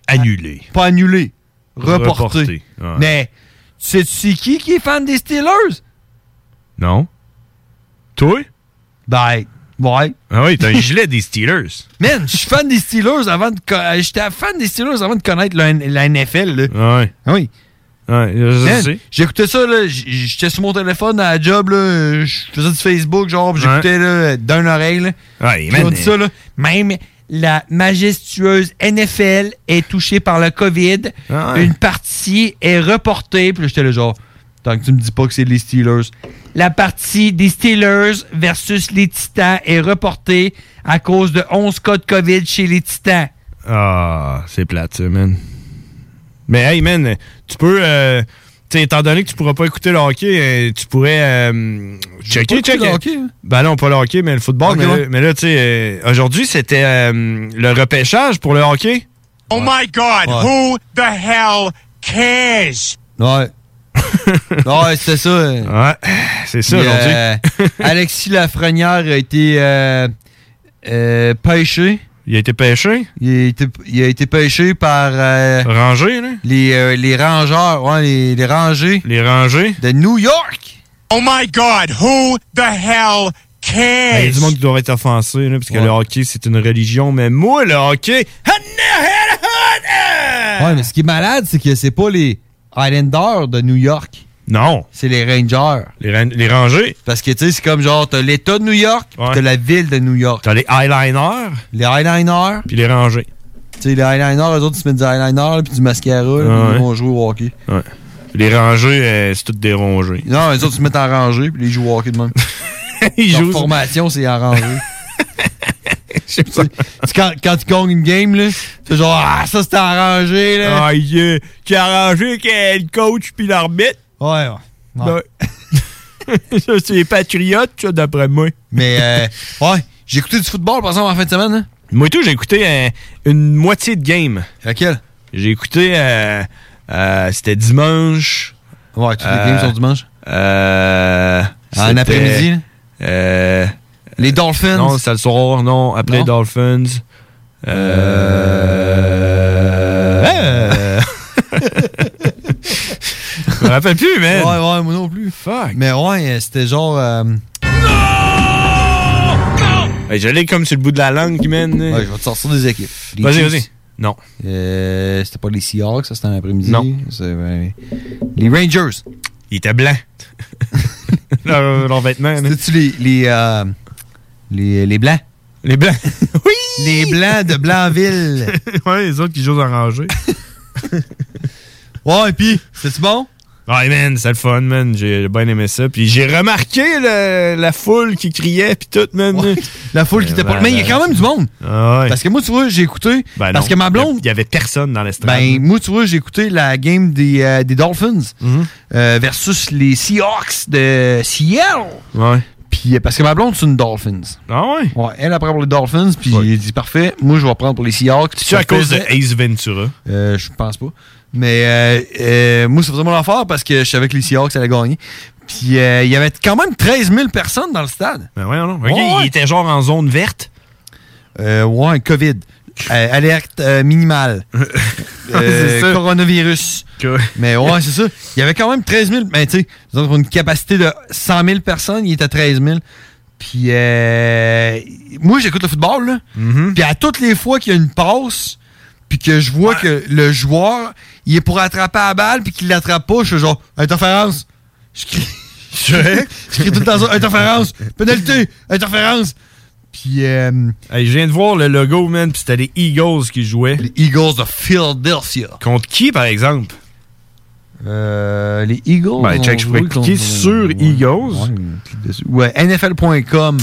Annulé.
Pas annulé. Reporté.
Reporté, ouais.
Mais, tu sais qui qui est fan des Steelers?
Non. Toi?
Ben, ouais.
Ah oui, t'as un gilet des Steelers.
Man, je suis fan des Steelers avant de. co- euh, J'étais fan des Steelers avant de connaître la, N- la NFL, là. Ah
Ouais.
Oui.
Ouais, je
Man,
sais.
J'écoutais ça, là. j- J'étais sur mon téléphone à la job, là. Je faisais du Facebook, genre, puis j'écoutais, là, d'un oreille, là.
Ouais,
Puis
man, euh,
on dit ça, là. Même la majestueuse NFL est touchée par le COVID.
Ah Ouais.
Une partie est reportée. Puis là, j'étais là, genre, tant que tu me dis pas que c'est les Steelers. La partie des Steelers versus les Titans est reportée à cause de 11 cas de COVID chez les Titans.
Ah, c'est plate, ça, man. Mais hey, man, tu peux. euh, tu sais, étant donné que tu pourras pas écouter le hockey, euh, tu pourrais. euh,
pas
checker,
écouter
checker.
le hockey, hein.
Ben non, pas le hockey, mais le football.
Ok,
mais,
ouais.
là- mais là, tu sais, euh, aujourd'hui, c'était euh, le repêchage pour le hockey.
Oh my God,
Ouais.
who the hell cares?
Ouais. ouais, c'était ça.
Ouais, c'est ça
Puis,
aujourd'hui.
euh, Alexis Lafrenière a été euh, euh, pêché.
Il a été pêché?
Il a été, il a été pêché par. euh,
Rangé, là?
Les, euh, les rangeurs, ouais, les, les rangés.
Les rangés?
De New York!
Oh my God, who the hell
Ben, Il y a
cares?
du monde qui doit être offensé, là, parce que le hockey, c'est une religion. Mais moi, le hockey.
Ouais, mais ce qui est malade, c'est que c'est pas les Highlanders de New York.
Non.
C'est les Rangers.
Les, Rangers.
Parce que, tu sais, c'est comme genre, t'as l'État de New York, puis t'as la ville de New York.
T'as les Highliners.
Les Highliners.
Puis les Rangers.
Tu sais, les Highliners, eux autres, ils se mettent du Highliner, puis du mascara, là, puis
Ouais.
ils vont jouer au hockey.
Ouais. Les rangées, euh, c'est tout dérangé.
Non, les autres, ils se mettent en rangée, puis ils jouent au hockey de même.
ils
Leur formation, c'est en rangée. Tu sais, tu- quand, quand tu gagnes une game, là, c'est genre, ah, ça c'était arrangé, là.
Ah, yeah. Qui a arrangé qu'elle euh, coach puis l'arbitre.
Ouais,
ouais. ça, c'est les Patriotes, ça, d'après moi.
Mais, euh, ouais, j'ai écouté du football, par exemple, en fin de semaine. Hein?
Moi et tout, j'ai écouté euh, une moitié de game.
Laquelle?
J'ai écouté, euh, euh, c'était dimanche.
Ouais, toutes les games sont dimanche.
Euh,
En
c'était,
après-midi, là?
euh,
les Dolphins.
Non, c'était le soir, non, après les Dolphins. Euh... euh, Je me rappelle plus, man.
Ouais, ouais, moi non plus.
Fuck.
Mais ouais, euh, c'était genre. euh,
Hey, Je l'ai comme sur le bout de la langue, man.
ouais, je vais te sortir des équipes. Les
Vas-y,
Chiefs.
vas-y. Non.
Euh, c'était pas les Seahawks, ça c'était en après-midi.
Non.
C'est, euh, les Rangers.
Il était blanc. leur, leur vêtement.
C'était-tu les, les, euh, les, les Blancs?
Les Blancs.
oui! Les Blancs de Blanville.
ouais, les autres qui jouent en rangée.
ouais, et puis, c'est-tu bon?
Ouais, man, c'est le fun, man. J'ai bien aimé ça. Puis j'ai remarqué le- la foule qui criait, puis tout, man.
la foule qui était pas- mais il y a quand même du monde.
Ah
Parce que moi, tu vois, j'ai écouté. parce que ma blonde.
Ben Il y avait personne dans l'estrade.
Ben, moi, tu vois, j'ai écouté la game des, euh,
Mhm.
des Dolphins euh, versus les Seahawks de Seattle.
Ouais.
Puis Puis, euh, parce que ma blonde, c'est une Dolphins. Ah ouais? Ouais, elle apprend pour les Dolphins, puis il dit parfait, moi je vais prendre pour les Seahawks.
C'est à cause de Ace
Ventura? Euh, je pense pas. Mais euh, euh, moi, ça faisait mon affaire parce que je savais que les Seahawks allaient gagner. Puis euh, il y avait quand même 13 000 personnes dans le stade.
Ben ouais, non.
Ouais, ouais.
Il était genre en zone verte.
Euh, ouais, COVID. Euh, alerte euh, minimale. Euh,
C'est ça.
coronavirus. Mais ouais, c'est ça. Il y avait quand même 13 000. Ben, tu sais, disons, pour une capacité de 100 000 personnes, il était 13 000. Puis, euh, moi, j'écoute le football, là.
Mm-hmm.
Puis, à toutes les fois qu'il y a une passe, puis que je vois que le joueur, il est pour attraper la balle, puis qu'il l'attrape pas, je suis genre, interférence. Je crie. Je, crie tout le temps ça, interférence, pénalité, interférence. Puis. euh,
Hey, je viens de voir le logo, man, puis c'était les Eagles qui jouaient. Les
Eagles de Philadelphia.
Contre qui, par exemple
Euh, les Eagles.
Ben, check, je pourrais cliquer sur Eagles.
Ouais, NFL.com.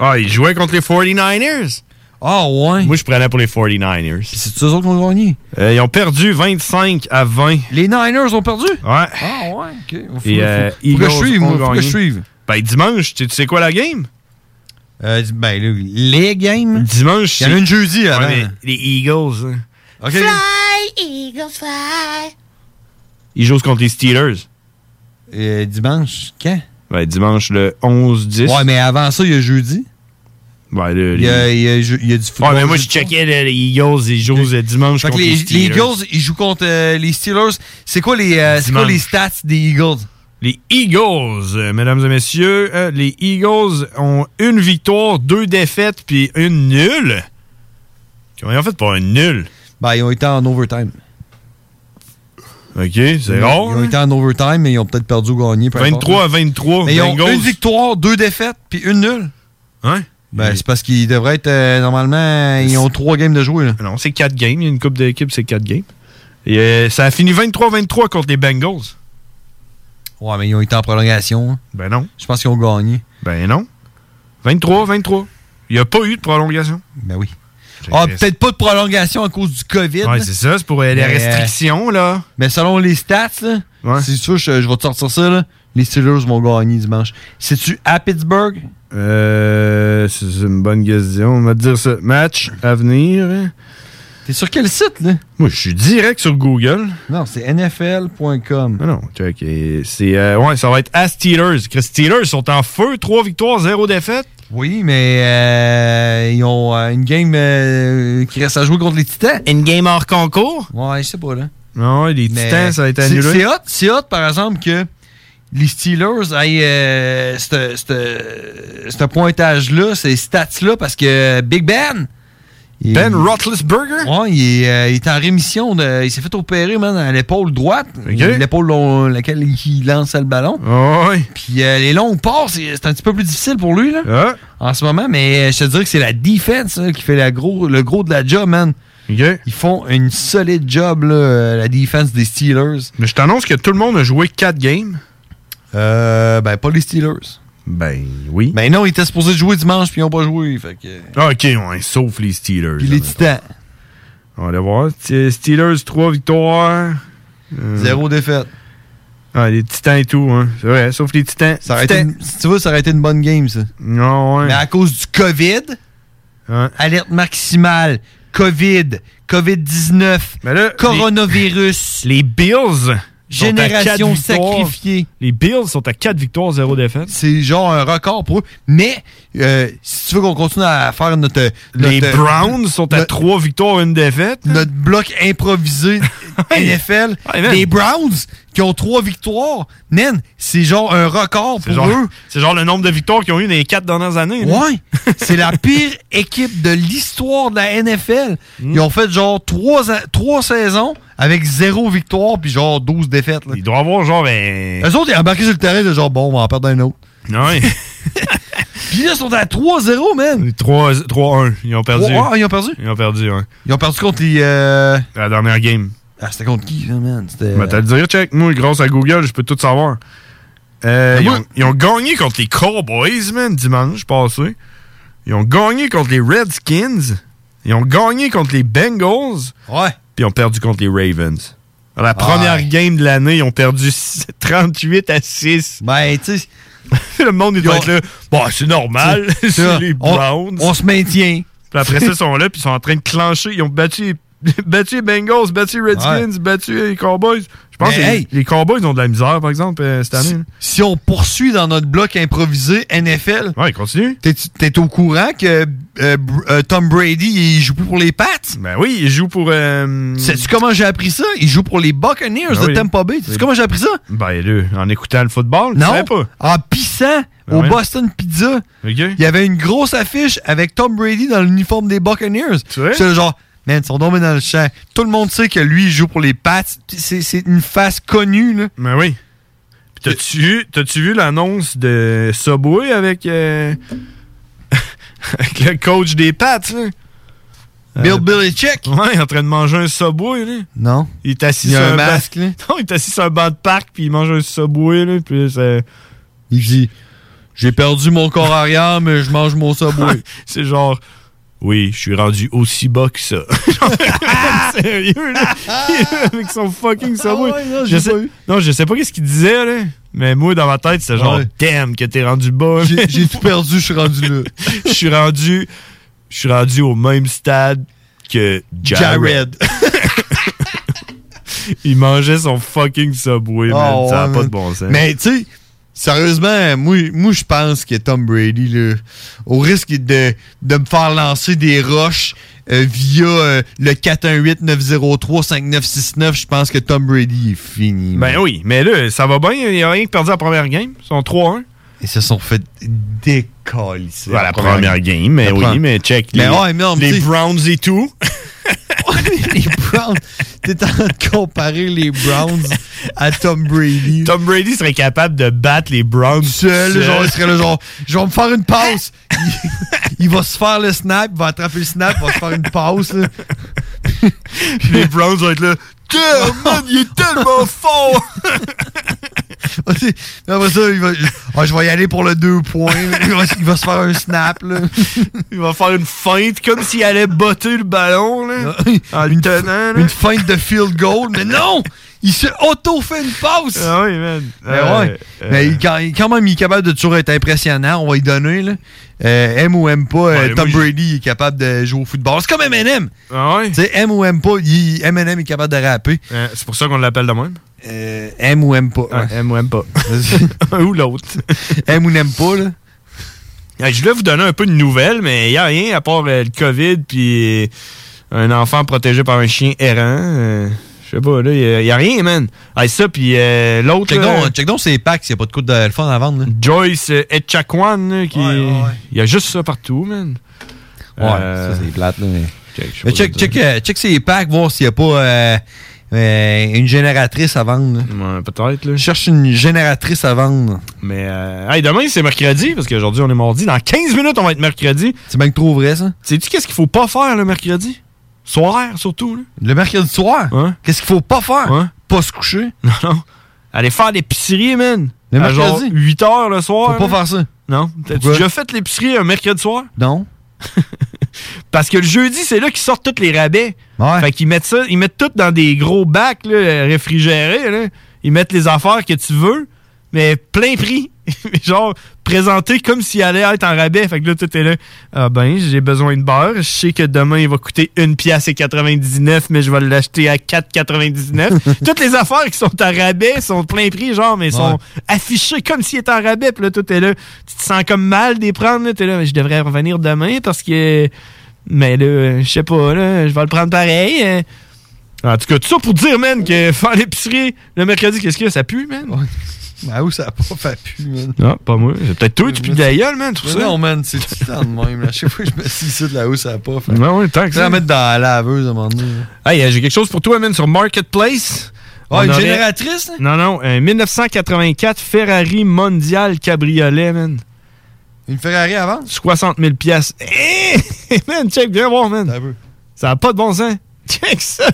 Ah, ils jouaient contre les 49ers.
Ah, ouais.
Moi, je prenais pour les 49ers.
C'est eux autres qui ont gagné.
ils ont perdu 25 à 20.
Les Niners ont perdu?
Ouais.
Ah, ouais, ok. Faut-
Et, euh,
faut- faut que je
Eagles
suive, moi,
ont
faut que je
gagné.
suive.
Ben, dimanche, tu tu sais quoi la game?
ben, les games.
Dimanche.
Il y en a
c'est-
une jeudi
Ouais,
avant.
mais les Eagles. hein.
Fly, Eagles, fly.
Ils jouent contre les Steelers.
dimanche, quand?
Ben, dimanche le 11-10.
Ouais, mais avant ça, il y a jeudi.
Ouais, le-
Il y a,
les-
il y a- il y a du football.
Ouais, mais moi, je checkais le- les Eagles, les Eagles euh, dimanche
Fait que
contre
les,
les,
les
Steelers.
Eagles, ils jouent contre euh, les Steelers. C'est quoi les, euh, c'est quoi
Dimanche.
les stats des Eagles?
Les Eagles, euh, mesdames et messieurs, euh, les Eagles ont une victoire, deux défaites, puis une nulle. Comment ils ont fait pour un nul?
Ben, ils ont été en overtime.
OK, c'est
Ils-
rare.
Ils ont été en overtime, mais ils ont peut-être perdu ou gagné. peu importe. hein.
23 à 23.
Mais ils ont
Bengals.
une victoire, deux défaites, puis une nulle.
Hein?
Ben, c'est parce qu'ils devraient être. euh, normalement, ils ont trois games de jouer.
Non, c'est quatre games. Il y a une coupe d'équipe, c'est quatre games. Et, euh, ça a fini 23-23 contre les Bengals.
Ouais, mais ils ont été en prolongation. hein.
Ben non.
Je pense qu'ils ont gagné.
Ben non. 23-23. Il n'y a pas eu de prolongation.
Ben oui. Ah, peut-être pas de prolongation à cause du COVID.
Ouais, c'est ça, c'est pour euh, les
Mais, euh,
restrictions, là.
Mais selon les stats, là, c'est sûr, je, je vais te sortir ça. là. Les Steelers vont gagner dimanche. C'est-tu à Pittsburgh?
Euh, c'est une bonne question. On va te dire ça. Match à venir.
T'es sur quel site, là?
Moi, je suis direct sur Google.
Non, c'est NFL.com.
Non, non, check. Et C'est, euh, ouais, ça va être à Steelers. Que Steelers sont en feu. Trois victoires, zéro défaite.
Oui, mais euh, ils ont euh, une game euh, qui reste à jouer contre les Titans.
Une game hors concours?
Ouais, je sais pas, là.
Non, Hein? Ah les
Mais
Titans, ça a été
c'est-
annulé.
C'est hot, c'est hot, par exemple, que les Steelers aient euh, c'te- c'te- c'te pointage-là, ces stats-là, parce que Big Ben...
Ben
Roethlisberger? Ouais, il est, euh, il est en rémission. De, il s'est fait opérer, man, à l'épaule droite. L'épaule dans laquelle il lance le ballon.
Ah
Puis euh, les longues passes, c'est c'est un petit peu plus difficile pour lui, là.
Ah.
En ce moment, mais euh, je te dirais que c'est la defense là, qui fait la gros, le gros de la job, man. Ils font une solide job, là, euh, la defense des Steelers.
Mais je t'annonce que tout le monde a joué 4 games.
Euh, ben, pas les Steelers.
Ben, oui.
Ben non, ils étaient supposés jouer dimanche, puis ils n'ont pas joué. Fait que...
Ah, OK, ouais, sauf les Steelers.
Puis les Titans.
On va voir. T- Steelers, 3 victoires. Euh,
Zéro défaite.
Ah, les Titans et tout, hein. C'est vrai, sauf les Titans.
Ça aurait été une- si tu veux, ça aurait été une bonne game, ça.
Non, ouais.
Mais à cause du COVID, alerte maximale, COVID, COVID-19, coronavirus.
Les, Bills.
Génération
sont à quatre
sacrifiée.
Les Bills sont à 4 victoires, 0 défaite.
C'est genre un record pour eux. Mais euh, si tu veux qu'on continue à faire notre.
Les
notre- euh,
Browns sont à
notre-
3 victoires, 1 défaite. hein?
Notre bloc improvisé NFL.
Ouais, man.
les Browns qui ont trois victoires. Man, c'est genre un record
C'est
pour
genre,
eux.
c'est genre le nombre de victoires qu'ils ont eu dans les 4 dernières années. là.
Ouais, c'est la pire équipe de l'histoire de la NFL.
Hmm.
Ils ont fait genre trois, a- trois saisons avec zéro victoire puis genre 12 défaites. Là.
Ils doivent avoir genre un...
Eux autres, ils ont embarqué sur le terrain de genre, bon, on va en perdre un autre.
Ouais.
Puis là, ils sont à 3-0, man.
3, 3-1. Ils ont perdu.
3-1, Ah, ils ont perdu?
Ils ont perdu, hein. ouais.
Ils ont perdu contre les. euh,
La dernière game.
Ah, c'était contre qui, ça, man? C'était.
Ben, t'as le dire, check. Moi, grâce à Google, je peux tout savoir. Euh,
Ben,
ils,
moi-
ont, ils ont gagné contre les Cowboys, man, dimanche passé. Ils ont gagné contre les Redskins. Ils ont gagné contre les Bengals.
Ouais.
Puis ils ont perdu contre les Ravens. Dans La première game de l'année, ils ont perdu 38 à 6.
Ben, tu sais.
Le monde, il
Ils
doit
ont-
être là. Bon, c'est normal.
C'est ça.
c'est les
On-
Browns.
on se maintient.
Puis après ça, ils sont là, puis ils sont en train de clencher. Ils ont battu les, battu les Bengals, battu les Redskins, battu les Cowboys. Je pense
Mais
que les-
hey!
les Cowboys ils ont de la misère, par exemple, euh, cette année.
Si on poursuit dans notre bloc improvisé NFL.
Ouais, continue.
T'es, t'es au courant que euh, Br- euh, Tom Brady, il joue plus pour les Pats?
Ben oui, il joue pour. euh,
Sais-tu comment j'ai appris ça? Il joue pour les Buccaneers
Ben
de
oui.
Tampa Bay. Sais-tu comment j'ai appris ça?
Ben là, en écoutant le football, tu
Non.
savais pas.
En pissant
Ben
au
ouais.
Boston Pizza. Il y avait une grosse affiche avec Tom Brady dans l'uniforme des Buccaneers. C'est le genre, man, ils sont tombés dans le champ. Tout le monde sait que lui, il joue pour les Pats. C'est, c'est une face connue, là.
Ben oui. Puis T'as-tu vu- t'as-tu vu l'annonce de Subway avec, euh, avec le coach des Pats, là? Euh,
Bill Belichick?
Ouais, il est en train de manger un Subway, là.
Non.
Il est assis
Il y a
sur
un
un banc-
masque, là.
Non, il est assis sur un banc de parc, puis il mange un Subway, là, puis ça-
Il dit J'ai perdu mon corps arrière, mais je mange mon Subway.
C'est genre Oui, je suis rendu aussi bas que ça.
Ah,
Ah!
Sérieux, là? avec son fucking Subway. je sais, non, je sais pas qu'est-ce qu'il disait, là. Mais moi, dans ma tête, c'est genre,
Ouais.
t'aimes que t'es rendu bas.
J'ai- j'ai tout perdu, je suis rendu là.
Je suis rendu, je suis rendu au même stade que Jared.
Jared.
Il mangeait son fucking Subway, man.
Oh,
Ça a
ouais,
pas de
man.
bon sens.
Mais tu sais, sérieusement, moi, moi je pense que Tom Brady, là, au risque de, de me faire lancer des roches euh, via euh, le 418-903-5969, je pense que Tom Brady est fini.
Ben oui, mais là, ça va bien. Il a rien que perdu la première game. Ils sont 3-1.
Ils se sont fait décalisser.
la première, game, mais
La
oui,
première-
mais check.
Mais
les
ouais, mais non, mais
les
t'sais-
Browns et tout.
les Browns. T'es en train de comparer les Browns à Tom Brady.
Tom Brady serait capable de battre les Browns
seul.
seul.
Genre, il serait là, genre, je vais me faire une passe. Il, il va se faire le snap, il va attraper le snap, il va se faire une passe. là.
Puis les Browns vont être là. Damn, man, il est tellement fort!
Puis Après ça, il va, Ah, je vais y aller pour le deux points. Il va, il va se faire un snap. Là.
Il va faire une feinte comme s'il allait botter le ballon. Là, en lui tenant.
Une feinte de field goal. Mais non! Il se auto-fait une passe!
Ah oui, man.
Mais
Euh,
ouais. Mais il- quand, quand même, il est capable de toujours être impressionnant. On va y donner. Là. Euh, aime ou aime pas, euh,
Ouais,
Tom
moi,
Brady est capable de jouer au football. C'est comme Eminem.
Ah ouais?
Tu sais, aime ou aime pas, il- Eminem est capable de rapper.
Euh, c'est pour ça qu'on l'appelle de même?
aime Euh, ou aime pas.
Ah, aime ou aime pas. Un ou l'autre.
aime ou n'aime pas, là.
Ouais, Je voulais vous donner un peu de nouvelles, mais il n'y a rien à part euh, le COVID puis euh, un enfant protégé par un chien errant. euh, je sais pas, là, il n'y a, rien, man. Ah, ça, puis euh, l'autre.
Check
là,
donc, check donc ses packs, s'il n'y a pas de coup de le fun à vendre. là.
Joyce euh, Etchakwan, là, qui. Il y a juste ça partout, man.
Ouais, ça, c'est plate, là, mais. Mais check, check, euh, check ses packs, voir s'il n'y a pas euh, euh, une génératrice à vendre.
peut-être, là.
Cherche une génératrice à vendre.
Mais euh, hey, demain, c'est mercredi, parce qu'aujourd'hui, on est mardi. Dans 15 minutes, on va être mercredi.
C'est bien que trop vrai, ça.
Sais-tu qu'est-ce qu'il faut pas faire le mercredi? Soir, surtout. Là.
Le mercredi soir? Qu'est-ce qu'il faut pas faire? Pas se coucher?
Non, non. Aller faire l'épicerie, man.
Le
À genre
mercredi?
8 h le soir.
Faut pas
là.
faire ça.
Non. T'as-tu
Pourquoi?
déjà fait l'épicerie un mercredi soir?
Non.
Parce que le jeudi, c'est là qu'ils sortent tous les rabais. Fait qu'ils mettent ça, ils mettent tout dans des gros bacs là, réfrigérés. là. Ils mettent les affaires que tu veux, mais plein prix. Genre, présenté comme s'il allait être en rabais. Fait que là, tout est là. Ah ben, j'ai besoin de beurre. Je sais que demain, il va coûter une pièce et 99, mais je vais l'acheter à 4,99. Toutes les affaires qui sont en rabais sont plein prix, genre, mais sont affichées comme s'il était en rabais. Puis là, tout est là. Tu te sens comme mal des prendre. Là. T'es là, mais je devrais revenir demain parce que... Mais là, euh, je sais pas, là, je vais le prendre pareil. euh. En tout cas, tout ça pour dire, man, que faire l'épicerie le mercredi, qu'est-ce que ça pue, man?
Ben où ça a pas fait pu, man?
Non, pas moi. C'est peut-être toi, tu pues de la gueule, man, tout
Mais
ça.
Non, man, c'est tout le temps de même. là. À chaque fois que je me suis ici de la hausse, ça a pas fait.
Non, ouais, Ben tant que
Je vais
ça.
la mettre dans la laveuse à un moment donné. là.
Hey, euh, j'ai quelque chose pour toi, man, sur Marketplace.
Ah,
On
une
aurait-
génératrice, là?
Non, non, un 1984 Ferrari Mondial Cabriolet, man.
Une Ferrari à vendre?
60 000 piastres. Hé! man, check, viens voir, man. Ça n'a pas de bon sens. Check ça!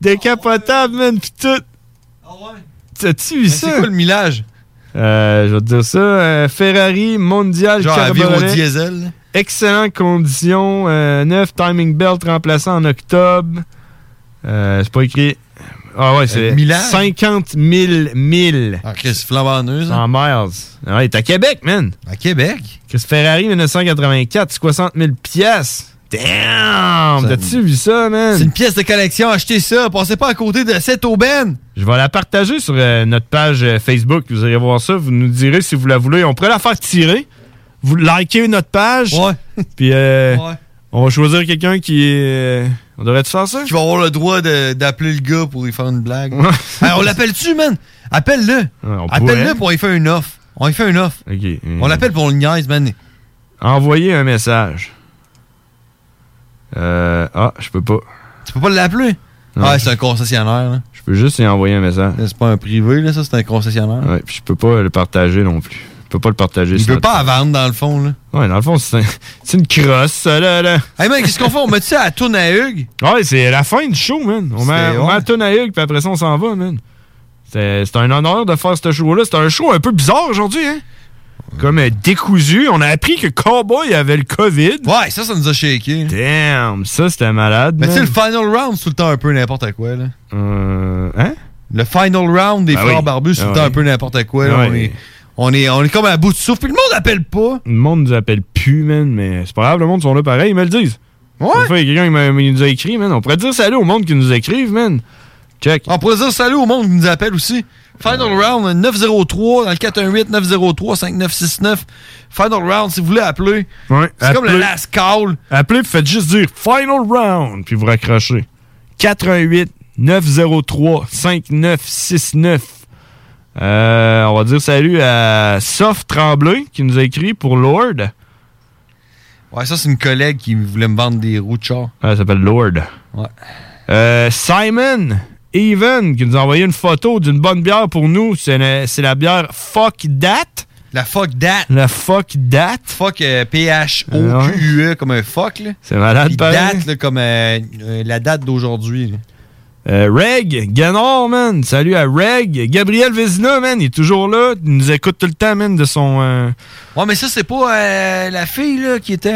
Décapotable, man, pis tout. T'as-tu vu ça?
C'est quoi le millage?
Euh, je vais te dire ça. euh, Ferrari Mondial
Genre à
Cabriolet.
vivre au diesel, là.
Excellent condition. euh, neuf timing belt remplaçant en octobre. Euh, c'est pas écrit. Ah ouais, c'est
Milan.
50 000 milles.
Euh, Ah, Chris, flambanneuse.
En miles. Ah, ouais, t'es à Québec, man.
À Québec.
Chris Ferrari, 1984, 60 000 piastres. Damn! Ah, T'as-tu vu ça, man?
C'est une pièce de collection, achetez ça. Passez pas à côté de cette aubaine.
Je vais la partager sur euh, notre page euh, Facebook. Vous irez voir ça. Vous nous direz si vous la voulez. On pourrait la faire tirer. Vous likez notre page. Ouais. Puis euh, on va choisir quelqu'un qui est. euh, On devrait-tu faire ça?
Qui va avoir le droit de- d'appeler le gars pour lui faire une blague. Ah, on l'appelle-tu, man? Appelle-le.
on pourrait.
Appelle-le pour lui faire une offre. On lui fait une offre. On l'appelle pour le niaise, man.
Envoyer un message. Euh, ah, je peux pas.
Tu peux pas l'appeler?
Non.
Ah, c'est un concessionnaire, là.
Je peux juste y envoyer un message.
C'est pas un privé, là, ça, c'est un concessionnaire.
Ouais, puis je peux pas le partager non plus. Je peux pas le partager.
Il
sur
veut
notre-
pas la vendre, dans le fond, là.
Ouais, dans le fond, c'est un- c'est une crosse, ça, là. là.
Hey, man, qu'est-ce qu'on fait? On met ça à la tourne à Hugues?
Ouais, c'est la fin du show, man. On met,
C'est-
on met
ouais.
la toune à Hugues, puis après ça, on s'en va, man. C'est c'est un honneur de faire ce show-là. C'est un show un peu bizarre aujourd'hui, hein? Comme euh, décousu. On a appris que Cowboy avait le COVID.
Ouais, ça, ça nous a shaké.
Damn, ça, c'était malade.
Mais tu sais,
man.
le final round, c'est tout le temps un peu n'importe quoi, là.
hein?
Le final round des
Ah
frères
oui.
barbus, c'est
Ah
tout le temps
oui.
un peu n'importe quoi, là.
Ah
On
oui.
est- On est, on est comme à bout de souffle. Puis le monde appelle pas.
Le monde nous appelle plus, man, mais c'est pas grave, le monde sont là pareil, ils me le disent. Ouais. il y a quelqu'un qui m'a- il nous a écrit, man. On pourrait dire salut au monde qui nous écrive, man. Check.
On pourrait dire salut au monde qui nous appelle aussi. Final round 903 dans le 418 903 5969. Final round si vous voulez appeler. C'est comme le last call.
Appelez, puis faites juste dire final round, puis vous raccrochez. 88 903 5969. Euh, on va dire salut à Sof Tremblay qui nous a écrit pour Lord.
Ouais, ça c'est une collègue qui voulait me vendre des roues de char.
Ah, elle s'appelle Lord.
Ouais.
Euh, Simon Even qui nous a envoyé une photo d'une bonne bière pour nous. C'est la, c'est la bière Fuck That.
La Fuck That.
La Fuck That.
Fuck euh, P-H-O-Q-U-E E, comme un fuck là.
C'est malade,
Puis
pareil.
date là, comme euh, euh, la date d'aujourd'hui. là.
Euh, Reg Ganor, man. Salut à Reg. Gabriel Vézina, man. Il est toujours là. Il nous écoute tout le temps, man, de son. euh,
Ouais, mais ça c'est pas euh, la fille là, qui était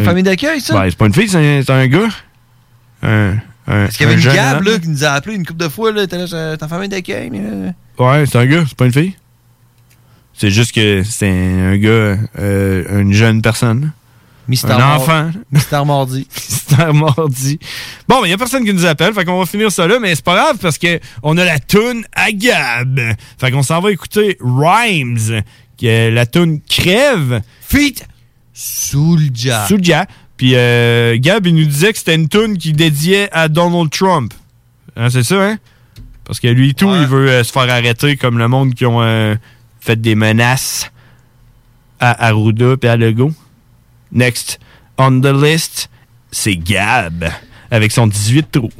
Euh,
famille d'accueil ça.
Ben, c'est pas une fille, c'est un, c'est un gars. Un, un,
Parce qu'il y avait
un
une
jeune
Gab
homme.
là, qui nous a appelé une couple de fois là, t'es là, t'es en famille d'accueil mais euh, là.
Ouais, c'est un gars, c'est pas une fille. C'est juste que c'est un gars, euh, une jeune personne.
Mystère
un
mor-
enfant.
Mystère mordi.
Mystère mordi. Bon, il n'y a personne qui nous appelle, fait qu'on va finir ça là, mais c'est pas grave parce que on a la toune à Gab. Fait qu'on s'en va écouter Rhymes, qui est la toune crève. Feat
Soulja.
Soulja. Puis euh, Gab, il nous disait que c'était une toune qui dédiait à Donald Trump. Hein, c'est ça, hein? Parce que lui, tout, il veut euh, se faire arrêter comme le monde qui ont euh, fait des menaces à Arruda et à Legault. Next on the list, c'est Gab avec son 18 trous.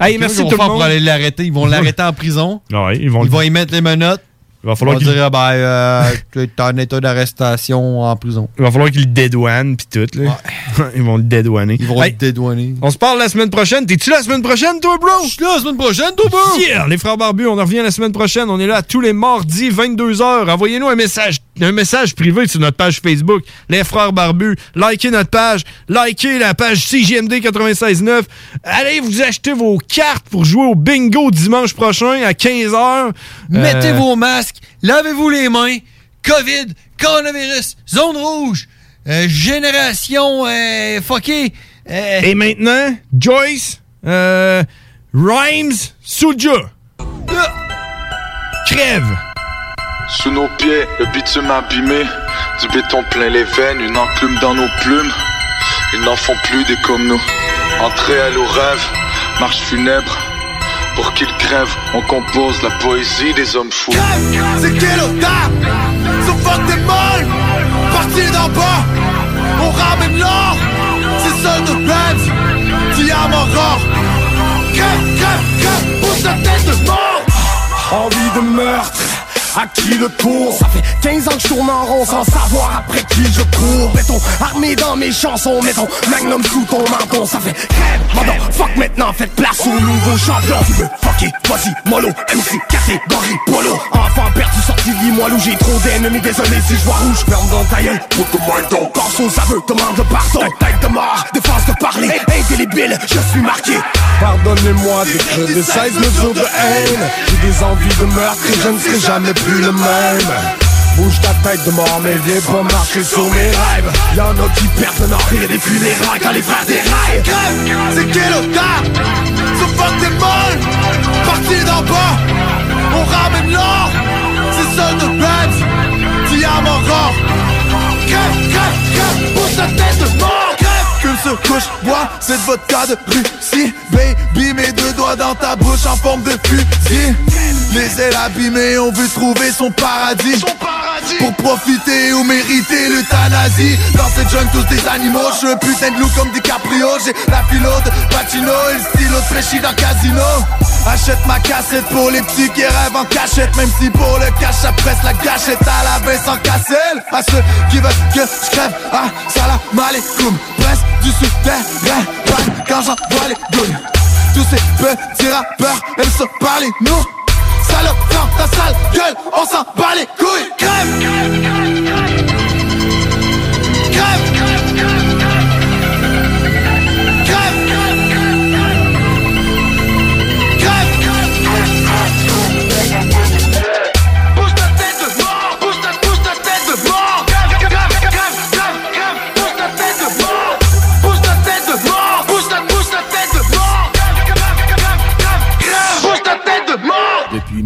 Hey, merci
Ok, qu'est-ce
tout
qu'ils vont
le
faire
monde.
pour aller l'arrêter. Ils vont l'arrêter en prison.
Ouais, ils vont
Ils vont y mettre les menottes.
Il va falloir
qu'ils
qu'il-
dire, ben, euh, tu es en état d'arrestation en prison.
Il va falloir qu'ils le dédouanent puis tout. Là. Ils vont le dédouaner.
Ils vont
Hey,
être dédouanés.
On se parle la semaine prochaine. T'es-tu la semaine prochaine, toi, bro? Je
suis là la semaine prochaine, toi, bro!
Yeah! Les frères barbus, on en revient la semaine prochaine. On est là tous les mardis, 22h. Envoyez-nous un message, un message privé sur notre page Facebook. Les frères barbus. Likez notre page. Likez la page CGMD 96.9. Allez vous acheter vos cartes pour jouer au bingo dimanche prochain à Euh, 15h.
Mettez vos masques, lavez-vous les mains. COVID, coronavirus, zone rouge, euh, génération euh, fuckée. euh,
Et maintenant, Joyce, euh, Rhymes, Soulja. Crève.
Sous nos pieds, le bitume abîmé, du béton plein les veines, une enclume dans nos plumes. Ils n'en font plus des comme nous. Entrée à nos rêves, marche funèbre. Pour qu'ils crèvent, on compose la poésie des hommes fous.
C'est ghetto tap Son fuck des molles Parti d'en bas On ramène l'or C'est seul de Rams Diamant rare Crève, crève, crève Pousse la tête de mort
Envie de meurtre,
à qui le tour Ça fait 15 ans que je tourne en rond sans savoir après qui je cours Béton armé dans mes chansons, mettons magnum sous ton menton Ça fait crème, mandon, fuck maintenant, faites place au nouveau champion Tu veux fucker, vas-y, mollo, MC, catégorie, polo Enfant perdu, sorti du moi où j'ai trop d'ennemis Désolé si je vois rouge, ferme dans ta gueule, pour tout moins ton Corse aux aveux, demande le pardon, tête de mort, défense de parler, indélébile, je suis marqué
Pardonnez-moi des creux de 16 mesures de haine J'ai des envies de meurtre et je ne serai jamais plus le même Bouge ta tête de mort mais viens pas marcher sur mes rêves
Y'en a qui perdent le nord, il y a des funérailles quand les frères déraillent
Crève,
c'est quel
otard
Ce fuck
des
molles
Parti d'en bas,
on ramène l'or
C'est seul de
peine, diamant rare Crève, crève, crève, bouge ta tête de mort
Qu'une surcouche, bois cette vodka de Russie Baby, mes deux doigts dans ta bouche en forme de fusil Les ailes abîmées ont vu trouver son paradis Pour profiter ou mériter l'euthanasie Dans cette jungle tous des animaux Je suis un putain de loup comme DiCaprio J'ai la philo de Pacino et le stylo de Fréchy dans Casino Achète ma cassette pour les petits qui rêvent en cachette Même si pour le cash ça presse la gâchette à la baisse en casselle À ceux qui veulent que je crève Ah, salam alaikum Presse du souterrain Panne quand j'envoie les douilles Tous ces petits rappeurs aiment se parler nous Salope, ferme ta sale gueule On s'en bat les couilles Crève Crève
Depuis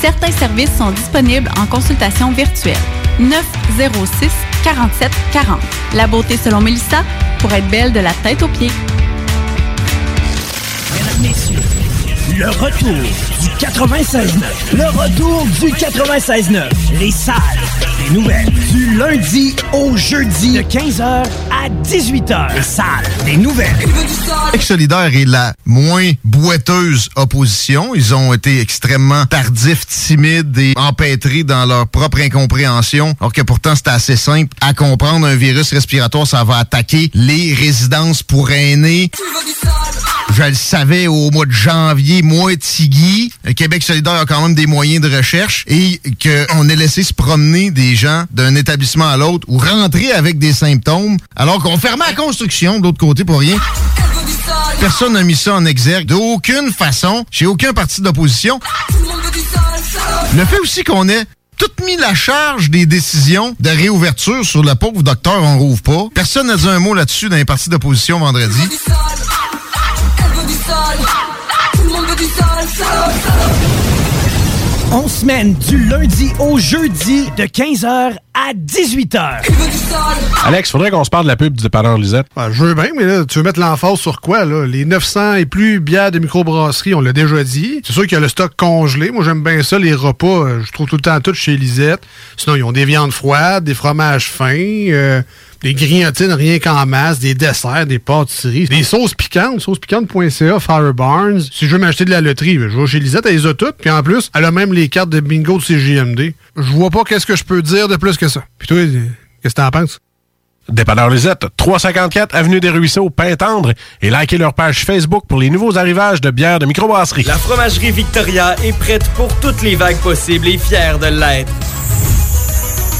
certains services sont disponibles en consultation virtuelle. 906 47 40. La beauté selon Mélissa pour être belle de la tête aux pieds.
Le retour du 96.9. Le retour du 96.9. Les salles des nouvelles. Du lundi au jeudi. De 15h à 18h. Les salles des nouvelles.
Québec solidaire est la moins boiteuse opposition. Ils ont été extrêmement tardifs, timides et empêtrés dans leur propre incompréhension, alors que pourtant c'est assez simple à comprendre. Un virus respiratoire, ça va attaquer les résidences pour aînés. Je le savais au mois de janvier, moi, Tigui, euh, Québec solidaire a quand même des moyens de recherche et qu'on ait laissé se promener des gens d'un établissement à l'autre ou rentrer avec des symptômes alors qu'on fermait la construction de l'autre côté pour rien. Personne n'a mis ça en exergue d'aucune façon chez aucun parti d'opposition. Le fait aussi qu'on ait tout mis la charge des décisions de réouverture sur le pauvre docteur On Rouvre pas. Personne n'a dit un mot là-dessus dans les partis d'opposition vendredi.
On semaine du lundi au jeudi de 15h à 18h.
Alex, faudrait qu'on se parle de la pub du dépanneur Lisette. Ah, je veux bien, mais là, tu veux mettre l'emphase sur quoi, là? Les 900 et plus bières de microbrasserie, on l'a déjà dit. C'est sûr qu'il y a le stock congelé. Moi, j'aime bien ça, les repas. euh, Je trouve tout le temps tout chez Lisette. Sinon, ils ont des viandes froides, des fromages fins, euh, des grillotines rien qu'en masse, des desserts, des pâtisseries, des sauces piquantes, saucespiquantes.ca, Firebarns. Si je veux m'acheter de la loterie, ben, je vais chez Lisette, elle les a toutes. Puis en plus, elle a même les cartes de bingo de CJMD. Je vois pas qu'est-ce que je peux dire de plus que ça. Puis toi, euh, qu'est-ce que t'en penses? Dépanneur Lisette, 354 Avenue des Ruisseaux, Pintendre, et likez leur page Facebook pour les nouveaux arrivages de bières de microbrasserie.
La fromagerie Victoria est prête pour toutes les vagues possibles et fière de l'être.